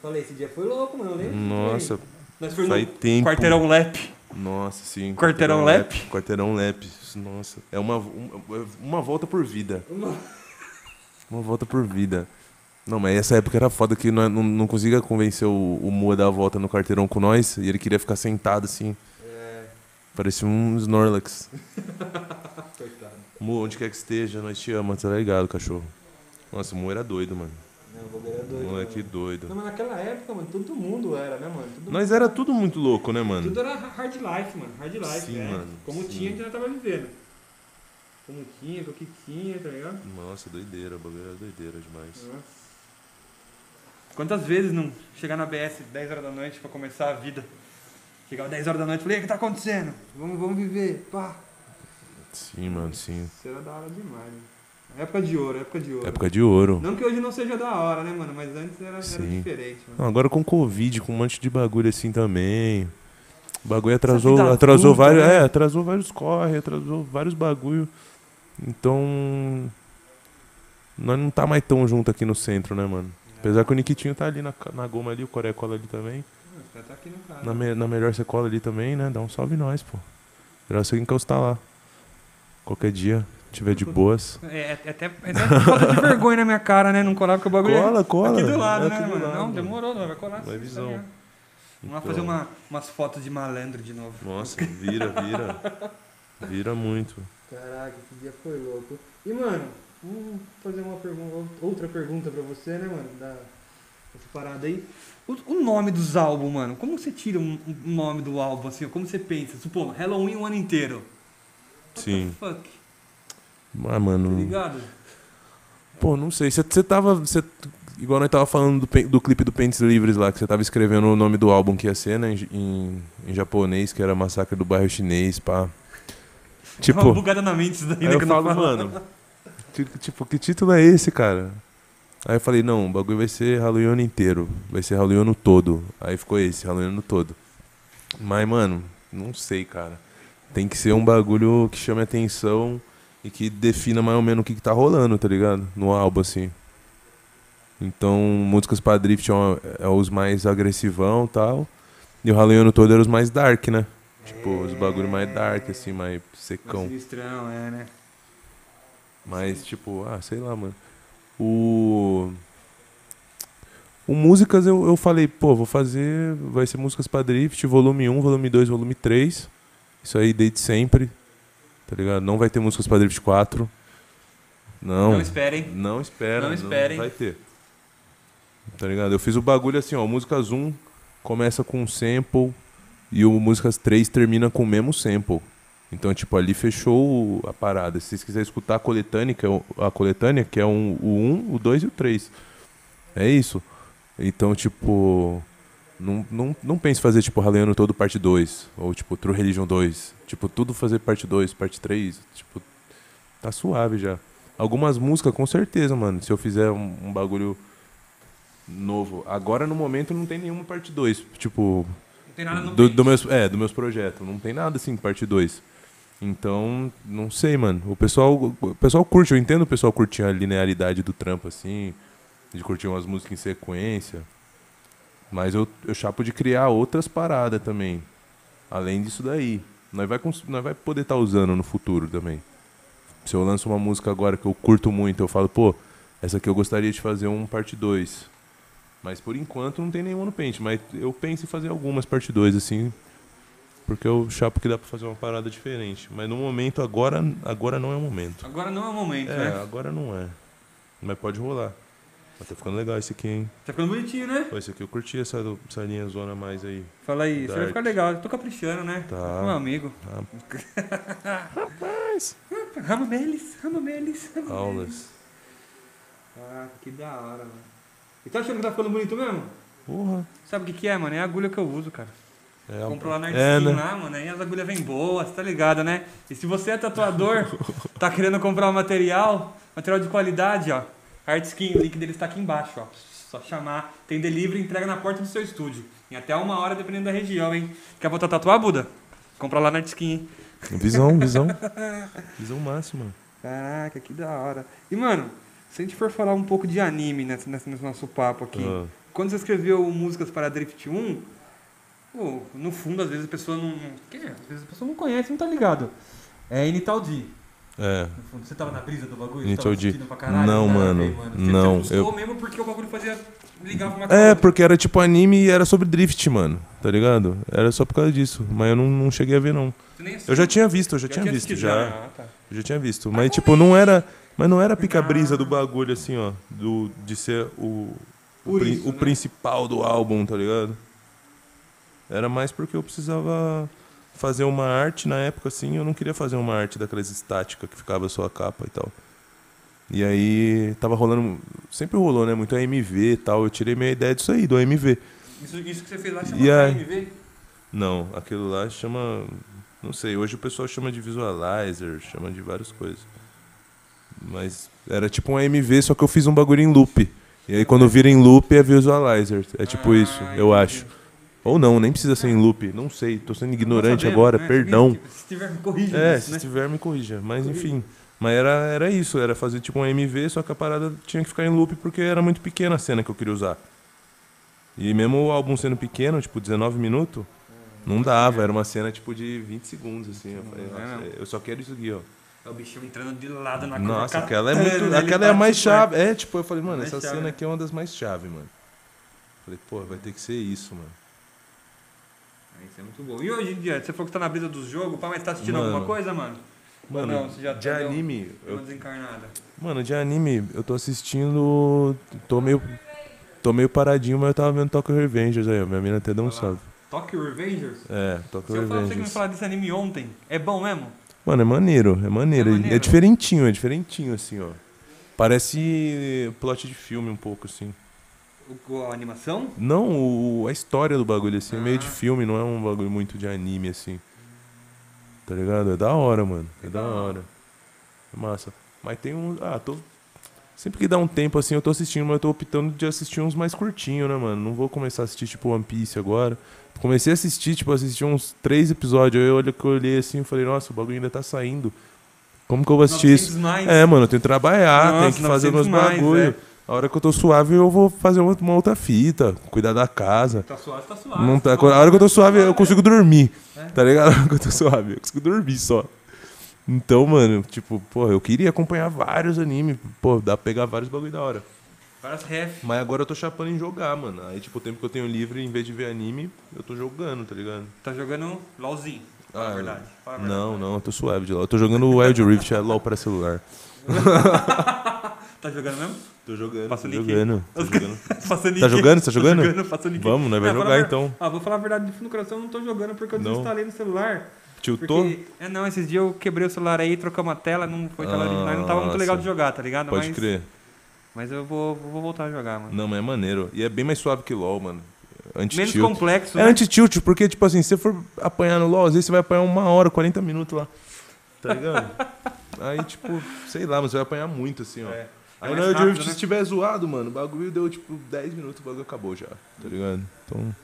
Speaker 3: Falei, esse dia foi louco, mano. Eu lembro.
Speaker 2: Nossa,
Speaker 1: Nós fomos
Speaker 2: faz
Speaker 1: no
Speaker 2: tempo.
Speaker 1: quarteirão lap.
Speaker 2: Nossa, sim. um
Speaker 1: Quarteirão lap?
Speaker 2: Quarteirão lap. Nossa. É uma, uma, uma volta por vida.
Speaker 3: Uma-
Speaker 2: Uma volta por vida. Não, mas essa época era foda que nós não, não conseguia convencer o, o Mua a dar a volta no quarteirão com nós e ele queria ficar sentado assim.
Speaker 3: É,
Speaker 2: Parecia um Snorlax.
Speaker 3: coitado.
Speaker 2: Mu, onde quer que esteja, nós te amamos, tá ligado, cachorro? Nossa, o Mu era doido, mano.
Speaker 3: Não, o bagulho era
Speaker 2: O
Speaker 3: doido.
Speaker 2: moleque
Speaker 3: mano.
Speaker 2: doido.
Speaker 3: Não, mas naquela época, mano, todo mundo era, né, mano? Todo
Speaker 2: Nós era tudo muito louco, né,
Speaker 3: Tudo
Speaker 2: mano?
Speaker 3: era hard life, mano. Hard life,
Speaker 2: Sim,
Speaker 3: né?
Speaker 2: mano,
Speaker 3: Como
Speaker 2: sim.
Speaker 3: tinha, a gente já tava vivendo. Como tinha, com o que tinha, tá ligado?
Speaker 2: Nossa, doideira, o bagulho era doideira demais.
Speaker 3: Nossa.
Speaker 1: Quantas vezes não chegar na BS 10 horas da noite pra começar a vida? Chegava 10 horas da noite e falei, o que tá acontecendo?
Speaker 3: Vamos, vamos viver, pá.
Speaker 2: Sim, mano, sim.
Speaker 3: Isso era da hora demais, né? Época de ouro, época de ouro.
Speaker 2: Época de ouro.
Speaker 3: Não que hoje não seja da hora, né, mano? Mas antes era, era
Speaker 2: Sim.
Speaker 3: diferente, mano.
Speaker 2: Não, agora com Covid, com um monte de bagulho assim também. O bagulho atrasou,
Speaker 1: vida
Speaker 2: atrasou
Speaker 1: adulta,
Speaker 2: vários.
Speaker 1: né?
Speaker 2: É, atrasou vários corre, atrasou vários bagulho. Então. Nós não tá mais tão junto aqui no centro, né, mano? Apesar que o Nikitinho tá ali na, ca- na goma ali, o Coreia cola ali também.
Speaker 3: Ah, o cara tá aqui no carro.
Speaker 2: Na, me- na melhor você cola ali também, né? Dá um salve nós, pô. Melhor você encostar lá. Qualquer dia, tiver de boas.
Speaker 1: É, é- é até, é até falta de vergonha na minha cara, né? Não colar porque o bagulho é
Speaker 2: Cola, cola.
Speaker 1: aqui do lado,
Speaker 2: É
Speaker 1: né,
Speaker 2: aqui do
Speaker 1: mano?
Speaker 2: lado,
Speaker 1: não, demorou, não, vai colar.
Speaker 2: Vai
Speaker 1: sim, tá
Speaker 2: visão.
Speaker 1: ligado? Vamos lá
Speaker 2: Então.
Speaker 1: fazer uma- umas fotos de malandro de novo.
Speaker 2: Nossa, vira, vira. Vira muito.
Speaker 3: Caraca, esse dia foi louco. E, mano, vou fazer uma pergunta, outra pergunta pra você, né, mano? Da, dessa parada aí.
Speaker 1: O, o nome dos álbuns, mano, como você tira um, um nome do álbum, assim, ó? como você pensa? Supondo, Halloween o ano inteiro.
Speaker 2: Sim.
Speaker 1: Fuck,
Speaker 2: Ah, mano.
Speaker 1: tá ligado?
Speaker 2: Pô, não sei. Você tava. Cê, igual nós tava falando do, pen- do clipe do Pentes Livres lá, que você tava escrevendo o nome do álbum que ia ser, né? Em, em, em japonês, que era Massacre do Bairro Chinês, pá. Tipo.
Speaker 1: Dá uma bugada na mente isso daí,
Speaker 2: Aí
Speaker 1: né,
Speaker 2: eu
Speaker 1: que não
Speaker 2: falo, mano. ti- Tipo, que título é esse, cara? Aí eu falei, não, o bagulho vai ser Halloween o ano inteiro. Vai ser Halloween o ano todo. Aí ficou esse, Halloween o ano todo. Mas, mano, não sei, cara. Tem que ser um bagulho que chame atenção e que defina mais ou menos o que, que tá rolando, tá ligado? No álbum, assim. Então, músicas pra drift é, uma- é os mais agressivão e tal. E o Halloween o ano todo era os mais dark, né? Tipo, os bagulho mais dark, assim, mais
Speaker 1: Mas
Speaker 2: secão.
Speaker 1: sinistrão, é, né?
Speaker 2: Mas, tipo, ah, sei lá, mano. O. O Músicas eu, eu falei, pô, vou fazer. Vai ser músicas pra drift, volume 1, volume 2, volume 3. Isso aí desde sempre. Tá ligado? Não vai ter músicas pra drift 4. Não.
Speaker 1: Não esperem.
Speaker 2: Não espera.
Speaker 1: Não esperem.
Speaker 2: vai ter. Tá ligado? Eu fiz o bagulho assim, ó. Músicas 1 começa com um sample e o Músicas 3 termina com o mesmo sample. Então, tipo, ali fechou o- a parada. Se vocês quiserem escutar a coletânea, que é, o- a coletânea, que é um, o 1, o 2 e o 3. É isso. Então, tipo... Não, não, não pense em fazer, tipo, Raleano todo parte 2. Ou, tipo, True Religion 2. Tipo, tudo fazer parte 2, parte 3. Tipo, tá suave já. Algumas músicas, com certeza, mano. Se eu fizer um, um bagulho novo. Agora, no momento, não tem nenhuma parte 2. Tipo,
Speaker 1: Não tem nada no
Speaker 2: do,
Speaker 1: peito.
Speaker 2: do meus, é, dos meus projetos. Não tem nada assim, parte 2. Então, não sei, mano. O pessoal, o pessoal curte, eu entendo o pessoal curtir a linearidade do trampo, assim, de curtir umas músicas em sequência. Mas eu, eu chapo de criar outras paradas também. Além disso daí. Nós vai, cons- nós vai poder estar usando no futuro também. Se eu lanço uma música agora que eu curto muito, eu falo, pô, essa aqui eu gostaria de fazer um parte 2. Mas por enquanto não tem nenhuma no pente. Mas eu penso em fazer algumas parte 2, assim. Porque eu chapo que dá pra fazer uma parada diferente. Mas no momento, agora, agora não é o momento.
Speaker 1: Agora não é o momento,
Speaker 2: É,
Speaker 1: né?
Speaker 2: agora não é. Mas pode rolar. Mas tá ficando legal esse aqui, hein?
Speaker 1: Tá ficando bonitinho, né?
Speaker 2: Pô, esse aqui eu curti essa, essa linha zona mais aí.
Speaker 1: Fala aí, isso vai
Speaker 2: Dark.
Speaker 1: ficar legal. Eu tô caprichando, né?
Speaker 2: Tá.
Speaker 1: Meu amigo.
Speaker 2: Mas...
Speaker 1: Rama Melis, Rama Melis. Rama Melis. Ah,
Speaker 2: Aulas.
Speaker 3: Caraca, que da hora, mano. E tá achando que tá ficando bonito mesmo?
Speaker 2: Porra.
Speaker 1: Sabe o que que é, mano? É a agulha que eu uso, cara.
Speaker 2: É,
Speaker 1: Comprou lá na
Speaker 2: é,
Speaker 1: Artskin
Speaker 2: né?
Speaker 1: lá, mano, aí as agulhas vêm boas, tá ligado, né? E se você é tatuador, tá querendo comprar um material, material de qualidade, ó. Artskin, o link deles tá aqui embaixo, ó. Só chamar. Tem delivery, entrega na porta do seu estúdio. Em até uma hora, dependendo da região, hein? Quer voltar a tatuar, Buda? Compra lá na Artskin, hein?
Speaker 2: Visão, visão. visão máxima.
Speaker 1: Caraca, que da hora. E, mano, se a gente for falar um pouco de anime nesse, nesse nosso papo aqui,
Speaker 2: Ah,
Speaker 1: quando você escreveu músicas para Drift 1, pô, no fundo, às vezes a pessoa não. quem é? Às vezes a pessoa não conhece, não tá ligado. É Inital D.
Speaker 2: É.
Speaker 1: No fundo, você tava na brisa do bagulho?
Speaker 2: Inital
Speaker 1: Tava
Speaker 2: D.
Speaker 1: curtindo pra caralho?
Speaker 2: Não,
Speaker 1: Nada a
Speaker 2: mano,
Speaker 1: ver, Você-
Speaker 2: não,
Speaker 1: Você eu...
Speaker 2: eu-
Speaker 1: mesmo porque o bagulho fazia. ligava uma com a
Speaker 2: É,
Speaker 1: outra.
Speaker 2: porque era tipo anime e era sobre drift, mano. Tá ligado? Era só por causa disso. Mas eu não, não cheguei a ver, não.
Speaker 1: Você nem
Speaker 2: Eu já tinha visto, eu já,
Speaker 1: já
Speaker 2: tinha visto,
Speaker 1: assistido,
Speaker 2: já.
Speaker 1: Ah, tá.
Speaker 2: Eu já tinha visto. Mas, tipo, não era. Mas não era a pica-brisa do bagulho, assim, ó. Do, de ser o. O,
Speaker 3: Por
Speaker 2: prin-
Speaker 3: isso,
Speaker 2: o
Speaker 3: né?
Speaker 2: principal do álbum, tá ligado? Era mais porque eu precisava fazer uma arte na época, assim. Eu não queria fazer uma arte daquelas estática que ficava só a capa e tal. E aí tava rolando. Sempre rolou, né? Muito AMV e tal. Eu tirei minha ideia disso aí, do AMV.
Speaker 1: Isso, isso que você fez lá chama
Speaker 2: E aí?
Speaker 1: KMV?
Speaker 2: Não, aquilo lá chama. Não sei, hoje o pessoal chama de visualizer, chama de várias coisas. Mas era tipo um AMV, só que eu fiz um bagulho em loop. E aí quando vira em loop é visualizer. É tipo
Speaker 1: Ah,
Speaker 2: isso, eu
Speaker 1: entendi.
Speaker 2: acho. Ou não, nem precisa ser em loop. Não sei, tô sendo ignorante
Speaker 1: Não sabemos,
Speaker 2: agora,
Speaker 1: né?
Speaker 2: perdão.
Speaker 1: Se tiver, me corrija.
Speaker 2: É,
Speaker 1: isso,
Speaker 2: se
Speaker 1: né?
Speaker 2: tiver me corrija. Mas enfim. Mas era, era isso, era fazer tipo um AMV, só que a parada tinha que ficar em loop porque era muito pequena a cena que eu queria usar. E mesmo o álbum sendo pequeno, tipo 19 minutos, não dava, era uma cena tipo de 20 segundos, assim. Eu falei,
Speaker 1: Não,
Speaker 2: nossa,
Speaker 1: não.
Speaker 2: eu só quero isso aqui, ó.
Speaker 1: É o bichão entrando de lado na
Speaker 2: Nossa,
Speaker 1: cara.
Speaker 2: aquela é
Speaker 1: catando
Speaker 2: muito.
Speaker 1: ele
Speaker 2: Aquela é
Speaker 1: pra
Speaker 2: a mais
Speaker 1: disparar.
Speaker 2: chave. É, tipo, eu falei, mano,
Speaker 1: Mais
Speaker 2: essa
Speaker 1: chave,
Speaker 2: cena
Speaker 1: né?
Speaker 2: aqui é uma das mais chave, mano. Falei, pô, vai ter que ser isso, mano.
Speaker 1: Ah, Isso é muito bom. E hoje em dia, você falou que tá na brisa dos jogos, pá, mas tá assistindo
Speaker 2: Mano.
Speaker 1: alguma coisa, mano?
Speaker 2: Mano,
Speaker 1: não, você já
Speaker 2: de
Speaker 1: tá deu-
Speaker 2: anime,
Speaker 1: Deu
Speaker 2: eu
Speaker 1: Uma desencarnada.
Speaker 2: Mano, de anime, eu tô assistindo. Tô meio. Tô meio paradinho, mas eu tava vendo Tokyo Revengers aí, ó. Minha mina até deu um
Speaker 1: Olha lá.
Speaker 2: salve.
Speaker 1: Tokyo Revengers?
Speaker 2: É, Tokyo
Speaker 1: Se eu falar pra você que me
Speaker 2: Revengers.
Speaker 1: falar desse anime ontem, é bom mesmo?
Speaker 2: Mano, é maneiro, é maneiro.
Speaker 1: É
Speaker 2: É,
Speaker 1: maneiro?
Speaker 2: diferentinho, é diferentinho, assim, ó. Parece plot de filme um pouco, assim.
Speaker 1: O, a animação?
Speaker 2: Não, o- a história do bagulho, assim, é meio de
Speaker 1: Ah.
Speaker 2: filme, não é um bagulho muito de anime, assim. Tá ligado? É da hora, mano. É da
Speaker 1: Legal.
Speaker 2: hora. É massa. Mas tem um. Ah, tô. Sempre que dá um tempo assim, eu tô assistindo, mas eu tô optando de assistir uns mais curtinhos, né, mano? Não vou começar a assistir, tipo, One Piece agora. Comecei a assistir, tipo, assisti uns três episódios. Aí eu olho que eu olhei assim e falei, nossa, o bagulho ainda tá saindo. Como que eu vou assistir isso?
Speaker 1: 900 mais.
Speaker 2: É, mano, eu tenho que trabalhar,
Speaker 1: Nossa,
Speaker 2: tenho que fazer
Speaker 1: 900
Speaker 2: meus
Speaker 1: mais,
Speaker 2: bagulho.
Speaker 1: é.
Speaker 2: A hora que eu tô suave, eu vou fazer uma- uma outra fita, cuidar da casa.
Speaker 1: Tá suave, tá suave.
Speaker 2: Não tá,
Speaker 1: Tá
Speaker 2: a hora que eu tô suave, eu consigo dormir.
Speaker 1: É.
Speaker 2: Tá ligado? A hora que eu tô suave, eu consigo dormir só. Então, mano, tipo, pô, eu queria acompanhar vários animes. Pô, dá pra pegar vários bagulho da hora.
Speaker 1: Parece ref.
Speaker 2: Mas agora eu tô chapando em jogar, mano. Aí, tipo, o tempo que eu tenho livre, em vez de ver anime, eu tô jogando, tá ligado?
Speaker 1: Tá jogando LOLzinho. Fala a
Speaker 2: Ah,
Speaker 1: verdade. Fala a verdade.
Speaker 2: Não, não, eu tô suave de lá. Eu tô jogando Wild Rift, é LOL pra celular.
Speaker 1: Tá jogando mesmo?
Speaker 2: Tô jogando,
Speaker 1: Passa
Speaker 2: tô
Speaker 1: o link aí.
Speaker 2: jogando. Tô jogando.
Speaker 1: Passa link.
Speaker 2: Tá jogando? Tá
Speaker 1: Tô
Speaker 2: jogando?
Speaker 1: passa link.
Speaker 2: Vamos, nós vai
Speaker 1: Não, fala
Speaker 2: jogar
Speaker 1: a ver-
Speaker 2: então.
Speaker 1: Ah, vou falar a verdade de fundo do coração, eu não tô jogando porque eu
Speaker 2: Não.
Speaker 1: desinstalei no celular.
Speaker 2: Tiltou?
Speaker 1: Porque, é, não, esses dias eu quebrei o celular aí, trocamos a tela, não foi tela
Speaker 2: Ah,
Speaker 1: original, não tava muito legal de
Speaker 2: sim.
Speaker 1: jogar, tá ligado?
Speaker 2: Pode
Speaker 1: mas,
Speaker 2: crer.
Speaker 1: Mas eu vou, vou voltar a jogar, mano.
Speaker 2: Não, mas é maneiro. E é bem mais suave que LOL, mano.
Speaker 1: Menos
Speaker 2: Anti-tilt.
Speaker 1: complexo,
Speaker 2: É
Speaker 1: né?
Speaker 2: anti-tilt, porque, tipo assim, se você for apanhar no LOL, às vezes você vai apanhar uma hora, 40 minutos lá. Tá ligado? Aí, tipo, sei lá, mas você vai apanhar muito, assim, ó.
Speaker 1: É.
Speaker 2: Aí
Speaker 1: mais
Speaker 2: na Wild
Speaker 1: rápido,
Speaker 2: Rift,
Speaker 1: né?
Speaker 2: se tiver zoado, mano, o bagulho deu, tipo, 10 minutos, o bagulho acabou já. Tá ligado? Então.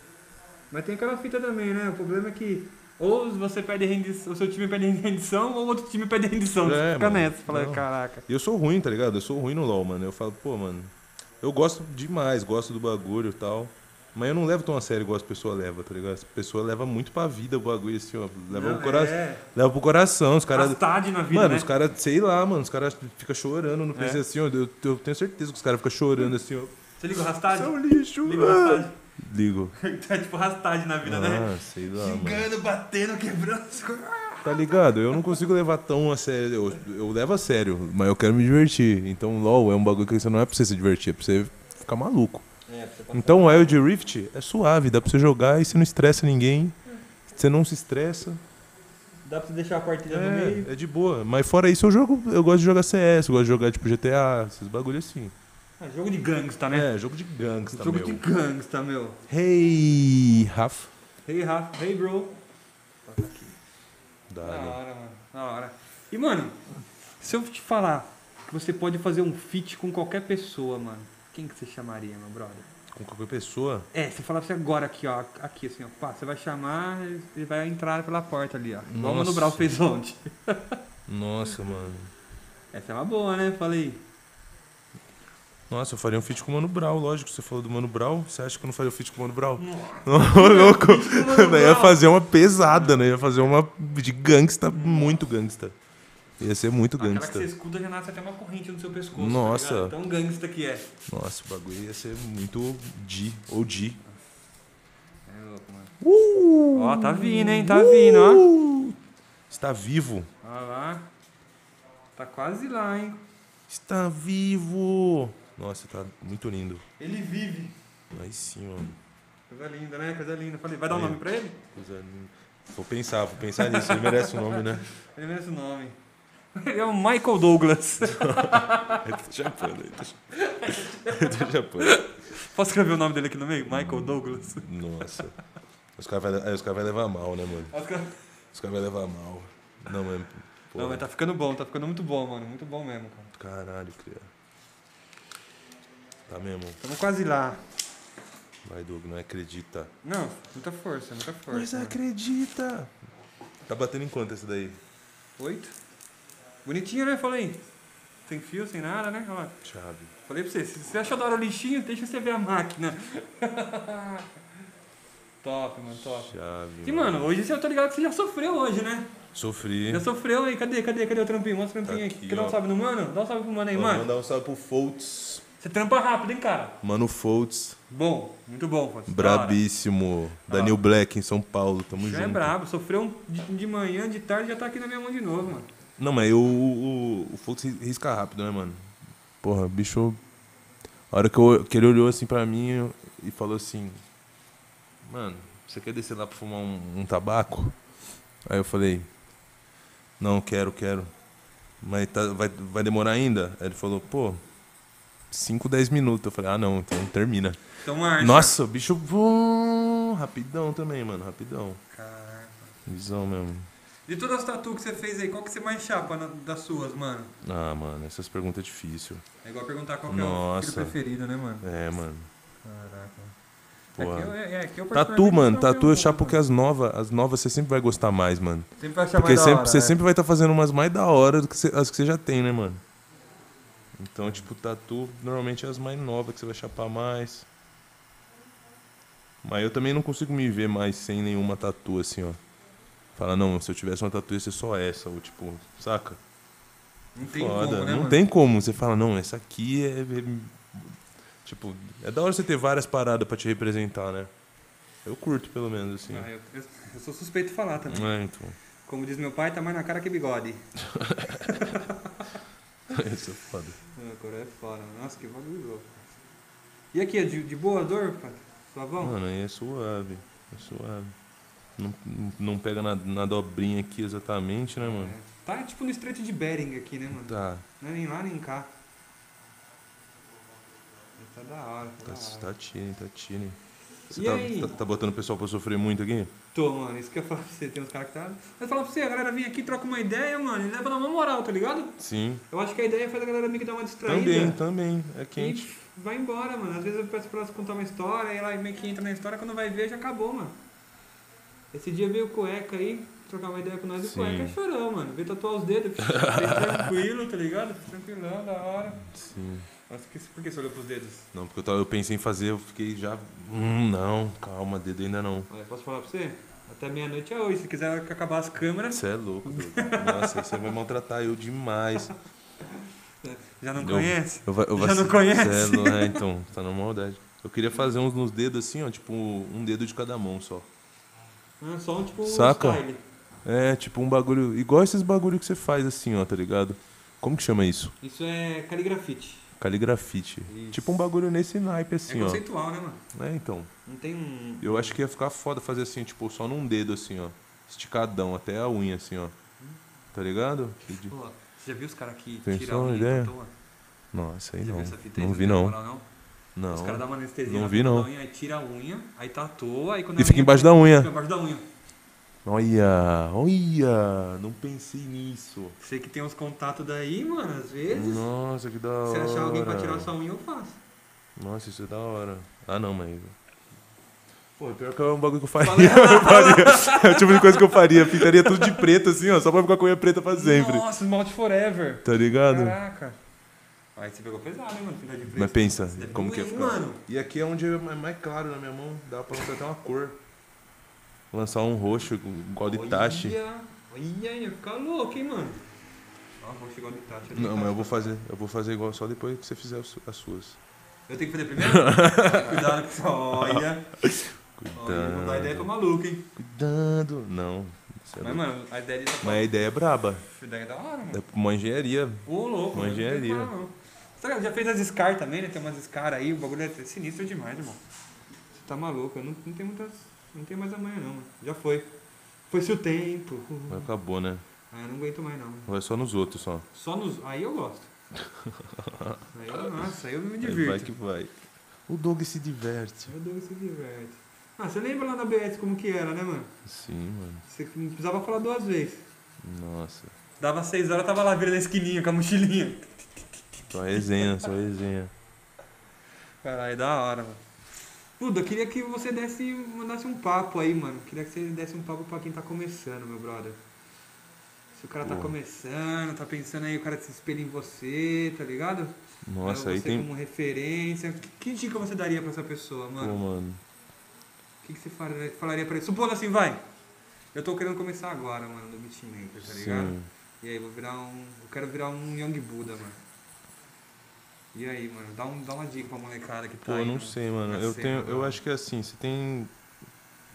Speaker 3: Mas tem aquela fita também, né? O problema é que.
Speaker 1: Ou você perde rendição, o seu time perde rendição, ou outro time perde rendição. Você
Speaker 2: É,
Speaker 1: fica
Speaker 2: mano.
Speaker 1: nessa, fala,
Speaker 2: Não.
Speaker 1: caraca.
Speaker 2: E eu sou ruim, tá ligado? Eu sou ruim no LoL, mano. Eu falo, pô, mano, eu gosto demais, gosto do bagulho e tal. Mas eu não levo tão a sério igual as pessoas levam, tá ligado? As pessoas levam muito pra vida o bagulho, assim, ó. Leva,
Speaker 3: Não,
Speaker 2: pro, cora...
Speaker 3: é.
Speaker 2: leva pro coração, os
Speaker 1: Cara,
Speaker 2: caras.
Speaker 1: na vida,
Speaker 2: Mano,
Speaker 1: né? É.
Speaker 2: os caras, sei lá, mano, os caras ficam chorando no PC, assim, ó. Eu, eu tenho certeza que os caras ficam chorando, assim, ó.
Speaker 1: Você liga o
Speaker 2: Isso é
Speaker 1: rastagem?
Speaker 2: um lixo,
Speaker 1: Liga o
Speaker 2: mano.
Speaker 1: rastagem.
Speaker 2: Ligo.
Speaker 1: tá tipo rastagem na vida, né?
Speaker 2: Ah, sei lá, mano.
Speaker 1: Xingando, batendo, quebrando. as coisas.
Speaker 2: Tá ligado? Eu não consigo levar tão a sério. Eu, eu levo a sério, mas eu quero me divertir. Então, LOL é um bagulho que você não é pra você se divertir, é pra você ficar maluco.
Speaker 1: É, um
Speaker 2: Então, o Wild Rift é suave, dá pra você jogar e você não estressa ninguém. Você não se estressa.
Speaker 1: Dá pra você deixar a partida no meio.
Speaker 2: É, é de boa. Mas fora isso, eu jogo. Eu gosto de jogar CS, eu gosto de jogar tipo GTA, esses bagulhos assim.
Speaker 1: Ah, jogo de gangsta, né?
Speaker 2: É, jogo de gangsta,
Speaker 1: jogo
Speaker 2: meu.
Speaker 1: de gangsta, meu.
Speaker 2: Hey, Rafa.
Speaker 1: Hey, Rafa. Hey, bro. Da
Speaker 2: Dá,
Speaker 1: hora, mano. Da hora. E, mano, se eu te falar que você pode fazer um feat com qualquer pessoa, mano, quem que você chamaria, meu brother?
Speaker 2: Com qualquer pessoa.
Speaker 1: É, se eu falar pra você agora aqui, ó, aqui assim, ó, pá, você vai chamar, ele vai entrar pela porta ali, ó. Igual o Mano
Speaker 2: Nossa.
Speaker 1: Brown fez ontem.
Speaker 2: Nossa, mano.
Speaker 1: Essa é uma boa, né? Falei.
Speaker 2: Nossa, eu faria um feat com o Mano Brown, lógico. Você falou do Mano Brown. Você acha que eu não faria um feat com o Mano Brown? Ô, louco. Daí ia fazer uma pesada, né? Ia fazer uma de gangsta, muito gangsta. Ia ser muito
Speaker 1: A cara que você
Speaker 2: gangsta.
Speaker 1: escuta já nasce até uma corrente no seu pescoço.
Speaker 2: Nossa.
Speaker 1: Tá ligado? Tão gangsta que é.
Speaker 2: Nossa, o bagulho ia ser muito D, ou D.
Speaker 3: É louco, mano.
Speaker 1: Ó, tá vindo, hein? Tá vindo, ó.
Speaker 2: Uh! Está vivo.
Speaker 1: Olha lá. Tá quase lá, hein?
Speaker 2: Está vivo. Nossa, tá muito lindo.
Speaker 1: Ele vive.
Speaker 2: Aí sim, mano.
Speaker 1: Coisa linda, né? Coisa linda. Falei, vai dar um
Speaker 2: É.
Speaker 1: nome pra ele?
Speaker 2: Coisa linda. Vou pensar, vou pensar nisso. Ele merece um nome, né?
Speaker 1: Ele merece o nome. Ele é o Michael Douglas.
Speaker 2: É do Japão, né? É do Japão.
Speaker 1: Posso escrever o nome dele aqui no meio? Michael Douglas.
Speaker 2: Nossa. Os caras vai, aí os cara vai levar mal, né, mano?
Speaker 1: Oscar-
Speaker 2: Os caras vai levar mal. Não, mas. Pô,
Speaker 1: Não, mas tá ficando bom, tá ficando muito bom, mano. Muito bom mesmo, cara.
Speaker 2: Caralho, cria. Tá mesmo.
Speaker 1: Tamo quase lá.
Speaker 2: Vai, Doug, não acredita.
Speaker 1: Não, muita força, muita
Speaker 2: Mas é
Speaker 1: força. mano.
Speaker 2: acredita! Tá batendo em quanto esse daí?
Speaker 1: Oito. Bonitinho, né? Falei. Sem fio, sem nada, né? Olha lá.
Speaker 2: Chave.
Speaker 1: Falei pra você, se você achou da hora o lixinho, deixa você ver a máquina. top, mano, top.
Speaker 2: Chave.
Speaker 1: E, mano, hoje você- eu tô ligado que você já sofreu hoje, né?
Speaker 2: Sofri.
Speaker 1: Já sofreu aí, cadê, cadê, cadê o trampinho? Mostra o trampinho
Speaker 2: Tá
Speaker 1: aí.
Speaker 2: aqui,
Speaker 1: Quer dar um
Speaker 2: ó.
Speaker 1: salve no mano? Dá um salve pro mano aí,
Speaker 2: Vamos
Speaker 1: mano.
Speaker 2: mandar um salve pro Foltz.
Speaker 1: Você trampa rápido, hein, cara?
Speaker 2: Mano Foltz,
Speaker 1: Bom, muito bom, Fábio.
Speaker 2: brabíssimo.
Speaker 1: Da hora.
Speaker 2: Daniel Black em São Paulo, tamo
Speaker 1: Já
Speaker 2: junto.
Speaker 1: é brabo, sofreu um de, de manhã, de tarde, já tá aqui na minha mão de novo, mano.
Speaker 2: Não, mas eu, o, o Fultz risca rápido, né, mano? Porra, bicho. A hora que, eu- que ele olhou assim pra mim eu- e falou assim: Mano, você quer descer lá pra fumar um, um tabaco? Aí eu falei: Não, quero, quero. Mas tá- vai, vai demorar ainda? Aí ele falou: Pô, 5, 10 minutos. Eu falei: Ah, não, então termina.
Speaker 1: Então, Marcio.
Speaker 2: Nossa, o bicho. Vum, rapidão também, mano, rapidão.
Speaker 1: Caraca.
Speaker 2: Visão mesmo.
Speaker 1: De todas as tatu que você fez aí, qual que você mais chapa na- das suas, mano?
Speaker 2: Ah, mano, essas perguntas é difícil.
Speaker 1: É igual perguntar qual que é o
Speaker 2: Nossa.
Speaker 1: filho preferido, né, mano?
Speaker 2: É, mano.
Speaker 1: Caraca.
Speaker 2: Porra.
Speaker 1: É que eu- é- é que eu
Speaker 2: Tatu,
Speaker 1: particularmente
Speaker 2: mano,
Speaker 1: não
Speaker 2: tatu eu
Speaker 1: pergunto,
Speaker 2: chapo que as novas, as novas você sempre vai gostar mais, mano.
Speaker 1: mano. Sempre vai achar
Speaker 2: Porque
Speaker 1: mais da
Speaker 2: sempre,
Speaker 1: hora,
Speaker 2: você
Speaker 1: é.
Speaker 2: sempre vai estar fazendo umas mais da hora do que cê- as que você já tem, né, mano? Então, tipo, tatu normalmente é as mais novas que você vai chapar mais. Mas eu também não consigo me ver mais sem nenhuma tatu, assim, ó. Falar, não, se eu tivesse uma tatu ia ser só essa, ou tipo, saca?
Speaker 1: Não tem
Speaker 2: Foda.
Speaker 1: como, né,
Speaker 2: não
Speaker 1: mano?
Speaker 2: tem como. Você fala, não, essa aqui é. é- Tipo, é da hora você ter várias paradas pra te representar, né? Eu curto, pelo menos, assim.
Speaker 1: Ah, eu, eu- eu sou suspeito de falar também.
Speaker 2: É, então.
Speaker 1: Como diz meu pai, tá mais na cara que bigode.
Speaker 2: Isso é foda.
Speaker 1: Meu coroa é fora. Nossa, que bagulho louco. E aqui, é de, de boa dor, pá? Suavão?
Speaker 2: Mano, aí é suave. É suave. Não, não pega na, na dobrinha aqui exatamente, né, mano?
Speaker 1: É. Tá tipo no estreito de Bering aqui, né, mano?
Speaker 2: Tá.
Speaker 1: Não é nem lá nem cá. Mas Tá da hora, tá,
Speaker 2: Tá,
Speaker 1: da hora.
Speaker 2: tá chilling, tá chilling. Você
Speaker 1: E
Speaker 2: tá,
Speaker 1: aí?
Speaker 2: tá, tá botando o pessoal pra sofrer muito aqui?
Speaker 1: Tô, mano, isso que eu falo pra você. Tem uns caras que tá. Mas falar pra você, a galera vem aqui, troca uma ideia, mano, e leva na mão moral, tá ligado?
Speaker 2: Sim.
Speaker 1: Eu acho que a ideia faz a galera meio que dar uma distraída.
Speaker 2: Também, também. É quente.
Speaker 1: E vai embora, mano. Às vezes eu peço pra elas contar uma história, e ela meio que entra na história, quando vai ver já acabou, mano. Esse dia veio o cueca aí, trocar uma ideia com nós, e o
Speaker 2: Sim.
Speaker 1: cueca chorou, mano. Veio tatuar os dedos, bem tranquilo, tá ligado? Tranquilão, da hora.
Speaker 2: Sim.
Speaker 1: Mas que- por que você olhou pros dedos?
Speaker 2: Não, porque eu, tava, eu pensei em fazer, eu fiquei já. Hum, não, calma, dedo ainda não.
Speaker 1: Olha, posso falar pra você? Até meia-noite é hoje. Se quiser que acabar as câmeras,
Speaker 2: Você é louco, Doug. Nossa, você vai maltratar eu demais.
Speaker 1: já não
Speaker 2: Eu-
Speaker 1: conhece?
Speaker 2: Eu, va- eu
Speaker 1: Já
Speaker 2: vaci-
Speaker 1: não conhece?
Speaker 2: Cê é lou- é, então, tá na maldade. Eu queria fazer uns nos dedos assim, ó, tipo um dedo de cada mão só.
Speaker 1: Ah, só um tipo
Speaker 2: Saca?
Speaker 1: um style.
Speaker 2: É, tipo um bagulho. Igual esses bagulho que você faz assim, ó, tá ligado? Como que chama isso?
Speaker 1: Isso é caligrafite.
Speaker 2: Caligrafite.
Speaker 1: Isso.
Speaker 2: Tipo um bagulho nesse naipe
Speaker 1: é
Speaker 2: assim, ó.
Speaker 1: conceitual, né, mano?
Speaker 2: É, então.
Speaker 1: Não tem um.
Speaker 2: Eu acho que ia ficar foda fazer assim, tipo, só num dedo assim, ó. Esticadão, até a unha assim, ó. Tá
Speaker 1: Hum.
Speaker 2: ligado? Que de-
Speaker 1: Pô, você já viu os caras que
Speaker 2: Pensou
Speaker 1: tiram a
Speaker 2: na
Speaker 1: unha Tá
Speaker 2: ideia?
Speaker 1: e tatuam?
Speaker 2: Nossa, aí
Speaker 1: Já
Speaker 2: não.
Speaker 1: viu essa fita aí?
Speaker 2: Não
Speaker 1: Você
Speaker 2: vi
Speaker 1: tem
Speaker 2: não.
Speaker 1: moral, não?
Speaker 2: Não.
Speaker 1: né? Os caras dão uma anestesia
Speaker 2: Não
Speaker 1: na
Speaker 2: vi,
Speaker 1: ponta
Speaker 2: não.
Speaker 1: da unha, aí tira a unha, aí tatua, aí quando
Speaker 2: E
Speaker 1: a
Speaker 2: fica
Speaker 1: unha-
Speaker 2: embaixo da
Speaker 1: Fica
Speaker 2: unha.
Speaker 1: embaixo da unha.
Speaker 2: Olha, olha. Não pensei nisso.
Speaker 1: Você que tem uns contatos daí, mano, às vezes.
Speaker 2: Nossa, que da hora.
Speaker 1: Se achar alguém pra tirar sua unha, eu faço.
Speaker 2: Nossa, isso é da hora. Ah, não, mas... Pô, pior que é um bagulho que eu faria.
Speaker 1: Fala-
Speaker 2: Eu faria. É o tipo de coisa que eu faria. Pintaria tudo de preto, assim, ó. Só pra ficar com a unha preta pra sempre.
Speaker 1: Nossa, esmalte forever.
Speaker 2: Tá ligado?
Speaker 1: Caraca. Aí você pegou pesado, hein, mano? Pintar de preto.
Speaker 2: Mas pensa,
Speaker 1: Você deve um
Speaker 2: como que ia
Speaker 1: doer,
Speaker 2: ficar.
Speaker 1: Mano,
Speaker 2: E aqui é onde é mais claro na minha mão, dá pra lançar até uma cor. Lançar um roxo, igual de Tachi.
Speaker 1: Olha, olha, ia ficar louco, hein, mano? Ó, vou chegar de taxa.
Speaker 2: Não, mas eu vou fazer, eu vou fazer igual só depois que você fizer as su- as suas.
Speaker 1: Eu tenho que fazer primeiro? Cuidado com essa olha.
Speaker 2: Tá.
Speaker 1: Olha, vou dar ideia pra
Speaker 2: Cuidado.
Speaker 1: maluco, hein?
Speaker 2: Cuidado. Não. isso é
Speaker 1: Mas,
Speaker 2: louco.
Speaker 1: mano, a ideia de tá-
Speaker 2: Mas a ideia é braba.
Speaker 1: ideia é da hora, mano.
Speaker 2: É uma engenharia.
Speaker 1: Ô, louco.
Speaker 2: Uma
Speaker 1: mano, não tem
Speaker 2: engenharia.
Speaker 1: como não. Você já fez as Scar também, né? Tem umas Scar aí, o bagulho é sinistro demais, irmão. Você tá maluco, eu não, não tenho muitas. Não tenho mais amanhã, não, mano. Já foi. Foi-se o tempo.
Speaker 2: Mas acabou, né?
Speaker 1: Ah, eu não aguento mais, não.
Speaker 2: Vai só nos outros só.
Speaker 1: Só nos. Aí eu gosto. Aí eu, nossa, aí eu me
Speaker 2: Aí
Speaker 1: divirto.
Speaker 2: vai que vai. O Doug se diverte.
Speaker 1: Meu Deus, se diverte. Ah, você lembra lá na BS como que era, né, mano?
Speaker 2: Sim, mano.
Speaker 1: Você não precisava falar duas vezes.
Speaker 2: Nossa.
Speaker 1: Dava seis horas, tava lá virando a esquininha com a mochilinha.
Speaker 2: Só resenha, só resenha.
Speaker 1: Caralho, da hora, mano. Duda, eu queria que você desse, mandasse um papo aí, mano. Queria que você desse um papo pra quem tá começando, meu brother. Se o cara tá
Speaker 2: Porra.
Speaker 1: começando, tá pensando aí, o cara se espelha em você, tá ligado?
Speaker 2: Nossa,
Speaker 1: Aí
Speaker 2: aí
Speaker 1: você
Speaker 2: tem.
Speaker 1: como referência. Que, que dica você daria pra essa pessoa,
Speaker 2: Pô,
Speaker 1: mano?
Speaker 2: mano.
Speaker 1: O que, que você falaria, falaria pra ele? Supondo assim, vai. Eu tô querendo começar agora, mano, no beatmaker, tá ligado?
Speaker 2: Sim.
Speaker 1: E aí, vou virar um. Eu quero virar um Young Buda, mano. E aí, mano, dá, um, dá uma dica pra molecada que tá
Speaker 2: Pô,
Speaker 1: aí.
Speaker 2: eu não
Speaker 1: mano.
Speaker 2: sei, mano.
Speaker 1: Tá
Speaker 2: Eu
Speaker 1: certo,
Speaker 2: tenho, eu
Speaker 1: mano.
Speaker 2: acho que é assim, você tem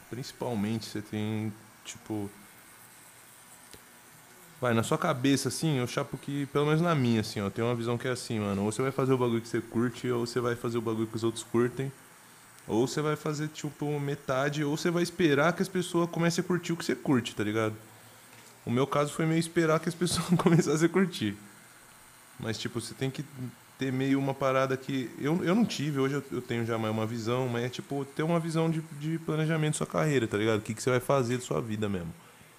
Speaker 2: principalmente você tem tipo vai na sua cabeça assim, eu chapo que pelo menos na minha assim, ó, tem uma visão que é assim, mano, ou você vai fazer o bagulho que você curte ou você vai fazer o bagulho que os outros curtem. Ou você vai fazer tipo metade, ou você vai esperar que as pessoas comecem a curtir o que você curte, tá ligado? O meu caso foi meio esperar que as pessoas começassem a curtir. Mas, tipo, você tem que ter meio uma parada que eu, eu não tive, hoje eu, eu tenho já mais uma visão, mas é tipo ter uma visão de, de planejamento da sua carreira, tá ligado? O que, que você vai fazer da sua vida mesmo.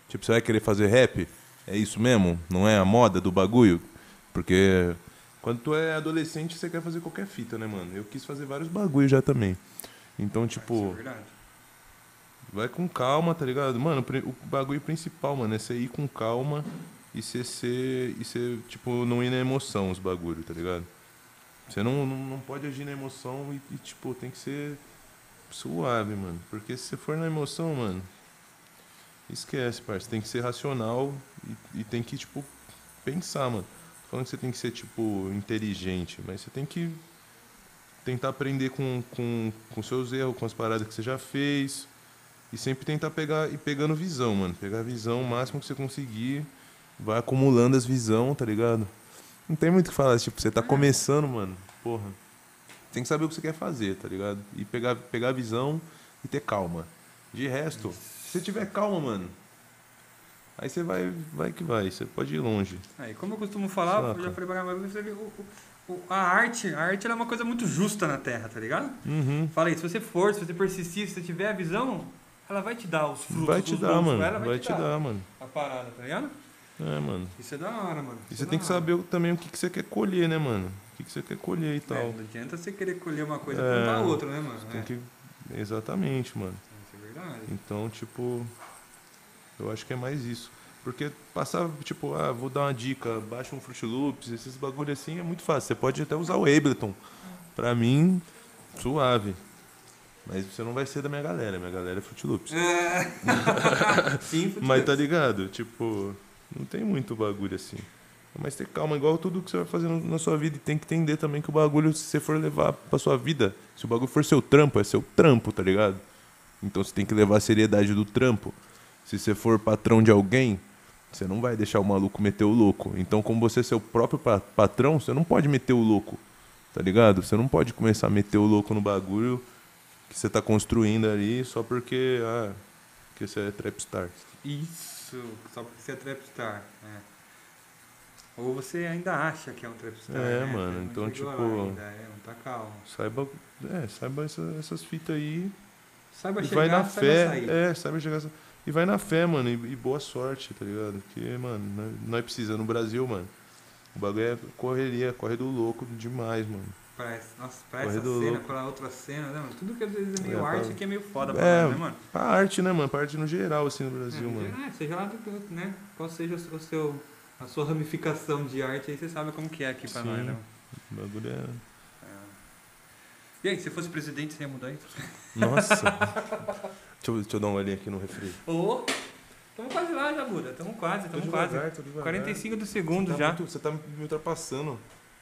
Speaker 2: Tipo, você vai querer fazer rap? É isso mesmo? Não é a moda do bagulho? Porque quando tu é adolescente, você quer fazer qualquer fita, né, mano? Eu quis fazer vários bagulhos já também. Então,
Speaker 1: Isso é
Speaker 2: tipo,
Speaker 1: verdade.
Speaker 2: vai com calma, tá ligado? Mano, o pri- o bagulho principal, mano, é você ir com calma e você ser. E você, tipo, não ir na emoção os bagulhos, tá ligado? Você não, não, não pode agir na emoção e, e, tipo, tem que ser suave, mano. Porque se você for na emoção, mano, esquece, parça. Tem que ser racional e, e tem que, tipo, pensar, mano. Tô falando que você tem que ser, tipo, inteligente, mas você tem que tentar aprender com, com, com seus erros, com as paradas que você já fez. E sempre tentar pegar e pegando visão, mano. Pegar a visão o máximo que você conseguir. Vai acumulando as visão, tá ligado? Não tem muito o que falar, tipo, você tá começando, mano. Porra. Tem que saber o que você quer fazer, tá ligado? E pegar, pegar a visão e ter calma. De resto, se você tiver calma, mano. Aí você vai, vai que vai, você pode ir longe.
Speaker 1: Aí, como eu costumo falar, eu já
Speaker 2: Saca.
Speaker 1: falei pra caramba, mas você- o- o- o- a arte, a arte ela é uma coisa muito justa na Terra, tá ligado?
Speaker 2: Uhum.
Speaker 1: Falei, se você for, se você persistir, se você tiver a visão, ela vai te dar os frutos.
Speaker 2: Vai te
Speaker 1: os
Speaker 2: dar,
Speaker 1: bons,
Speaker 2: mano.
Speaker 1: Ela
Speaker 2: Vai, te dar. mano.
Speaker 1: A parada, tá ligado?
Speaker 2: É, mano.
Speaker 1: Isso é da hora, mano.
Speaker 2: E
Speaker 1: Isso
Speaker 2: você
Speaker 1: é
Speaker 2: tem
Speaker 1: da
Speaker 2: que
Speaker 1: hora.
Speaker 2: saber o- também o que, que você quer colher, né, mano? O que, que você quer colher e
Speaker 1: É,
Speaker 2: tal.
Speaker 1: não adianta você querer colher uma coisa
Speaker 2: É,
Speaker 1: e plantar outra, né, mano?
Speaker 2: Tem
Speaker 1: É.
Speaker 2: que. Exatamente, mano.
Speaker 1: Isso é verdade.
Speaker 2: Então, tipo, eu acho que é mais isso. Porque passar, tipo, ah, vou dar uma dica, baixa um Fruit Loops, esses bagulho assim é muito fácil. Você pode até usar o Ableton. Pra mim, suave. Mas você não vai ser da minha galera, minha galera é Fruit Loops.
Speaker 1: É. Sim, futebol.
Speaker 2: Mas tá ligado? Tipo, não tem muito bagulho assim. Mas ter calma, igual tudo que você vai fazer no- na sua vida. E tem que entender também que o bagulho, se você for levar pra sua vida, se o bagulho for seu trampo, é seu trampo, tá ligado? Então você tem que levar a seriedade do trampo. Se você for patrão de alguém, você não vai deixar o maluco meter o louco. Então, como você é seu próprio pa- patrão, você não pode meter o louco, tá ligado? Você não pode começar a meter o louco no bagulho que você tá construindo ali só porque, ah, porque você é trapstar.
Speaker 1: Isso, só porque você é trapstar. É. Ou você ainda acha que é um trapstar.
Speaker 2: É,
Speaker 1: né?
Speaker 2: mano,
Speaker 1: Não
Speaker 2: então,
Speaker 1: chegou lá
Speaker 2: tipo-
Speaker 1: ainda, é, não tá calmo.
Speaker 2: Saiba, é, saiba essa- essas fitas aí.
Speaker 1: Saiba
Speaker 2: E
Speaker 1: chegar,
Speaker 2: vai na
Speaker 1: saiba sair.
Speaker 2: fé. É, saiba chegar. E vai na fé, mano. E, e boa sorte, tá ligado? Porque, mano, nós, nós precisa no Brasil, mano. O bagulho é correria, corre do louco demais, mano.
Speaker 1: Pra, essa- nossa, pra essa
Speaker 2: Corre do
Speaker 1: cena,
Speaker 2: louco.
Speaker 1: pra outra cena, né, mano? Tudo que às vezes é meio
Speaker 2: É, pra-
Speaker 1: arte que é meio foda pra
Speaker 2: É,
Speaker 1: nós, né, mano?
Speaker 2: A arte, né, mano? A arte no geral, assim, no Brasil,
Speaker 1: É,
Speaker 2: mano.
Speaker 1: é, seja lá do que, né? Qual seja o seu- a sua ramificação de arte aí, você sabe como que é aqui pra
Speaker 2: Sim.
Speaker 1: nós, né? mano?
Speaker 2: O bagulho é.
Speaker 1: E aí, se fosse presidente, você ia mudar isso?
Speaker 2: Nossa! deixa, eu, deixa eu dar uma olhinha aqui no refri.
Speaker 1: Ô, estamos quase lá já, Buda. Estamos quase,
Speaker 2: Tô
Speaker 1: estamos
Speaker 2: devagar,
Speaker 1: quase.
Speaker 2: tô devagar.
Speaker 1: 45 do
Speaker 2: Você
Speaker 1: segundo
Speaker 2: né? tá
Speaker 1: já.
Speaker 2: muito- você tá me ultrapassando.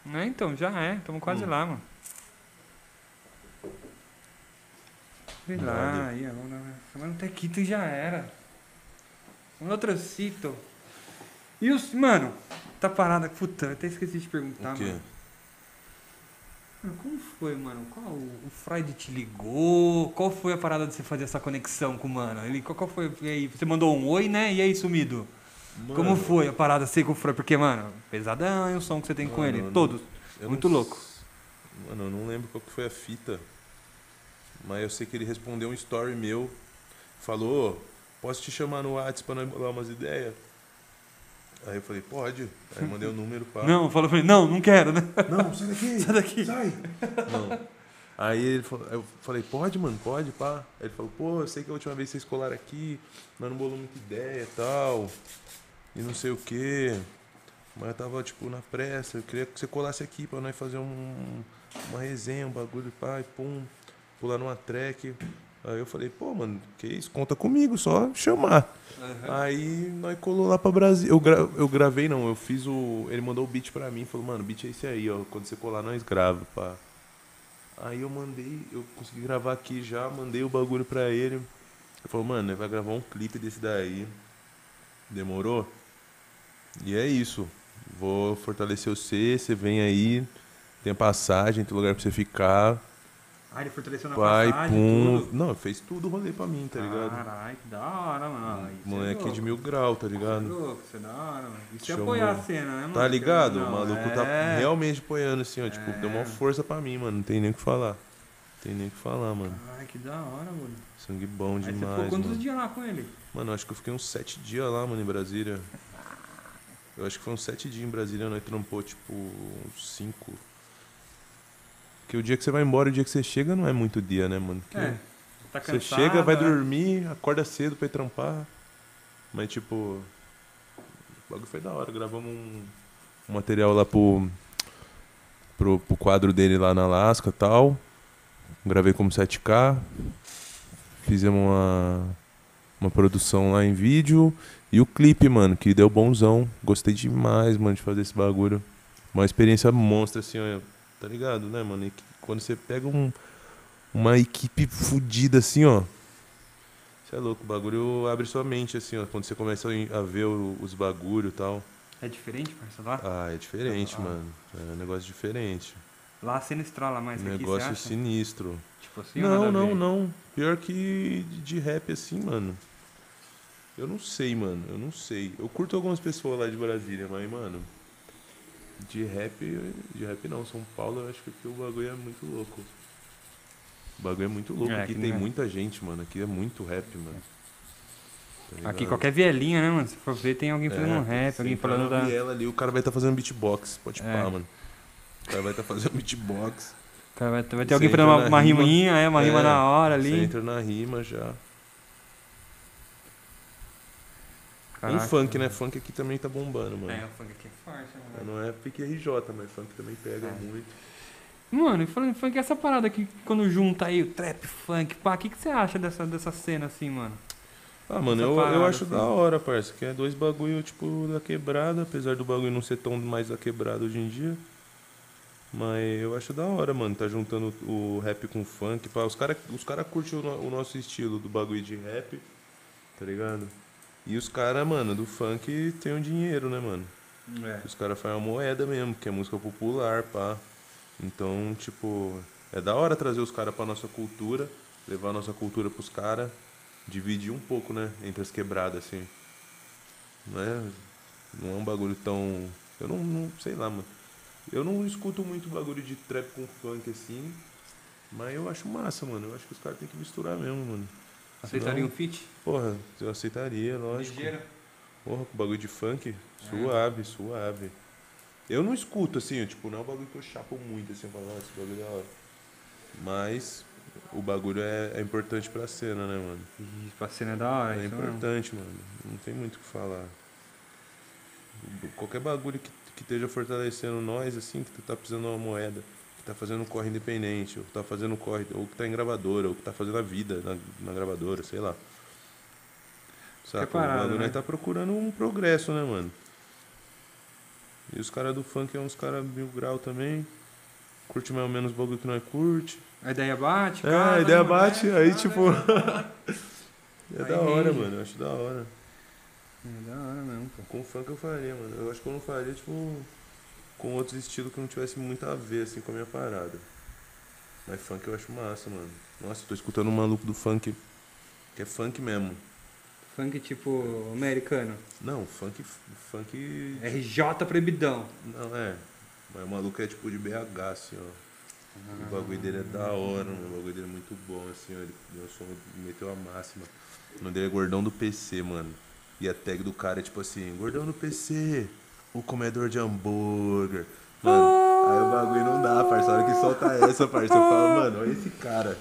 Speaker 1: Né, então, já é. Estamos quase
Speaker 2: Hum.
Speaker 1: lá, mano. Sei lá,
Speaker 2: Vale.
Speaker 1: aí, ó. vamos lá. Semana até quinto um já era. Um outro cito. E os. Mano, tá parada. Puta, eu até esqueci de perguntar,
Speaker 2: o quê?
Speaker 1: mano. Mano, Como foi, mano? Qual o Freud te ligou? Qual foi a parada de você fazer essa conexão com o mano? Ele, qual, qual foi? E aí, você mandou um oi, né? E aí, sumido? Como
Speaker 2: Mano,
Speaker 1: foi a parada sei com o Freud? Porque, mano, pesadão e o som que você tem com
Speaker 2: Mano,
Speaker 1: ele.
Speaker 2: não-
Speaker 1: Todos.
Speaker 2: eu
Speaker 1: muito
Speaker 2: não-
Speaker 1: louco.
Speaker 2: Mano, eu não lembro qual que foi a fita. Mas eu sei que ele respondeu um story meu. Falou, "Ô, posso te chamar no WhatsApp pra nós bolar umas ideias? Aí eu falei, pode. Aí eu mandei o número pra.
Speaker 1: Não, falou pra ele, não, não quero, né?
Speaker 2: Não, sai daqui!
Speaker 1: Sai daqui.
Speaker 2: Sai! Não. Aí ele falou, eu falei, pode, mano, pode, pá. Aí ele falou, pô, eu sei que a última vez vocês colaram aqui, nós não bolou muita ideia e tal. E não sei o quê. Mas eu tava, tipo, na pressa, eu queria que você colasse aqui pra nós fazer um, uma resenha, um bagulho, pá, e pum, pular numa track. Aí eu falei, pô, mano, que isso? Conta comigo, só chamar. Aí nós colou lá pra Brasil. Eu, gra- eu gravei, não, eu fiz o. Ele mandou o beat pra mim, falou, mano, o beat é esse aí, ó. Quando você colar, nós grava, pá. Aí eu mandei, eu consegui gravar aqui já, mandei o bagulho pra ele. Ele falou, mano, ele vai gravar um clipe desse daí. Demorou? E é isso. Vou fortalecer você, você vem aí, tem passagem, tem lugar pra você ficar.
Speaker 1: Ah, ele fortaleceu na
Speaker 2: Pai,
Speaker 1: passagem,
Speaker 2: pum.
Speaker 1: tudo.
Speaker 2: Não, fez tudo o rolê pra mim, tá ligado?
Speaker 1: Caralho, que da hora, mano. Isso é
Speaker 2: Moleque
Speaker 1: louco.
Speaker 2: de mil grau, tá ligado?
Speaker 1: Isso é louco, isso é da hora, mano. Isso é
Speaker 2: Chamou.
Speaker 1: apoiar a cena, né, mano?
Speaker 2: Tá ligado?
Speaker 1: Não,
Speaker 2: o maluco
Speaker 1: é.
Speaker 2: tá realmente apoiando, assim, ó. Tipo,
Speaker 1: É.
Speaker 2: deu uma força pra mim, mano. Não tem nem o que falar. Não tem nem o que falar, mano.
Speaker 1: Ai, que da hora, mano.
Speaker 2: Sangue bom
Speaker 1: Aí
Speaker 2: demais,
Speaker 1: você ficou quantos
Speaker 2: mano.
Speaker 1: dias lá com ele?
Speaker 2: Mano, eu acho que eu fiquei uns sete dias lá, mano, em Brasília. Eu acho que foi uns sete dias em Brasília, nós trampou, tipo, uns cinco. Porque o dia que você vai embora e o dia que você chega não é muito dia, né, mano? Porque
Speaker 1: É. Tá
Speaker 2: você
Speaker 1: cansado,
Speaker 2: chega, vai
Speaker 1: né?
Speaker 2: dormir, acorda cedo pra ir trampar. Mas, tipo, o bagulho foi da hora. Gravamos um, um material lá pro, pro, pro quadro dele lá na Alaska e tal. Gravei como 7K. Fizemos uma, uma produção lá em vídeo. E o clipe, mano, que deu bonzão. Gostei demais, mano, de fazer esse bagulho. Uma experiência monstra, assim, ó. Tá ligado, né, mano? E que- quando você pega um, uma equipe fodida, assim, ó. Você é louco, o bagulho abre sua mente, assim, ó. Quando você começa a ver o- os bagulho e tal.
Speaker 1: É diferente, parceiro, lá?
Speaker 2: Ah, é diferente,
Speaker 1: Ah.
Speaker 2: mano. É um negócio diferente.
Speaker 1: Lá a cena estrala mais
Speaker 2: Um
Speaker 1: que aqui, você
Speaker 2: negócio
Speaker 1: acha?
Speaker 2: sinistro.
Speaker 1: Tipo assim, ou nada
Speaker 2: Não,
Speaker 1: a
Speaker 2: não,
Speaker 1: ver?
Speaker 2: não. Pior que de- de rap assim, mano. Eu não sei, mano. Eu não sei. Eu curto algumas pessoas lá de Brasília, mas, mano. De rap. De rap não. São Paulo eu acho que aqui o bagulho é muito louco. O bagulho é muito louco.
Speaker 1: É,
Speaker 2: aqui
Speaker 1: aqui
Speaker 2: tem
Speaker 1: não é.
Speaker 2: muita gente, mano. Aqui é muito rap, mano. Tá
Speaker 1: É. Aqui
Speaker 2: ligado?
Speaker 1: qualquer vielinha, né, mano? Se for ver, tem alguém fazendo
Speaker 2: É,
Speaker 1: um rap,
Speaker 2: você
Speaker 1: alguém
Speaker 2: entrar
Speaker 1: falando
Speaker 2: na
Speaker 1: da...
Speaker 2: viela ali, o cara vai estar fazendo beatbox. Pode
Speaker 1: É.
Speaker 2: pá, mano. O cara vai estar fazendo beatbox.
Speaker 1: Cara, vai, vai ter
Speaker 2: Você
Speaker 1: alguém
Speaker 2: entra
Speaker 1: fazendo uma,
Speaker 2: na
Speaker 1: uma
Speaker 2: rima.
Speaker 1: riminha, é, uma rima
Speaker 2: É,
Speaker 1: na hora
Speaker 2: Você
Speaker 1: ali.
Speaker 2: entra na rima já. Um
Speaker 1: Caraca.
Speaker 2: funk, né? Funk aqui também tá bombando, mano.
Speaker 1: É, o funk aqui é forte, né, mano?
Speaker 2: Não é pique RJ, mas funk também pega
Speaker 1: É.
Speaker 2: muito.
Speaker 1: Mano, e falando em funk, essa parada aqui, quando junta aí o trap, funk, pá, o que, que você acha dessa, dessa cena assim, mano?
Speaker 2: Ah, mano,
Speaker 1: Essa
Speaker 2: eu, eu
Speaker 1: parada,
Speaker 2: acho
Speaker 1: assim.
Speaker 2: da hora, parça. Que é dois bagulho, tipo, da quebrada, apesar do bagulho não ser tão mais da quebrada hoje em dia. Mas eu acho da hora, mano, tá juntando o rap com o funk. Pá. Os caras os cara curtem o, no- o nosso estilo do bagulho de rap, tá ligado? E os caras, mano, do funk tem um dinheiro, né, mano?
Speaker 1: É.
Speaker 2: Os caras fazem uma moeda mesmo, que é música popular, pá. Então, tipo, é da hora trazer os caras pra nossa cultura, levar a nossa cultura pros caras, dividir um pouco, né? Entre as quebradas, assim. Não é, não é um bagulho tão. Eu não, não sei lá, mano. Eu não escuto muito bagulho de trap com funk assim, mas eu acho massa, mano. Eu acho que os caras têm que misturar mesmo, mano.
Speaker 1: Aceitaria um
Speaker 2: Não.
Speaker 1: feat?
Speaker 2: Porra, eu aceitaria, lógico.
Speaker 1: Ligeira?
Speaker 2: Porra, com bagulho de funk, suave, suave. Eu não escuto, assim, eu, tipo, não é um bagulho que eu chapo muito, assim, eu falo, "Nossa, esse bagulho é da hora. Mas o bagulho é, é importante pra cena, né, mano?
Speaker 1: Ih, pra cena é da hora,
Speaker 2: é
Speaker 1: isso mesmo.
Speaker 2: importante, mano. Não tem muito o que falar. Qualquer bagulho que, que esteja fortalecendo nós, assim, que tá precisando de uma moeda, que tá fazendo um corre independente, ou que tá fazendo um corre, ou que tá em gravadora, ou que tá fazendo a vida na, na gravadora, sei lá. Saca?
Speaker 3: parada,
Speaker 2: o bagulho
Speaker 3: né?
Speaker 2: né? tá procurando um progresso, né, mano? E os caras do funk é uns caras mil grau também. Curte mais ou menos o bagulho que nós curte.
Speaker 3: A ideia bate,
Speaker 2: É,
Speaker 3: cara,
Speaker 2: a ideia
Speaker 3: né,
Speaker 2: bate,
Speaker 3: cara,
Speaker 2: aí
Speaker 3: cara,
Speaker 2: tipo. é
Speaker 3: Aí
Speaker 2: da hora,
Speaker 3: rende.
Speaker 2: mano. Eu acho da hora.
Speaker 3: É da hora mesmo, pô.
Speaker 2: Com funk eu faria, mano. Eu acho que eu não faria, tipo, com outros estilos que não tivesse muito a ver, assim, com a minha parada. Mas funk eu acho massa, mano. Nossa, eu tô escutando um maluco do funk. Que é funk mesmo.
Speaker 3: Funk tipo americano.
Speaker 2: Não, funk. Funk.
Speaker 1: tá
Speaker 3: RJ Proibidão.
Speaker 2: Não, é. Mas o maluco é tipo de BH, assim, ó. O bagulho dele é da hora, mano. O bagulho dele é muito bom, assim, ó. Ele lançou, meteu a máxima. O nome dele é Gordão do PC, mano. E a tag do cara é tipo assim, Gordão do PC, o comedor de hambúrguer. Mano, aí o bagulho não dá, parça. A hora que solta essa, parça, eu falo, mano, olha esse cara.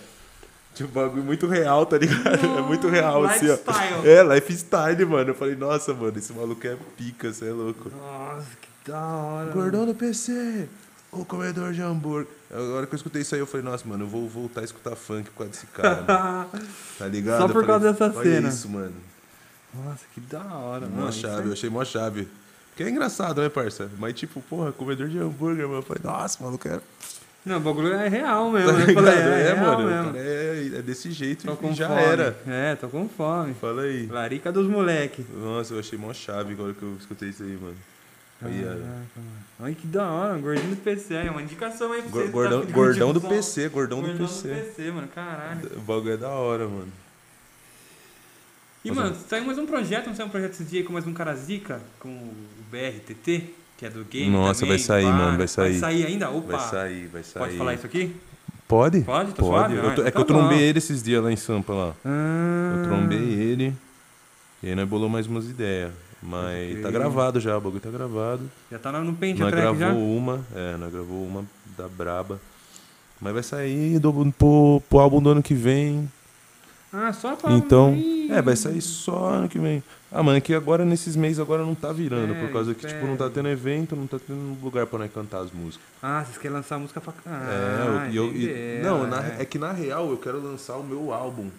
Speaker 2: Tipo, bagulho muito real, tá ligado? é muito real, assim, ó.
Speaker 3: lifestyle.
Speaker 2: É, lifestyle, mano. Eu falei, nossa, mano, esse maluco é pica, você é louco.
Speaker 3: Nossa, que da hora.
Speaker 2: Gordão do PC, o comedor de hambúrguer. A hora que eu escutei isso aí, eu falei, nossa, mano, eu vou voltar a escutar funk por causa desse cara, mano. tá ligado?
Speaker 3: Só por
Speaker 2: Eu falei,
Speaker 3: causa dessa
Speaker 2: Olha
Speaker 3: cena."
Speaker 2: isso, mano.
Speaker 3: Nossa, que da hora,
Speaker 2: Mó
Speaker 3: mano.
Speaker 2: chave, eu achei mó chave. Porque é engraçado, né, parça? Mas tipo, porra, comedor de hambúrguer, mano. Eu falei, nossa, maluco, é...
Speaker 3: Não, o bagulho é real
Speaker 2: Tá
Speaker 3: mesmo. né? Eu
Speaker 2: ligado?
Speaker 3: falei, é, real
Speaker 2: mano,
Speaker 3: mesmo.
Speaker 2: cara, é, é desse jeito
Speaker 3: Tô
Speaker 2: e
Speaker 3: com
Speaker 2: já
Speaker 3: fome.
Speaker 2: era.
Speaker 3: É, tô com fome.
Speaker 2: Fala aí.
Speaker 3: Larica dos moleque.
Speaker 2: Nossa, eu achei mó chave agora que eu escutei isso aí, mano. Aí, ó.
Speaker 3: Caraca, Ah, mano. Olha que da hora, gordinho do PC. É uma indicação aí
Speaker 2: Gor-
Speaker 3: pra vocês. que tá
Speaker 2: Gordão,
Speaker 3: afim de
Speaker 2: gordão do
Speaker 3: curtir um som.
Speaker 2: PC, gordão do
Speaker 3: Gordão do né?
Speaker 2: PC.
Speaker 3: PC, mano, caralho.
Speaker 2: O bagulho é da hora, mano.
Speaker 3: E, mano, saiu mais um projeto, não saiu um projeto esse dia aí com mais um cara zica, com o BRTT, que é do game
Speaker 2: Nossa,
Speaker 3: também,
Speaker 2: vai sair,
Speaker 3: pá.
Speaker 2: mano, vai sair.
Speaker 3: Vai sair ainda? Opa.
Speaker 2: Vai sair, vai sair.
Speaker 3: Pode falar isso aqui?
Speaker 2: Pode?
Speaker 3: Pode? Tá
Speaker 2: Pode.
Speaker 3: suave?
Speaker 2: Eu tô-
Speaker 3: Ah,
Speaker 2: é que eu
Speaker 3: então tá Hum.
Speaker 2: trombei
Speaker 3: bom.
Speaker 2: ele esses dias lá em Sampa lá.
Speaker 3: Ah.
Speaker 2: Eu trombei ele. E aí nós bolou mais umas ideias. Mas
Speaker 3: Pode crer.
Speaker 2: tá gravado já, o bagulho tá gravado.
Speaker 3: Já tá no pente a
Speaker 2: Nós gravou
Speaker 3: track já?
Speaker 2: uma, é, nós gravou uma da Braba. Mas vai sair do, pro, pro álbum do ano que vem.
Speaker 3: Ah, só pra...
Speaker 2: Então,
Speaker 3: Ih.
Speaker 2: é, vai sair só ano que vem. Ah, mano, é que agora nesses meses agora não tá virando,
Speaker 3: É,
Speaker 2: por causa que, tipo, não tá
Speaker 3: espera.
Speaker 2: tendo evento, não tá tendo lugar pra nós cantar as músicas.
Speaker 3: Ah, vocês querem lançar música pra...
Speaker 2: É,
Speaker 3: Ah,
Speaker 2: eu, e eu, e-
Speaker 3: entenderam,
Speaker 2: não, na- é que na real eu quero lançar o meu álbum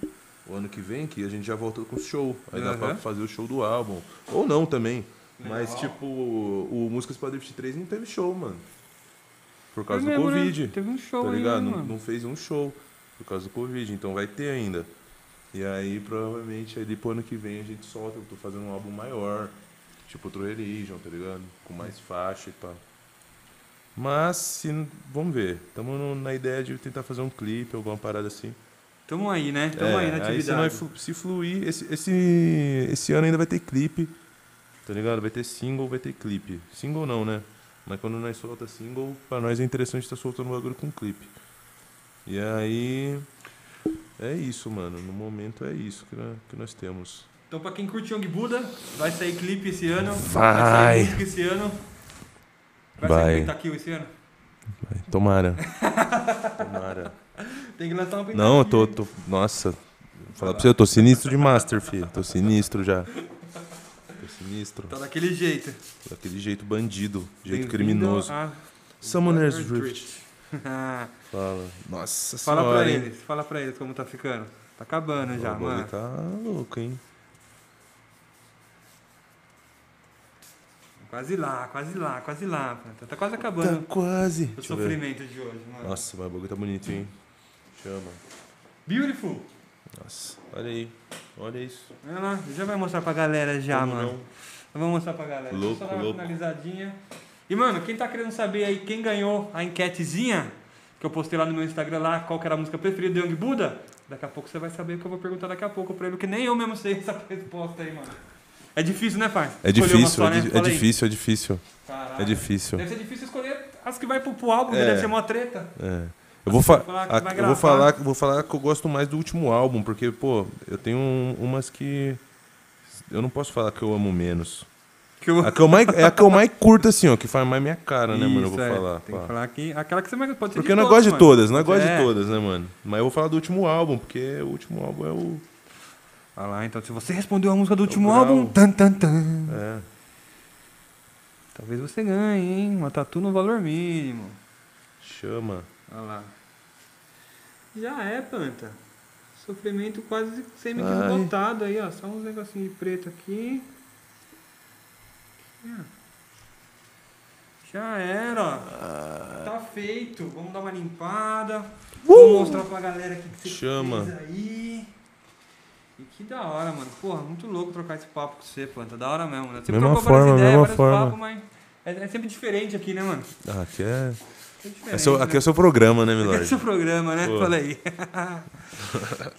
Speaker 2: o ano que vem, que a gente já volta com o show. Aí dá pra
Speaker 3: Aham.
Speaker 2: fazer o show do álbum. Ou não também. Mas, tipo, o Músicas para Drift 3 não teve show, mano. Por causa
Speaker 3: Foi
Speaker 2: do
Speaker 3: mesmo, né?
Speaker 2: Covid.
Speaker 3: Teve um show
Speaker 2: Tá
Speaker 3: aí,
Speaker 2: ligado?
Speaker 3: né,
Speaker 2: Não,
Speaker 3: mano?
Speaker 2: não fez um show por causa do Covid, então vai ter ainda. E aí, provavelmente, ali pro ano que vem a gente solta. Eu tô fazendo um álbum maior, tipo True Religion, tá ligado? Com mais faixa e pá. Mas, se, n- vamos ver. Tamo na ideia de tentar fazer um clipe, alguma parada assim.
Speaker 3: Tamo aí, né? Tamo aí na
Speaker 2: É, aí se,
Speaker 3: atividade.
Speaker 2: nós flu- se fluir, esse, esse, esse ano ainda vai ter clipe, tá ligado? Vai ter single, vai ter clipe. Single não, né? Mas quando nós solta single, pra nós é interessante estar soltando o bagulho com clipe. E aí. É isso, mano. No momento é isso que nós, que nós temos.
Speaker 3: Então, pra quem curte Young Buda, vai sair clipe esse ano.
Speaker 2: Vai.
Speaker 3: sair música esse ano. Vai,
Speaker 2: Vai.
Speaker 3: sair
Speaker 1: tá
Speaker 3: Penta Kill esse ano.
Speaker 2: Vai, Tomara. Tomara.
Speaker 3: Tem que lançar uma
Speaker 1: um
Speaker 3: Penta
Speaker 2: Não, eu
Speaker 3: Kill,
Speaker 2: tô. tô nossa, vou falar pra você, eu tô sinistro de master, filho. Tô sinistro já. Tô sinistro.
Speaker 3: Tá daquele jeito.
Speaker 2: Daquele jeito bandido, jeito
Speaker 3: Bem-vindo
Speaker 2: criminoso.
Speaker 1: Ah,
Speaker 3: a
Speaker 2: Summoner's
Speaker 3: Water
Speaker 2: Rift.
Speaker 3: Ah,
Speaker 2: Fala. Nossa
Speaker 3: fala
Speaker 2: senhora.
Speaker 3: pra
Speaker 2: hein?
Speaker 3: eles, fala pra eles como tá ficando. Tá acabando já,
Speaker 2: o bagulho
Speaker 3: mano.
Speaker 2: tá louco, hein?
Speaker 3: Quase lá, quase lá, quase lá. Tá, tá quase acabando
Speaker 2: Tá quase.
Speaker 3: o
Speaker 2: Deixa eu ver.
Speaker 3: sofrimento de hoje, né? mano.
Speaker 2: Nossa, mas o bagulho tá bonito, hein? Chama.
Speaker 3: Beautiful.
Speaker 2: Nossa, olha aí. Olha isso.
Speaker 3: Olha lá, já vai mostrar pra galera já,
Speaker 2: Como
Speaker 3: mano.
Speaker 2: não?
Speaker 3: Eu vou mostrar pra galera.
Speaker 2: Louco,
Speaker 3: Só dar uma
Speaker 2: louco.
Speaker 3: finalizadinha. E, mano, quem tá querendo saber aí quem ganhou a enquetezinha, que eu postei lá no meu Instagram lá, qual que era a música preferida do Young Buda, daqui a pouco você vai saber o que eu vou perguntar daqui a pouco pra ele, que nem eu mesmo sei essa resposta aí, mano. É difícil, né, pai?
Speaker 2: É
Speaker 3: Escolher
Speaker 2: difícil,
Speaker 3: uma só,
Speaker 2: é,
Speaker 3: né?
Speaker 2: di- é
Speaker 3: Fala aí.
Speaker 2: difícil, é difícil.
Speaker 3: Caralho.
Speaker 2: É difícil.
Speaker 3: Deve ser difícil escolher as que vai pro, pro álbum, que
Speaker 2: É.
Speaker 3: deve ser uma treta.
Speaker 2: É. Eu vou, fa
Speaker 3: falar que
Speaker 2: a-
Speaker 3: vai
Speaker 2: eu vou
Speaker 3: gravar.
Speaker 2: falar, vou falar que eu gosto mais do último álbum, porque, pô, eu tenho um- umas que. Eu não posso falar que eu amo menos.
Speaker 3: Que eu...
Speaker 2: A que eu mais, é a que eu mais curto, assim, ó, que faz mais minha cara, né, mano? Eu vou
Speaker 3: Isso, é.
Speaker 2: falar.
Speaker 3: Tem
Speaker 2: pá.
Speaker 3: que falar que... Aquela que você mais... Pode ser
Speaker 2: Porque eu não
Speaker 3: todas,
Speaker 2: gosto de
Speaker 3: mano.
Speaker 2: todas, não gosto
Speaker 3: É.
Speaker 2: de todas, né, mano? Mas eu vou falar do último álbum, porque o último álbum é o. É
Speaker 3: Olha lá, então, se você respondeu a música do último
Speaker 2: grau.
Speaker 3: álbum... Tan, tan, tan.
Speaker 2: É.
Speaker 3: Talvez você ganhe, hein? Uma tatu no valor mínimo.
Speaker 2: Chama.
Speaker 3: Olha lá. Já é, planta. Sofrimento quase semi
Speaker 2: Ai.
Speaker 3: desbotado aí, ó. Só uns negocinhos de preto aqui. Aqui, ó. Já era, ó.
Speaker 2: Ah.
Speaker 3: Tá feito. Vamos dar uma limpada. Vou mostrar pra galera aqui que você
Speaker 2: Uh! Chama.
Speaker 3: fez aí. E que da hora, mano. Porra, muito louco trocar esse papo com você, planta. Da hora mesmo, né? Sempre
Speaker 2: Mesma
Speaker 3: trocou várias
Speaker 2: forma,
Speaker 3: ideias,
Speaker 2: mesma
Speaker 3: vários
Speaker 2: forma.
Speaker 3: papos, mas é, é sempre diferente aqui, né, mano?
Speaker 2: Ah, aqui é.
Speaker 3: Sempre
Speaker 2: é
Speaker 3: diferente,
Speaker 2: seu,
Speaker 3: né?
Speaker 2: aqui é seu programa, né,
Speaker 3: Esse é o seu
Speaker 2: Milord?
Speaker 3: programa, né?
Speaker 2: Pô.
Speaker 3: Fala aí.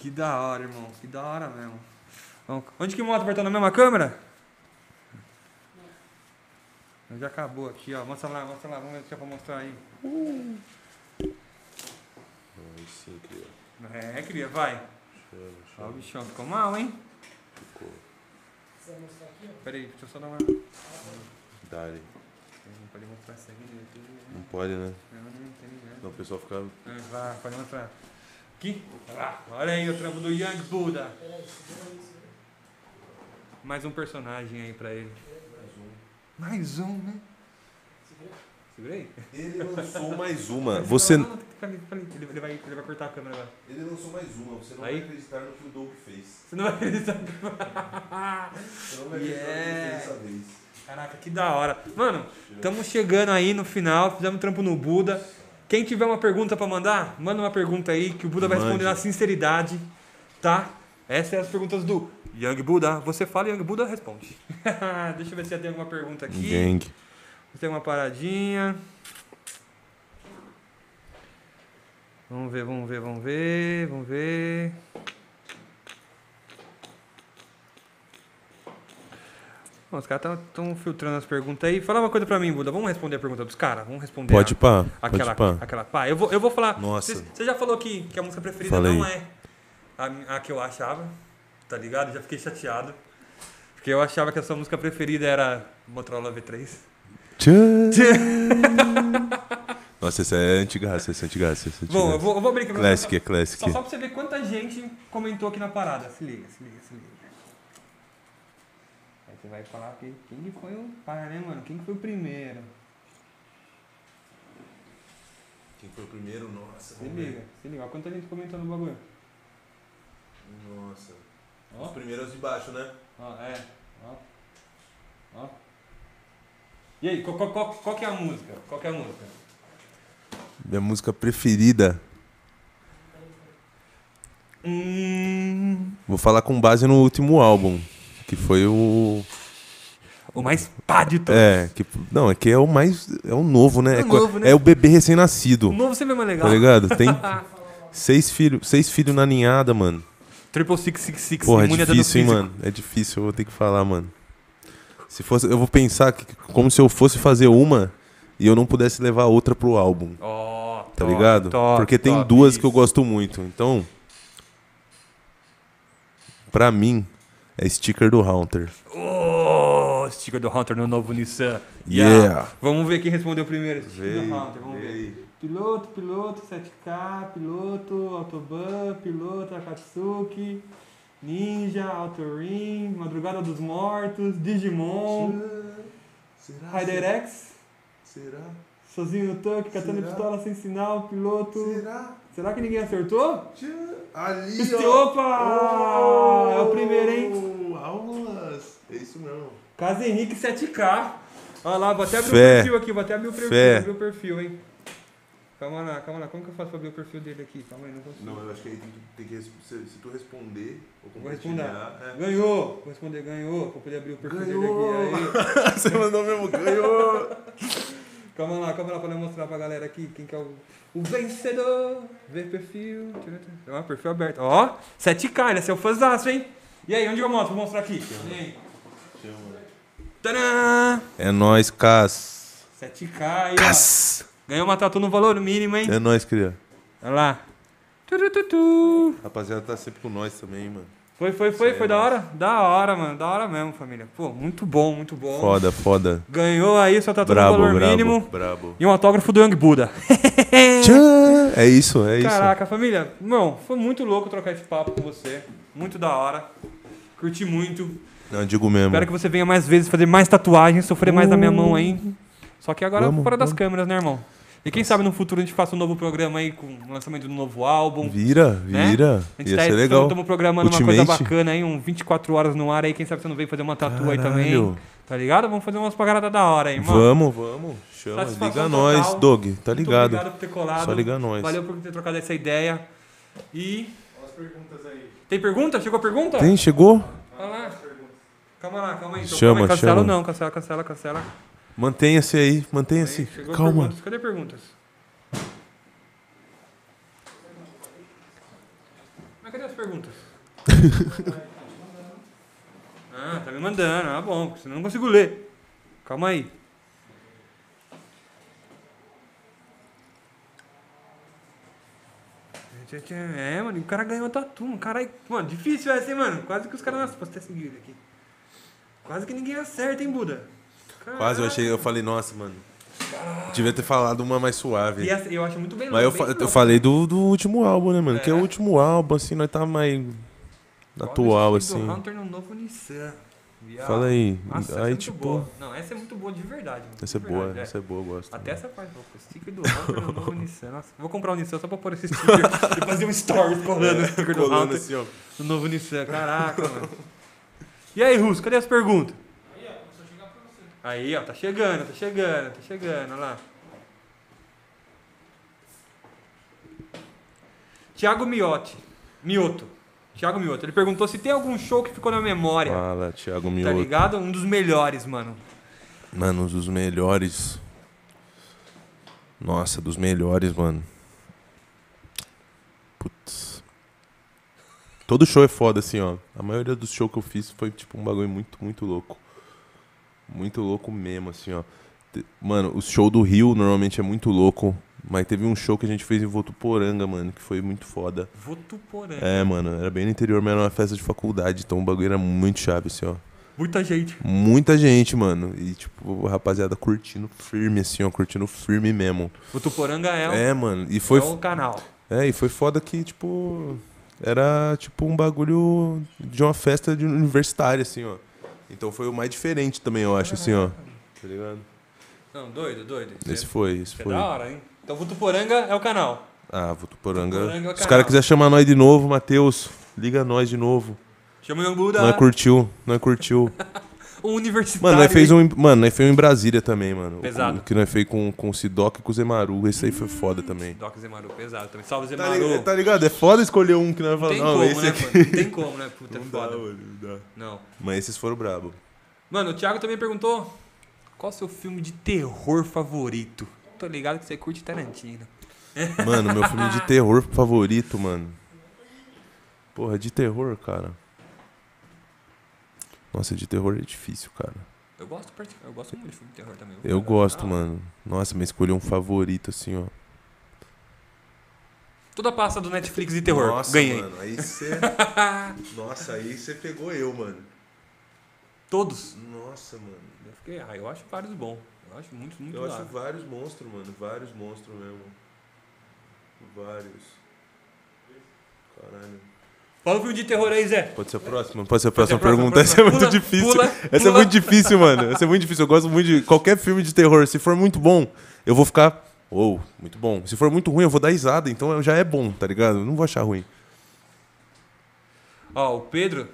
Speaker 3: que da hora, irmão. Que da hora mesmo. Bom, onde que moto vai estar na mesma câmera? Já acabou aqui, ó. Mostra lá, mostra lá. Vamos ver se dá pra mostrar aí. É, cria, vai. Ó, o bichão ficou mal, hein? Pera aí, deixa eu só dar uma...
Speaker 2: Dali.
Speaker 3: Não pode mostrar isso aqui no YouTube, né?
Speaker 2: Não pode, né?
Speaker 3: Não, não tem ninguém.
Speaker 2: Não, o pessoal fica.
Speaker 3: É, Vai, pode mostrar. Aqui. Lá. Olha aí o trampo do Young Buda. Mais um personagem aí pra ele. Mais um. Mais um, né? Segurei?
Speaker 2: Ele lançou mais uma. Você.
Speaker 3: Não, não, não, não, não, Ele ele vai, ele vai cortar a câmera agora.
Speaker 2: Ele lançou mais uma. Você
Speaker 3: não Aí? vai
Speaker 2: acreditar no que o Doug fez.
Speaker 3: Você não vai acreditar. que-
Speaker 2: Você não
Speaker 3: vai acreditar no que ele fez dessa
Speaker 2: vez.
Speaker 3: Caraca, que da hora. Mano, estamos chegando aí no final. Fizemos trampo no Buda. Quem tiver uma pergunta pra mandar, manda uma pergunta aí que o Buda vai responder
Speaker 2: Mande.
Speaker 3: na sinceridade, tá? Essas são as perguntas do Young Buda. Você fala e Young Buda responde. Deixa eu ver se já tem alguma pergunta aqui.
Speaker 2: Gang.
Speaker 3: Se Tem uma paradinha. Vamos ver, vamos ver, vamos ver, vamos ver. Bom, os caras estão filtrando as perguntas aí. Fala uma coisa pra mim, Buda. Vamos responder a pergunta dos caras? Vamos responder
Speaker 2: Pode
Speaker 3: a-
Speaker 2: pá.
Speaker 3: aquela,
Speaker 2: Pode pá.
Speaker 3: aquela pá. Eu vou, eu vou falar.
Speaker 2: Nossa.
Speaker 3: Você já falou que, que a música preferida
Speaker 2: Falei.
Speaker 3: não é a, mi- a que eu achava, tá ligado? Já fiquei chateado. Porque eu achava que a sua música preferida era Motorola V3.
Speaker 2: Tchan. Nossa, essa é antigaça, essa é antigaça. Essa é
Speaker 3: Bom, eu
Speaker 2: antigaça.
Speaker 3: vou, eu vou abrir aqui pra
Speaker 2: Classic, é
Speaker 3: Só,
Speaker 2: classic.
Speaker 3: só pra você ver quanta gente comentou aqui na parada. Se liga, se liga, se liga. Aí você vai falar que quem que foi o pai, né, mano? Quem que foi o primeiro?
Speaker 2: Quem foi o primeiro? Nossa.
Speaker 3: Se liga, se liga. Olha quanta gente comentou no bagulho.
Speaker 2: Nossa.
Speaker 3: Ó,
Speaker 2: primeiros de baixo, né?
Speaker 3: ó, é. Ó. Ó. E aí, qual, qual, qual, qual que é a música? Qual que é a música?
Speaker 2: Minha música preferida.
Speaker 3: Hum,
Speaker 2: Vou falar com base no último álbum. Que foi o.
Speaker 3: o mais pá de todos.
Speaker 2: É, que. Não, é que é o mais. É o novo, né?
Speaker 3: É
Speaker 2: É,
Speaker 3: o
Speaker 2: co-
Speaker 3: novo, né?
Speaker 2: é o bebê recém-nascido.
Speaker 3: O novo sempre é mais legal.
Speaker 2: Tá ligado? Tem seis filhos seis filhos na ninhada, mano.
Speaker 3: Triple Six Six Six,
Speaker 2: Porra, é
Speaker 3: imune a dano
Speaker 2: difícil, hein,
Speaker 3: físico.
Speaker 2: mano? É difícil, eu vou ter que falar, mano. Se fosse, eu vou pensar que, como se eu fosse fazer uma e eu não pudesse levar outra pro álbum,
Speaker 3: Ó,
Speaker 2: tá
Speaker 3: top,
Speaker 2: ligado?
Speaker 3: top,
Speaker 2: Porque tem
Speaker 3: top,
Speaker 2: duas
Speaker 3: isso.
Speaker 2: que eu gosto muito. Então, pra mim, é sticker do Hunter.
Speaker 3: Oh, sticker do Hunter no novo Nissan.
Speaker 2: Yeah.
Speaker 3: Vamos ver quem respondeu primeiro. Sticker
Speaker 2: Vê
Speaker 3: do
Speaker 2: aí,
Speaker 3: Hunter, vamos
Speaker 2: vê
Speaker 3: ver.
Speaker 2: aí.
Speaker 3: Piloto, piloto, 7K, piloto, Autobahn, piloto, Akatsuki, Ninja, Autorim, Madrugada dos Mortos, Digimon, Rider X,
Speaker 2: Será?
Speaker 3: Sozinho no Tanque, Catando
Speaker 2: Será?
Speaker 3: Pistola Sem Sinal, Piloto.
Speaker 2: Será?
Speaker 3: Será que ninguém acertou?
Speaker 2: Ali,
Speaker 3: Este, opa! é o primeiro, hein?
Speaker 2: Aulas! Oh, É isso mesmo.
Speaker 3: Casa Henrique 7K. Olha lá, vou até abrir
Speaker 2: Fé.
Speaker 3: o perfil aqui, vou até abrir o perfil,
Speaker 2: Fé.
Speaker 3: abrir o perfil, hein? Calma lá, calma lá. Como que eu faço pra abrir o perfil dele aqui? Calma aí, não consigo.
Speaker 2: eu acho que aí tem que... Se, tu responder ou é.
Speaker 3: Vou responder. Ganhou! Vou responder, ganhou. Vou poder abrir o perfil
Speaker 2: Ganhou.
Speaker 3: dele aqui. Aí.
Speaker 2: Você mandou mesmo, ganhou!
Speaker 3: Calma lá, calma lá pra eu mostrar pra galera aqui quem que é o, o vencedor. Ver perfil. Ó, perfil aberto. Ó, 7K, ele é seu fãzaço, hein? E aí, onde eu mostro? Vou mostrar aqui. E aí? Tadã!
Speaker 2: É nóis, Cas.
Speaker 3: 7K aí, ó. Ganhou uma tatu no valor mínimo, hein?
Speaker 2: É nóis, cria.
Speaker 3: Olha lá. Turututu.
Speaker 2: Rapaziada tá sempre com nós também, mano.
Speaker 3: Foi, foi, foi,
Speaker 2: Sei,
Speaker 3: foi da
Speaker 2: mas-
Speaker 3: hora? Da hora, mano. Da hora mesmo, família. Pô, muito bom, muito bom.
Speaker 2: Foda, foda.
Speaker 3: Ganhou aí, só tá todo
Speaker 2: brabo,
Speaker 3: valor
Speaker 2: brabo,
Speaker 3: mínimo.
Speaker 2: brabo.
Speaker 3: E um autógrafo do Young Buddha.
Speaker 2: Tchan! É isso, é
Speaker 3: Caraca, família. Não, foi muito louco trocar esse papo com você. Muito da hora. Curti muito.
Speaker 2: Não, digo mesmo.
Speaker 1: Espero que você venha mais vezes fazer mais tatuagens, sofrer mais na minha mão aí. Só que agora
Speaker 2: Uh. Vamos,
Speaker 1: fora das
Speaker 2: vamos.
Speaker 1: câmeras, né, irmão? E quem sabe no futuro a gente faça um novo programa aí com o lançamento de um novo álbum.
Speaker 2: Vira,
Speaker 1: né?
Speaker 2: vira.
Speaker 1: A gente
Speaker 2: Ia
Speaker 1: tá
Speaker 2: ser
Speaker 1: estamos-
Speaker 2: legal.
Speaker 1: Estamos programando uma coisa
Speaker 2: Ultimate.
Speaker 1: bacana aí, um 24 horas no ar aí. Quem sabe você não veio fazer uma tatu aí
Speaker 2: Caralho.
Speaker 1: também. Tá ligado? Vamos fazer umas paradas da hora aí, mano.
Speaker 2: Vamos, vamos. Chama,
Speaker 1: Satisfação
Speaker 2: liga
Speaker 1: total.
Speaker 2: nós, Dog. Tá
Speaker 1: Muito
Speaker 2: ligado?
Speaker 1: Obrigado por ter colado.
Speaker 2: Só liga nós.
Speaker 1: Valeu por ter trocado essa ideia. E. Tem pergunta? Chegou pergunta?
Speaker 2: Tem, chegou?
Speaker 1: Olha lá. Calma lá, calma aí. Então, calma
Speaker 2: Chama,
Speaker 1: aí. Cancela
Speaker 2: chama.
Speaker 1: não, cancela, cancela, cancela.
Speaker 2: Mantenha-se aí, mantenha-se.
Speaker 1: Chegou
Speaker 2: Calma.
Speaker 1: perguntas. Cadê perguntas? Mas cadê as perguntas? ah, tá me mandando. Ah, bom, porque senão eu não consigo ler. Calma aí. É, mano, e o cara ganhou tatu, um cara. Mano, difícil essa, hein, mano? Quase que os caras. Nossa, posso ter seguido aqui. Quase que ninguém acerta, hein, Buda?
Speaker 2: Quase eu
Speaker 1: Ah.
Speaker 2: achei, eu falei, nossa, mano. Devia ter falado uma mais
Speaker 1: E
Speaker 2: suave.
Speaker 1: essa- eu acho muito bem
Speaker 2: Mas eu,
Speaker 1: bem
Speaker 2: fa- eu
Speaker 1: louco.
Speaker 2: falei do, do último álbum, né, mano? Que é o
Speaker 1: É.
Speaker 2: último álbum, assim, nós tá mais
Speaker 1: Qual o
Speaker 2: atual,
Speaker 1: estilo
Speaker 2: assim.
Speaker 1: do Hunter no novo Nissan. Viado.
Speaker 2: Fala aí.
Speaker 1: Nossa, essa é
Speaker 2: aí,
Speaker 1: muito
Speaker 2: tipo.
Speaker 1: boa. Não, essa é muito boa de verdade. mano,
Speaker 2: Essa é
Speaker 1: de
Speaker 2: boa,
Speaker 1: verdade,
Speaker 2: essa é boa, eu gosto.
Speaker 1: Até essa parte, pô, o sticker do Hunter no novo Nissan. Nossa, vou comprar um Nissan só pra pôr esse sticker e fazer um story colando o sticker do
Speaker 2: Colando
Speaker 1: Hunter
Speaker 2: assim, ó.
Speaker 1: no novo Nissan. Caraca, mano. E aí, Russo, cadê as perguntas? Aí, ó, tá chegando, tá chegando, tá chegando, olha lá. Tiago Miotti. Mioto. Tiago Mioto. Ele perguntou se tem algum show que ficou na memória.
Speaker 2: Fala, Thiago
Speaker 1: Tá
Speaker 2: Mioto.
Speaker 1: ligado? Um dos melhores, mano.
Speaker 2: Mano, um dos melhores. Nossa, dos melhores, mano. Putz. Todo show é foda, assim, ó. A maioria dos shows que eu fiz foi, tipo, um bagulho muito, muito louco. Muito louco mesmo, assim, ó. Te- Mano, o show do Rio normalmente é muito louco. Mas teve um show que a gente fez em Votuporanga, mano, que foi muito foda.
Speaker 1: Votuporã.
Speaker 2: É, mano, era bem no interior, mas era uma festa de faculdade, então o bagulho era muito chave, assim, ó.
Speaker 1: Muita gente.
Speaker 2: Muita gente, mano. E, tipo, a rapaziada curtindo firme, assim, ó. Curtindo firme mesmo.
Speaker 1: Votuporanga é, um-
Speaker 2: É, mano. E foi,
Speaker 1: é um canal.
Speaker 2: é, e foi foda que, tipo... Era, tipo, um bagulho de uma festa de universitária, assim, ó. Então foi o mais diferente também, eu acho, assim, ó. Tá ligado?
Speaker 1: Não, doido, doido. Isso é-
Speaker 2: Esse foi, esse
Speaker 1: isso é
Speaker 2: foi.
Speaker 1: da hora, hein? Então Votuporanga é o canal.
Speaker 2: Ah,
Speaker 1: Votuporanga é o
Speaker 2: Votuporanga. Se os
Speaker 1: canal.
Speaker 2: caras quiserem chamar nós de novo, Matheus, liga nós de novo.
Speaker 1: Chama o Young Buda.
Speaker 2: Nós curtiu, nós curtiu.
Speaker 1: Um universitário.
Speaker 2: é Mano, nós fez
Speaker 1: hein?
Speaker 2: um, em- mano, nós fez um em Brasília também, mano.
Speaker 1: Pesado.
Speaker 2: O que nós fez com, com o Sidoc e com o Zemaru. Esse aí foi foda também.
Speaker 1: Doc Zemaru, pesado também. Salve
Speaker 2: Tá
Speaker 1: Zemaru.
Speaker 2: ligado, tá ligado? É foda escolher um que nós
Speaker 1: Não
Speaker 2: falamos.
Speaker 1: tem
Speaker 2: Não,
Speaker 1: como,
Speaker 2: esse
Speaker 1: né,
Speaker 2: aqui.
Speaker 1: mano? Não tem como, né? Puta, é
Speaker 2: Não dá,
Speaker 1: foda.
Speaker 2: mano, não dá.
Speaker 1: Não.
Speaker 2: Mas esses foram brabo.
Speaker 1: Mano, o Thiago também perguntou qual o seu filme de terror favorito? Tô ligado que você curte Tarantino.
Speaker 2: Mano, meu filme de terror favorito, mano. Porra, de terror, cara. Nossa, de terror é difícil, cara.
Speaker 1: Eu gosto, partic- eu gosto muito de filme de terror também.
Speaker 2: Eu
Speaker 1: cara.
Speaker 2: gosto,
Speaker 1: Ah,
Speaker 2: mano. Nossa, mas escolher um favorito, assim, ó.
Speaker 1: Toda a pasta do Netflix de terror.
Speaker 2: Nossa,
Speaker 1: Ganhei.
Speaker 2: mano, aí você... Nossa, aí você pegou eu, mano.
Speaker 1: Todos.
Speaker 2: Nossa, mano.
Speaker 1: Eu fiquei, ah, eu acho vários bons. Eu acho muito, muito
Speaker 2: Eu acho
Speaker 1: bom.
Speaker 2: vários monstros, mano. Vários monstros mesmo. Vários. Caralho.
Speaker 1: Fala o filme de terror aí, Zé.
Speaker 2: Pode ser a próxima? Pode ser a
Speaker 1: Pode ser
Speaker 2: próxima
Speaker 1: a próxima,
Speaker 2: pergunta.
Speaker 1: próxima.
Speaker 2: Essa é muito
Speaker 1: Pula,
Speaker 2: difícil.
Speaker 1: pula,
Speaker 2: Essa
Speaker 1: pula.
Speaker 2: é muito difícil, mano. Essa é muito difícil. Eu gosto muito de qualquer filme de terror. Se for muito bom, eu vou ficar. Ou, muito bom. Se for muito ruim, eu vou dar risada. Então já é bom, tá ligado? Eu não vou achar ruim.
Speaker 1: Ó, o Pedro.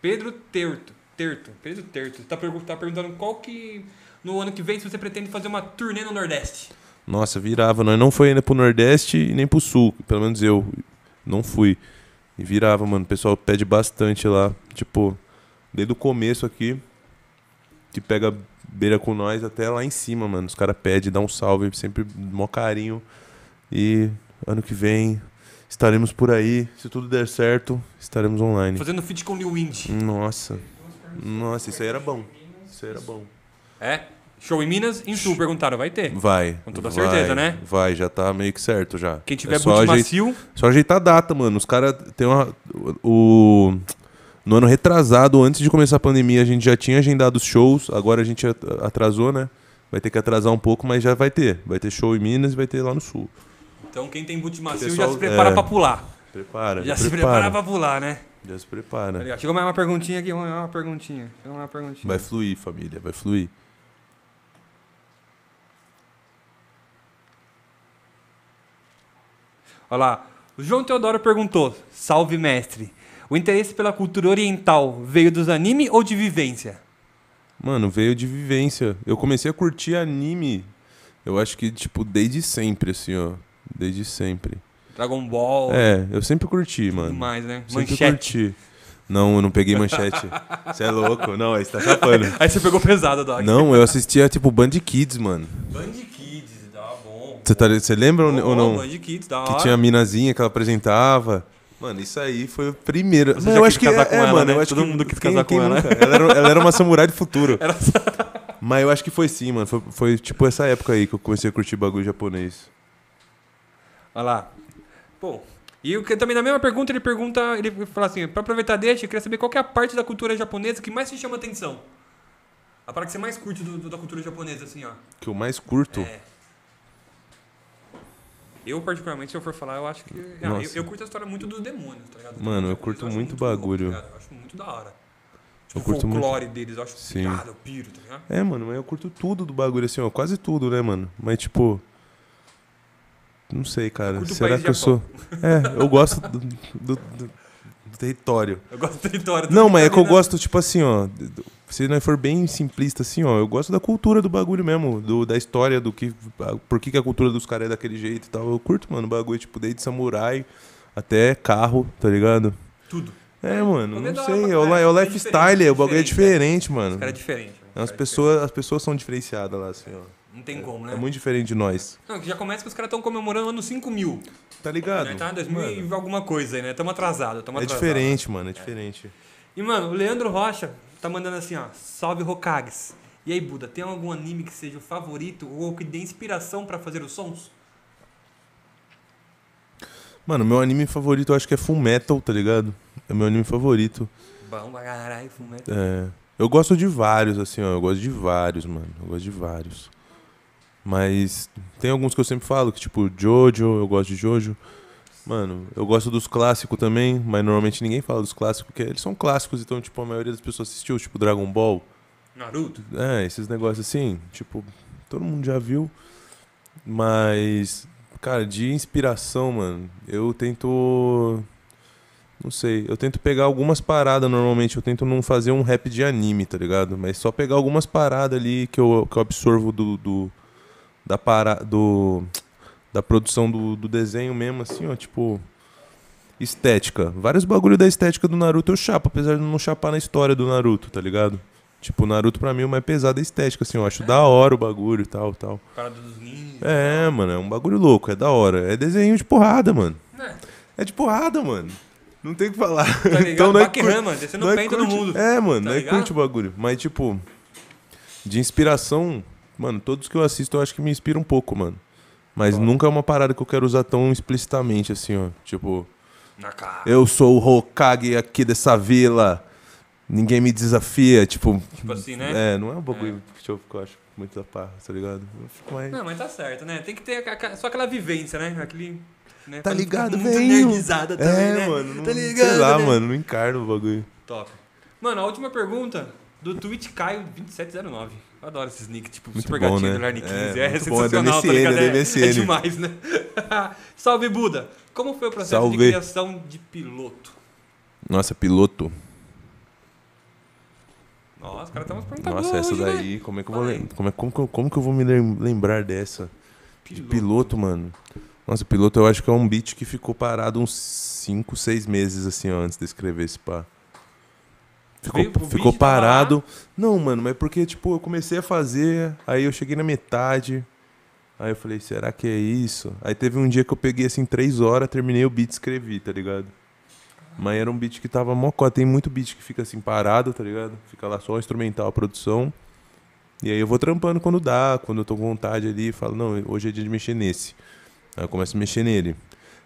Speaker 1: Pedro Terto. Terto. Pedro Terto. Tá, pergu- tá perguntando qual que. No ano que vem, se você pretende fazer uma turnê no Nordeste.
Speaker 2: Nossa, virava. Nós não foi ainda pro Nordeste e nem pro Sul. Pelo menos eu não fui. E virava, mano. O pessoal pede bastante lá. Tipo, desde o começo aqui, que pega beira com nós até lá em cima, mano. Os caras pedem, dá um salve, sempre mó carinho. E ano que vem estaremos por aí. Se tudo der certo, estaremos online.
Speaker 1: Fazendo feat com New Wind.
Speaker 2: Nossa. Nossa, isso aí era bom. Isso aí era bom.
Speaker 1: É? Show em Minas, em Sul, perguntaram, vai ter.
Speaker 2: Vai.
Speaker 1: É, Com toda
Speaker 2: vai,
Speaker 1: certeza, né?
Speaker 2: Vai, já tá meio que certo já.
Speaker 1: Quem tiver
Speaker 2: é
Speaker 1: boot
Speaker 2: só ajeitar-
Speaker 1: macio,
Speaker 2: Só ajeitar a data, mano. Os caras tem uma. O. No ano retrasado, antes de começar a pandemia, a gente já tinha agendado os shows. Agora a gente at- atrasou, né? Vai ter que atrasar um pouco, mas já vai ter. Vai ter show em Minas e vai ter lá no sul.
Speaker 1: então quem tem boot macio já
Speaker 2: Pessoal,
Speaker 1: se prepara
Speaker 2: é.
Speaker 1: pra pular.
Speaker 2: Prepara. É.
Speaker 1: Já se prepara pra pular, né?
Speaker 2: Já se
Speaker 1: Tá
Speaker 2: prepara.
Speaker 1: ligado? Chegou mais uma perguntinha aqui, vamos lá, uma perguntinha. Chegou mais uma perguntinha.
Speaker 2: Vai fluir, família, vai fluir.
Speaker 1: Olha lá. O João Teodoro perguntou: Salve, mestre. O interesse pela cultura oriental veio dos anime ou de vivência?
Speaker 2: Mano, veio de vivência. Eu comecei a curtir anime, eu acho que, tipo, desde sempre, assim, ó. Desde sempre.
Speaker 1: Dragon Ball,
Speaker 2: É, eu sempre curti,
Speaker 1: tudo
Speaker 2: mano.
Speaker 1: mais, né?
Speaker 2: Sempre
Speaker 1: Manchete.
Speaker 2: curti. Não, eu não peguei manchete. Você é louco? Não, aí você tá chapando.
Speaker 1: Aí você pegou pesado, Dog.
Speaker 2: Não, eu assistia, tipo, Band Kids, mano.
Speaker 1: Band Kids, dá bom.
Speaker 2: Você tá, você lembra ou-
Speaker 1: Bom,
Speaker 2: ou não?
Speaker 1: Band Kids, da
Speaker 2: Que
Speaker 1: hora.
Speaker 2: tinha a minazinha que ela apresentava. Mano, isso aí foi o primeiro.
Speaker 1: Você já quis
Speaker 2: é,
Speaker 1: casar com ela, né? Todo mundo quis casar com ela, né?
Speaker 2: nunca? Ela era, ela era uma samurai do futuro. Mas eu acho que foi sim, mano. Foi, foi, tipo essa época aí que eu comecei a curtir bagulho japonês.
Speaker 1: Olha lá. Bom, e o que também na mesma pergunta ele pergunta, ele fala assim, pra aproveitar deixa, eu queria saber qual que é a parte da cultura japonesa que mais te chama atenção. A parte que você mais curte do- do- da cultura japonesa, assim, ó.
Speaker 2: Que eu mais curto.
Speaker 1: É. Eu, particularmente, se eu for falar, eu acho que. Ah, eu,
Speaker 2: Nossa.
Speaker 1: eu curto a história muito dos demônios, tá ligado? Os
Speaker 2: Mano,
Speaker 1: demônios
Speaker 2: eu curto
Speaker 1: japoneses, acho
Speaker 2: muito
Speaker 1: louco,
Speaker 2: bagulho.
Speaker 1: tá ligado? eu acho muito da hora. Tipo,
Speaker 2: Eu curto
Speaker 1: o
Speaker 2: muito.
Speaker 1: folclore deles, eu acho
Speaker 2: Sim.
Speaker 1: pirado, eu piro, tá ligado?
Speaker 2: É, mano, mas eu curto tudo do bagulho, assim, ó. Quase tudo, né, mano? Mas, tipo. Não sei, cara.
Speaker 1: Curto o
Speaker 2: Será
Speaker 1: país
Speaker 2: que eu
Speaker 1: Japão.
Speaker 2: sou. É, eu gosto do- do- do- do território.
Speaker 1: Eu gosto do território.
Speaker 2: Não, mas é que eu
Speaker 1: Tá
Speaker 2: gosto, tipo assim, ó. d- d- Se não for bem simplista, assim, ó, eu gosto da cultura do bagulho mesmo, do, da história, do que. a- Por que, que a cultura dos caras é daquele jeito e tal. Eu curto, mano, o bagulho, tipo, desde samurai até carro, tá ligado?
Speaker 1: vendo? Tudo.
Speaker 2: É,
Speaker 1: É,
Speaker 2: mano,
Speaker 1: bagulho é da
Speaker 2: não
Speaker 1: hora
Speaker 2: sei.
Speaker 1: pra
Speaker 2: É o, li-
Speaker 1: caralho,
Speaker 2: é o
Speaker 1: é
Speaker 2: lifestyle,
Speaker 1: diferente,
Speaker 2: o bagulho é
Speaker 1: diferente,
Speaker 2: diferente, mano.
Speaker 1: Os caras é diferente. mano. Os
Speaker 2: As
Speaker 1: caras é
Speaker 2: pessoas, as pessoas são diferenciadas lá, assim, ó.
Speaker 1: diferente. Não tem como, né?
Speaker 2: É muito diferente de nós.
Speaker 1: Não, que já começa que os caras estão comemorando o ano 5000.
Speaker 2: Tá ligado?
Speaker 1: Já tá em 2000
Speaker 2: Mano,
Speaker 1: e alguma coisa aí, né? Tamo atrasado, tamo
Speaker 2: é
Speaker 1: atrasado.
Speaker 2: diferente, mano, é diferente.
Speaker 1: E, mano, o Leandro Rocha tá mandando assim, ó. Salve, Hokages. E aí, Buda, tem algum anime que seja o favorito ou que dê inspiração pra fazer os sons?
Speaker 2: Mano, meu anime favorito eu acho que é Full Metal, tá ligado? É meu anime favorito.
Speaker 1: Bom pra caralho, né? fumeto.
Speaker 2: É. Eu gosto de vários, assim, ó. Eu gosto de vários, mano. Eu gosto de vários. Mas tem alguns que eu sempre falo, que tipo, Jojo, eu gosto de Jojo. Mano, eu gosto dos clássicos também, mas normalmente ninguém fala dos clássicos, porque eles são clássicos, então, tipo, a maioria das pessoas assistiu, tipo, Dragon Ball.
Speaker 1: Naruto.
Speaker 2: É, esses negócios assim, tipo, todo mundo já viu. Mas, cara, de inspiração, mano, eu tento. Não sei, eu tento pegar algumas paradas normalmente. Eu tento não fazer um rap de anime, tá ligado? Mas só pegar algumas paradas ali que eu, que eu absorvo do. do da para, do da produção do, do desenho mesmo, assim, ó, tipo. Estética. Vários bagulho da estética do Naruto eu chapo, apesar de não chapar na história do Naruto, tá ligado? Tipo, o Naruto pra mim é o mais pesado é estética, assim, eu acho da hora o bagulho e tal, tal.
Speaker 1: Parada dos ninjas.
Speaker 2: É, mano, é um bagulho louco, é da hora. É desenho de porrada, mano.
Speaker 1: É.
Speaker 2: É de porrada, mano. Não tem o que falar.
Speaker 1: Tá ligado?
Speaker 2: Então
Speaker 1: Então,
Speaker 2: não é cur-
Speaker 1: Bakirama, descendo o
Speaker 2: não é
Speaker 1: pé em todo
Speaker 2: curte-
Speaker 1: mundo.
Speaker 2: É, mano,
Speaker 1: tá
Speaker 2: não é
Speaker 1: ligado?
Speaker 2: curte o bagulho. Mas, tipo, de inspiração, mano, todos que eu assisto eu acho que me inspira um pouco, mano. Mas nunca é uma parada que eu quero usar tão explicitamente, assim, ó. Tipo,
Speaker 1: Na cara.
Speaker 2: eu sou o Hokage aqui dessa vila. Ninguém me desafia, tipo...
Speaker 1: Tipo assim, né?
Speaker 2: É, não é um bagulho que eu que eu acho muito da parra, tá ligado? Eu fico mais...
Speaker 1: Não, mas tá certo, né? Tem que ter a- a- só aquela vivência, né? Aquele. né?
Speaker 2: Tá
Speaker 1: Pra não ficar
Speaker 2: ligado,
Speaker 1: muito
Speaker 2: velho?
Speaker 1: nerdizada também,
Speaker 2: É,
Speaker 1: né?
Speaker 2: mano, não,
Speaker 1: tá ligado?
Speaker 2: sei lá,
Speaker 1: né?
Speaker 2: mano, não encarno o bagulho.
Speaker 1: Top. Mano, a última pergunta do Twitch Caio 2709. Eu adoro esses nick, tipo,
Speaker 2: Muito
Speaker 1: Super
Speaker 2: bom,
Speaker 1: Gatinho,
Speaker 2: né?
Speaker 1: Leonardo 15.
Speaker 2: É,
Speaker 1: É,
Speaker 2: muito bom, é da
Speaker 1: sensacional, tá ligado?
Speaker 2: MSN, é da
Speaker 1: É, é
Speaker 2: MSN.
Speaker 1: demais, né? Salve, Buda. Como foi o processo
Speaker 2: Salve.
Speaker 1: de criação de piloto?
Speaker 2: Nossa, piloto.
Speaker 1: Nossa, os caras estão perguntando
Speaker 2: Nossa, essa
Speaker 1: né?
Speaker 2: daí, como é que eu vou
Speaker 1: Fala aí.
Speaker 2: lem- como, é, como, que eu- como que eu vou me lem- lembrar dessa? De piloto, mano. Nossa, piloto eu acho que é um beat que ficou parado uns 5, 6 meses, assim, ó, antes de escrever esse pá. Ficou,
Speaker 1: Veio- o beat
Speaker 2: ficou
Speaker 1: tava lá?
Speaker 2: parado. Não, mano, mas porque, tipo, eu comecei a fazer, aí eu cheguei na metade. Aí eu falei, será que é isso? Aí teve um dia que eu peguei, assim, 3 horas, terminei o beat e escrevi, tá ligado? Mas era um beat que tava mocó. Tem muito beat que fica assim parado, tá ligado? Fica lá só o instrumental, a produção. E aí eu vou trampando quando dá, quando eu tô com vontade ali. Falo, não, hoje é dia de mexer nesse. Aí eu começo a mexer nele.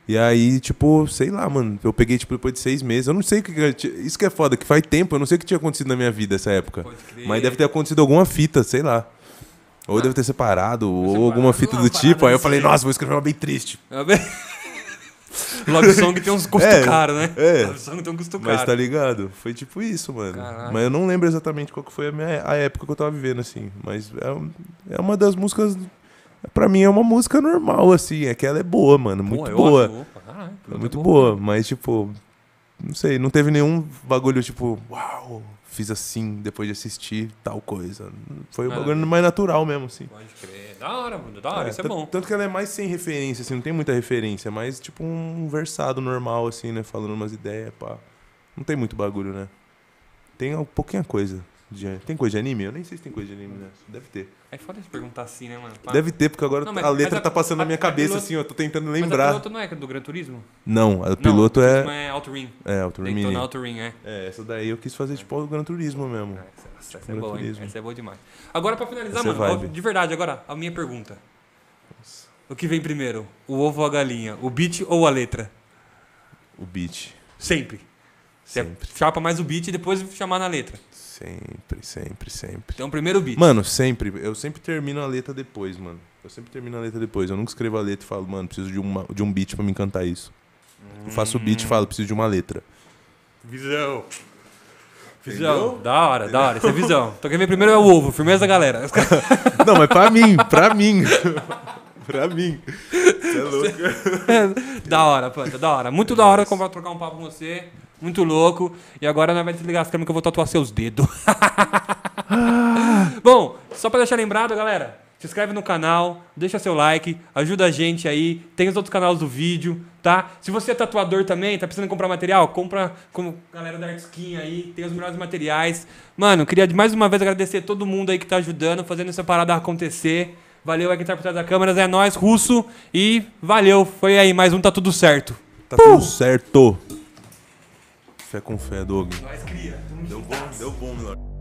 Speaker 2: E aí, tipo, sei lá, mano. Eu peguei, tipo, depois de seis meses. Eu não sei o que. que eu ti- Isso que é foda, que faz tempo. Eu não sei o que tinha acontecido na minha vida nessa época.
Speaker 1: Pode crer.
Speaker 2: Mas deve ter acontecido alguma fita, sei lá. Ou deve ter separado, ou
Speaker 1: separado,
Speaker 2: alguma fita
Speaker 1: uma
Speaker 2: do tipo.
Speaker 1: parada
Speaker 2: Aí eu
Speaker 1: assim.
Speaker 2: falei, nossa, vou escrever uma bem triste.
Speaker 1: Love Song tem uns custos
Speaker 2: É,
Speaker 1: caros, né?
Speaker 2: é.
Speaker 1: Love Song tem um custo
Speaker 2: Mas tá
Speaker 1: caro.
Speaker 2: ligado? Foi tipo isso, mano.
Speaker 1: Caralho.
Speaker 2: Mas eu não lembro exatamente qual que foi a, minha, a época que eu tava vivendo, assim. Mas é, um- é uma das músicas. Pra mim é uma música normal, assim. É que ela é boa, mano. Muito
Speaker 1: Pô, eu
Speaker 2: boa.
Speaker 1: acho, opa, caralho,
Speaker 2: É muito boa, mas tipo, não sei, não teve nenhum bagulho tipo, uau, fiz assim depois de assistir tal coisa. Foi um
Speaker 1: Ah.
Speaker 2: bagulho mais natural mesmo, assim.
Speaker 1: Pode crer. Da hora, mano. Da hora, isso é
Speaker 2: tan-
Speaker 1: bom.
Speaker 2: Tanto que ela é mais sem referência, assim, não tem muita referência, é mais tipo um versado normal, assim, né? Falando umas ideias, pá. Não tem muito bagulho, né? Tem um pouquinha coisa. de- tem coisa de anime? Eu nem sei se tem coisa de anime, né? Deve ter.
Speaker 1: É foda de perguntar assim, né, mano? Pá.
Speaker 2: Deve ter, porque agora
Speaker 1: Não, mas-
Speaker 2: a letra
Speaker 1: mas a-
Speaker 2: tá passando na
Speaker 1: a-
Speaker 2: minha
Speaker 1: a
Speaker 2: cabeça,
Speaker 1: piloto-
Speaker 2: assim, ó. Tô tentando
Speaker 1: Mas
Speaker 2: lembrar.
Speaker 1: a piloto não é do Gran Turismo?
Speaker 2: Não, a
Speaker 1: Não,
Speaker 2: piloto
Speaker 1: Gran
Speaker 2: é.
Speaker 1: Turismo é Auto Ring.
Speaker 2: É, o
Speaker 1: Tem que
Speaker 2: Turmini.
Speaker 1: tornar Auto Ring, é.
Speaker 2: É, essa daí eu quis fazer tipo o Gran Turismo mesmo.
Speaker 1: Ah, Essa, essa é
Speaker 2: Gran
Speaker 1: boa, hein?
Speaker 2: Turismo.
Speaker 1: Essa é boa demais. Agora, pra finalizar,
Speaker 2: Essa é
Speaker 1: mano,
Speaker 2: vibe.
Speaker 1: de verdade, agora, a minha pergunta. O que vem primeiro? O ovo ou a galinha? O beat ou a letra?
Speaker 2: O beat.
Speaker 1: Sempre. Você
Speaker 2: Sempre.
Speaker 1: chapa mais o beat e depois chamar na letra.
Speaker 2: Sempre, sempre, sempre.
Speaker 1: Então, primeiro o beat.
Speaker 2: Mano, sempre. Eu sempre termino a letra depois, mano. Eu sempre termino a letra depois. Eu nunca escrevo a letra e falo, mano, preciso de, uma, de um beat pra me cantar isso. Eu faço o beat e falo, preciso de uma letra.
Speaker 1: Visão. Visão. Da hora, da hora. Isso é visão. Então, quem vem primeiro é o ovo. Firmeza, galera. Os caras-
Speaker 2: Não, mas pra mim, pra mim. pra mim. Você é louco.
Speaker 1: da hora, Panta, da hora. Muito da hora comprar, trocar um papo com você. Muito louco. E agora nós vamos desligar as câmeras que eu vou tatuar seus dedos. Bom, só pra deixar lembrado, galera. Se inscreve no canal, deixa seu like, ajuda a gente aí. Tem os outros canais do vídeo, tá? Se você é tatuador também, tá precisando comprar material, compra com a galera da Artskin aí, tem os melhores materiais. Mano, queria mais uma vez agradecer todo mundo aí que tá ajudando, fazendo essa parada acontecer. Valeu aí que tá por trás da câmera, é nóis, russo. E valeu, foi aí, mais um tá tudo certo.
Speaker 2: Tá tudo certo. Fé com fé, Doug.
Speaker 1: Nós cria.
Speaker 2: Deu bom, deu bom, Milor.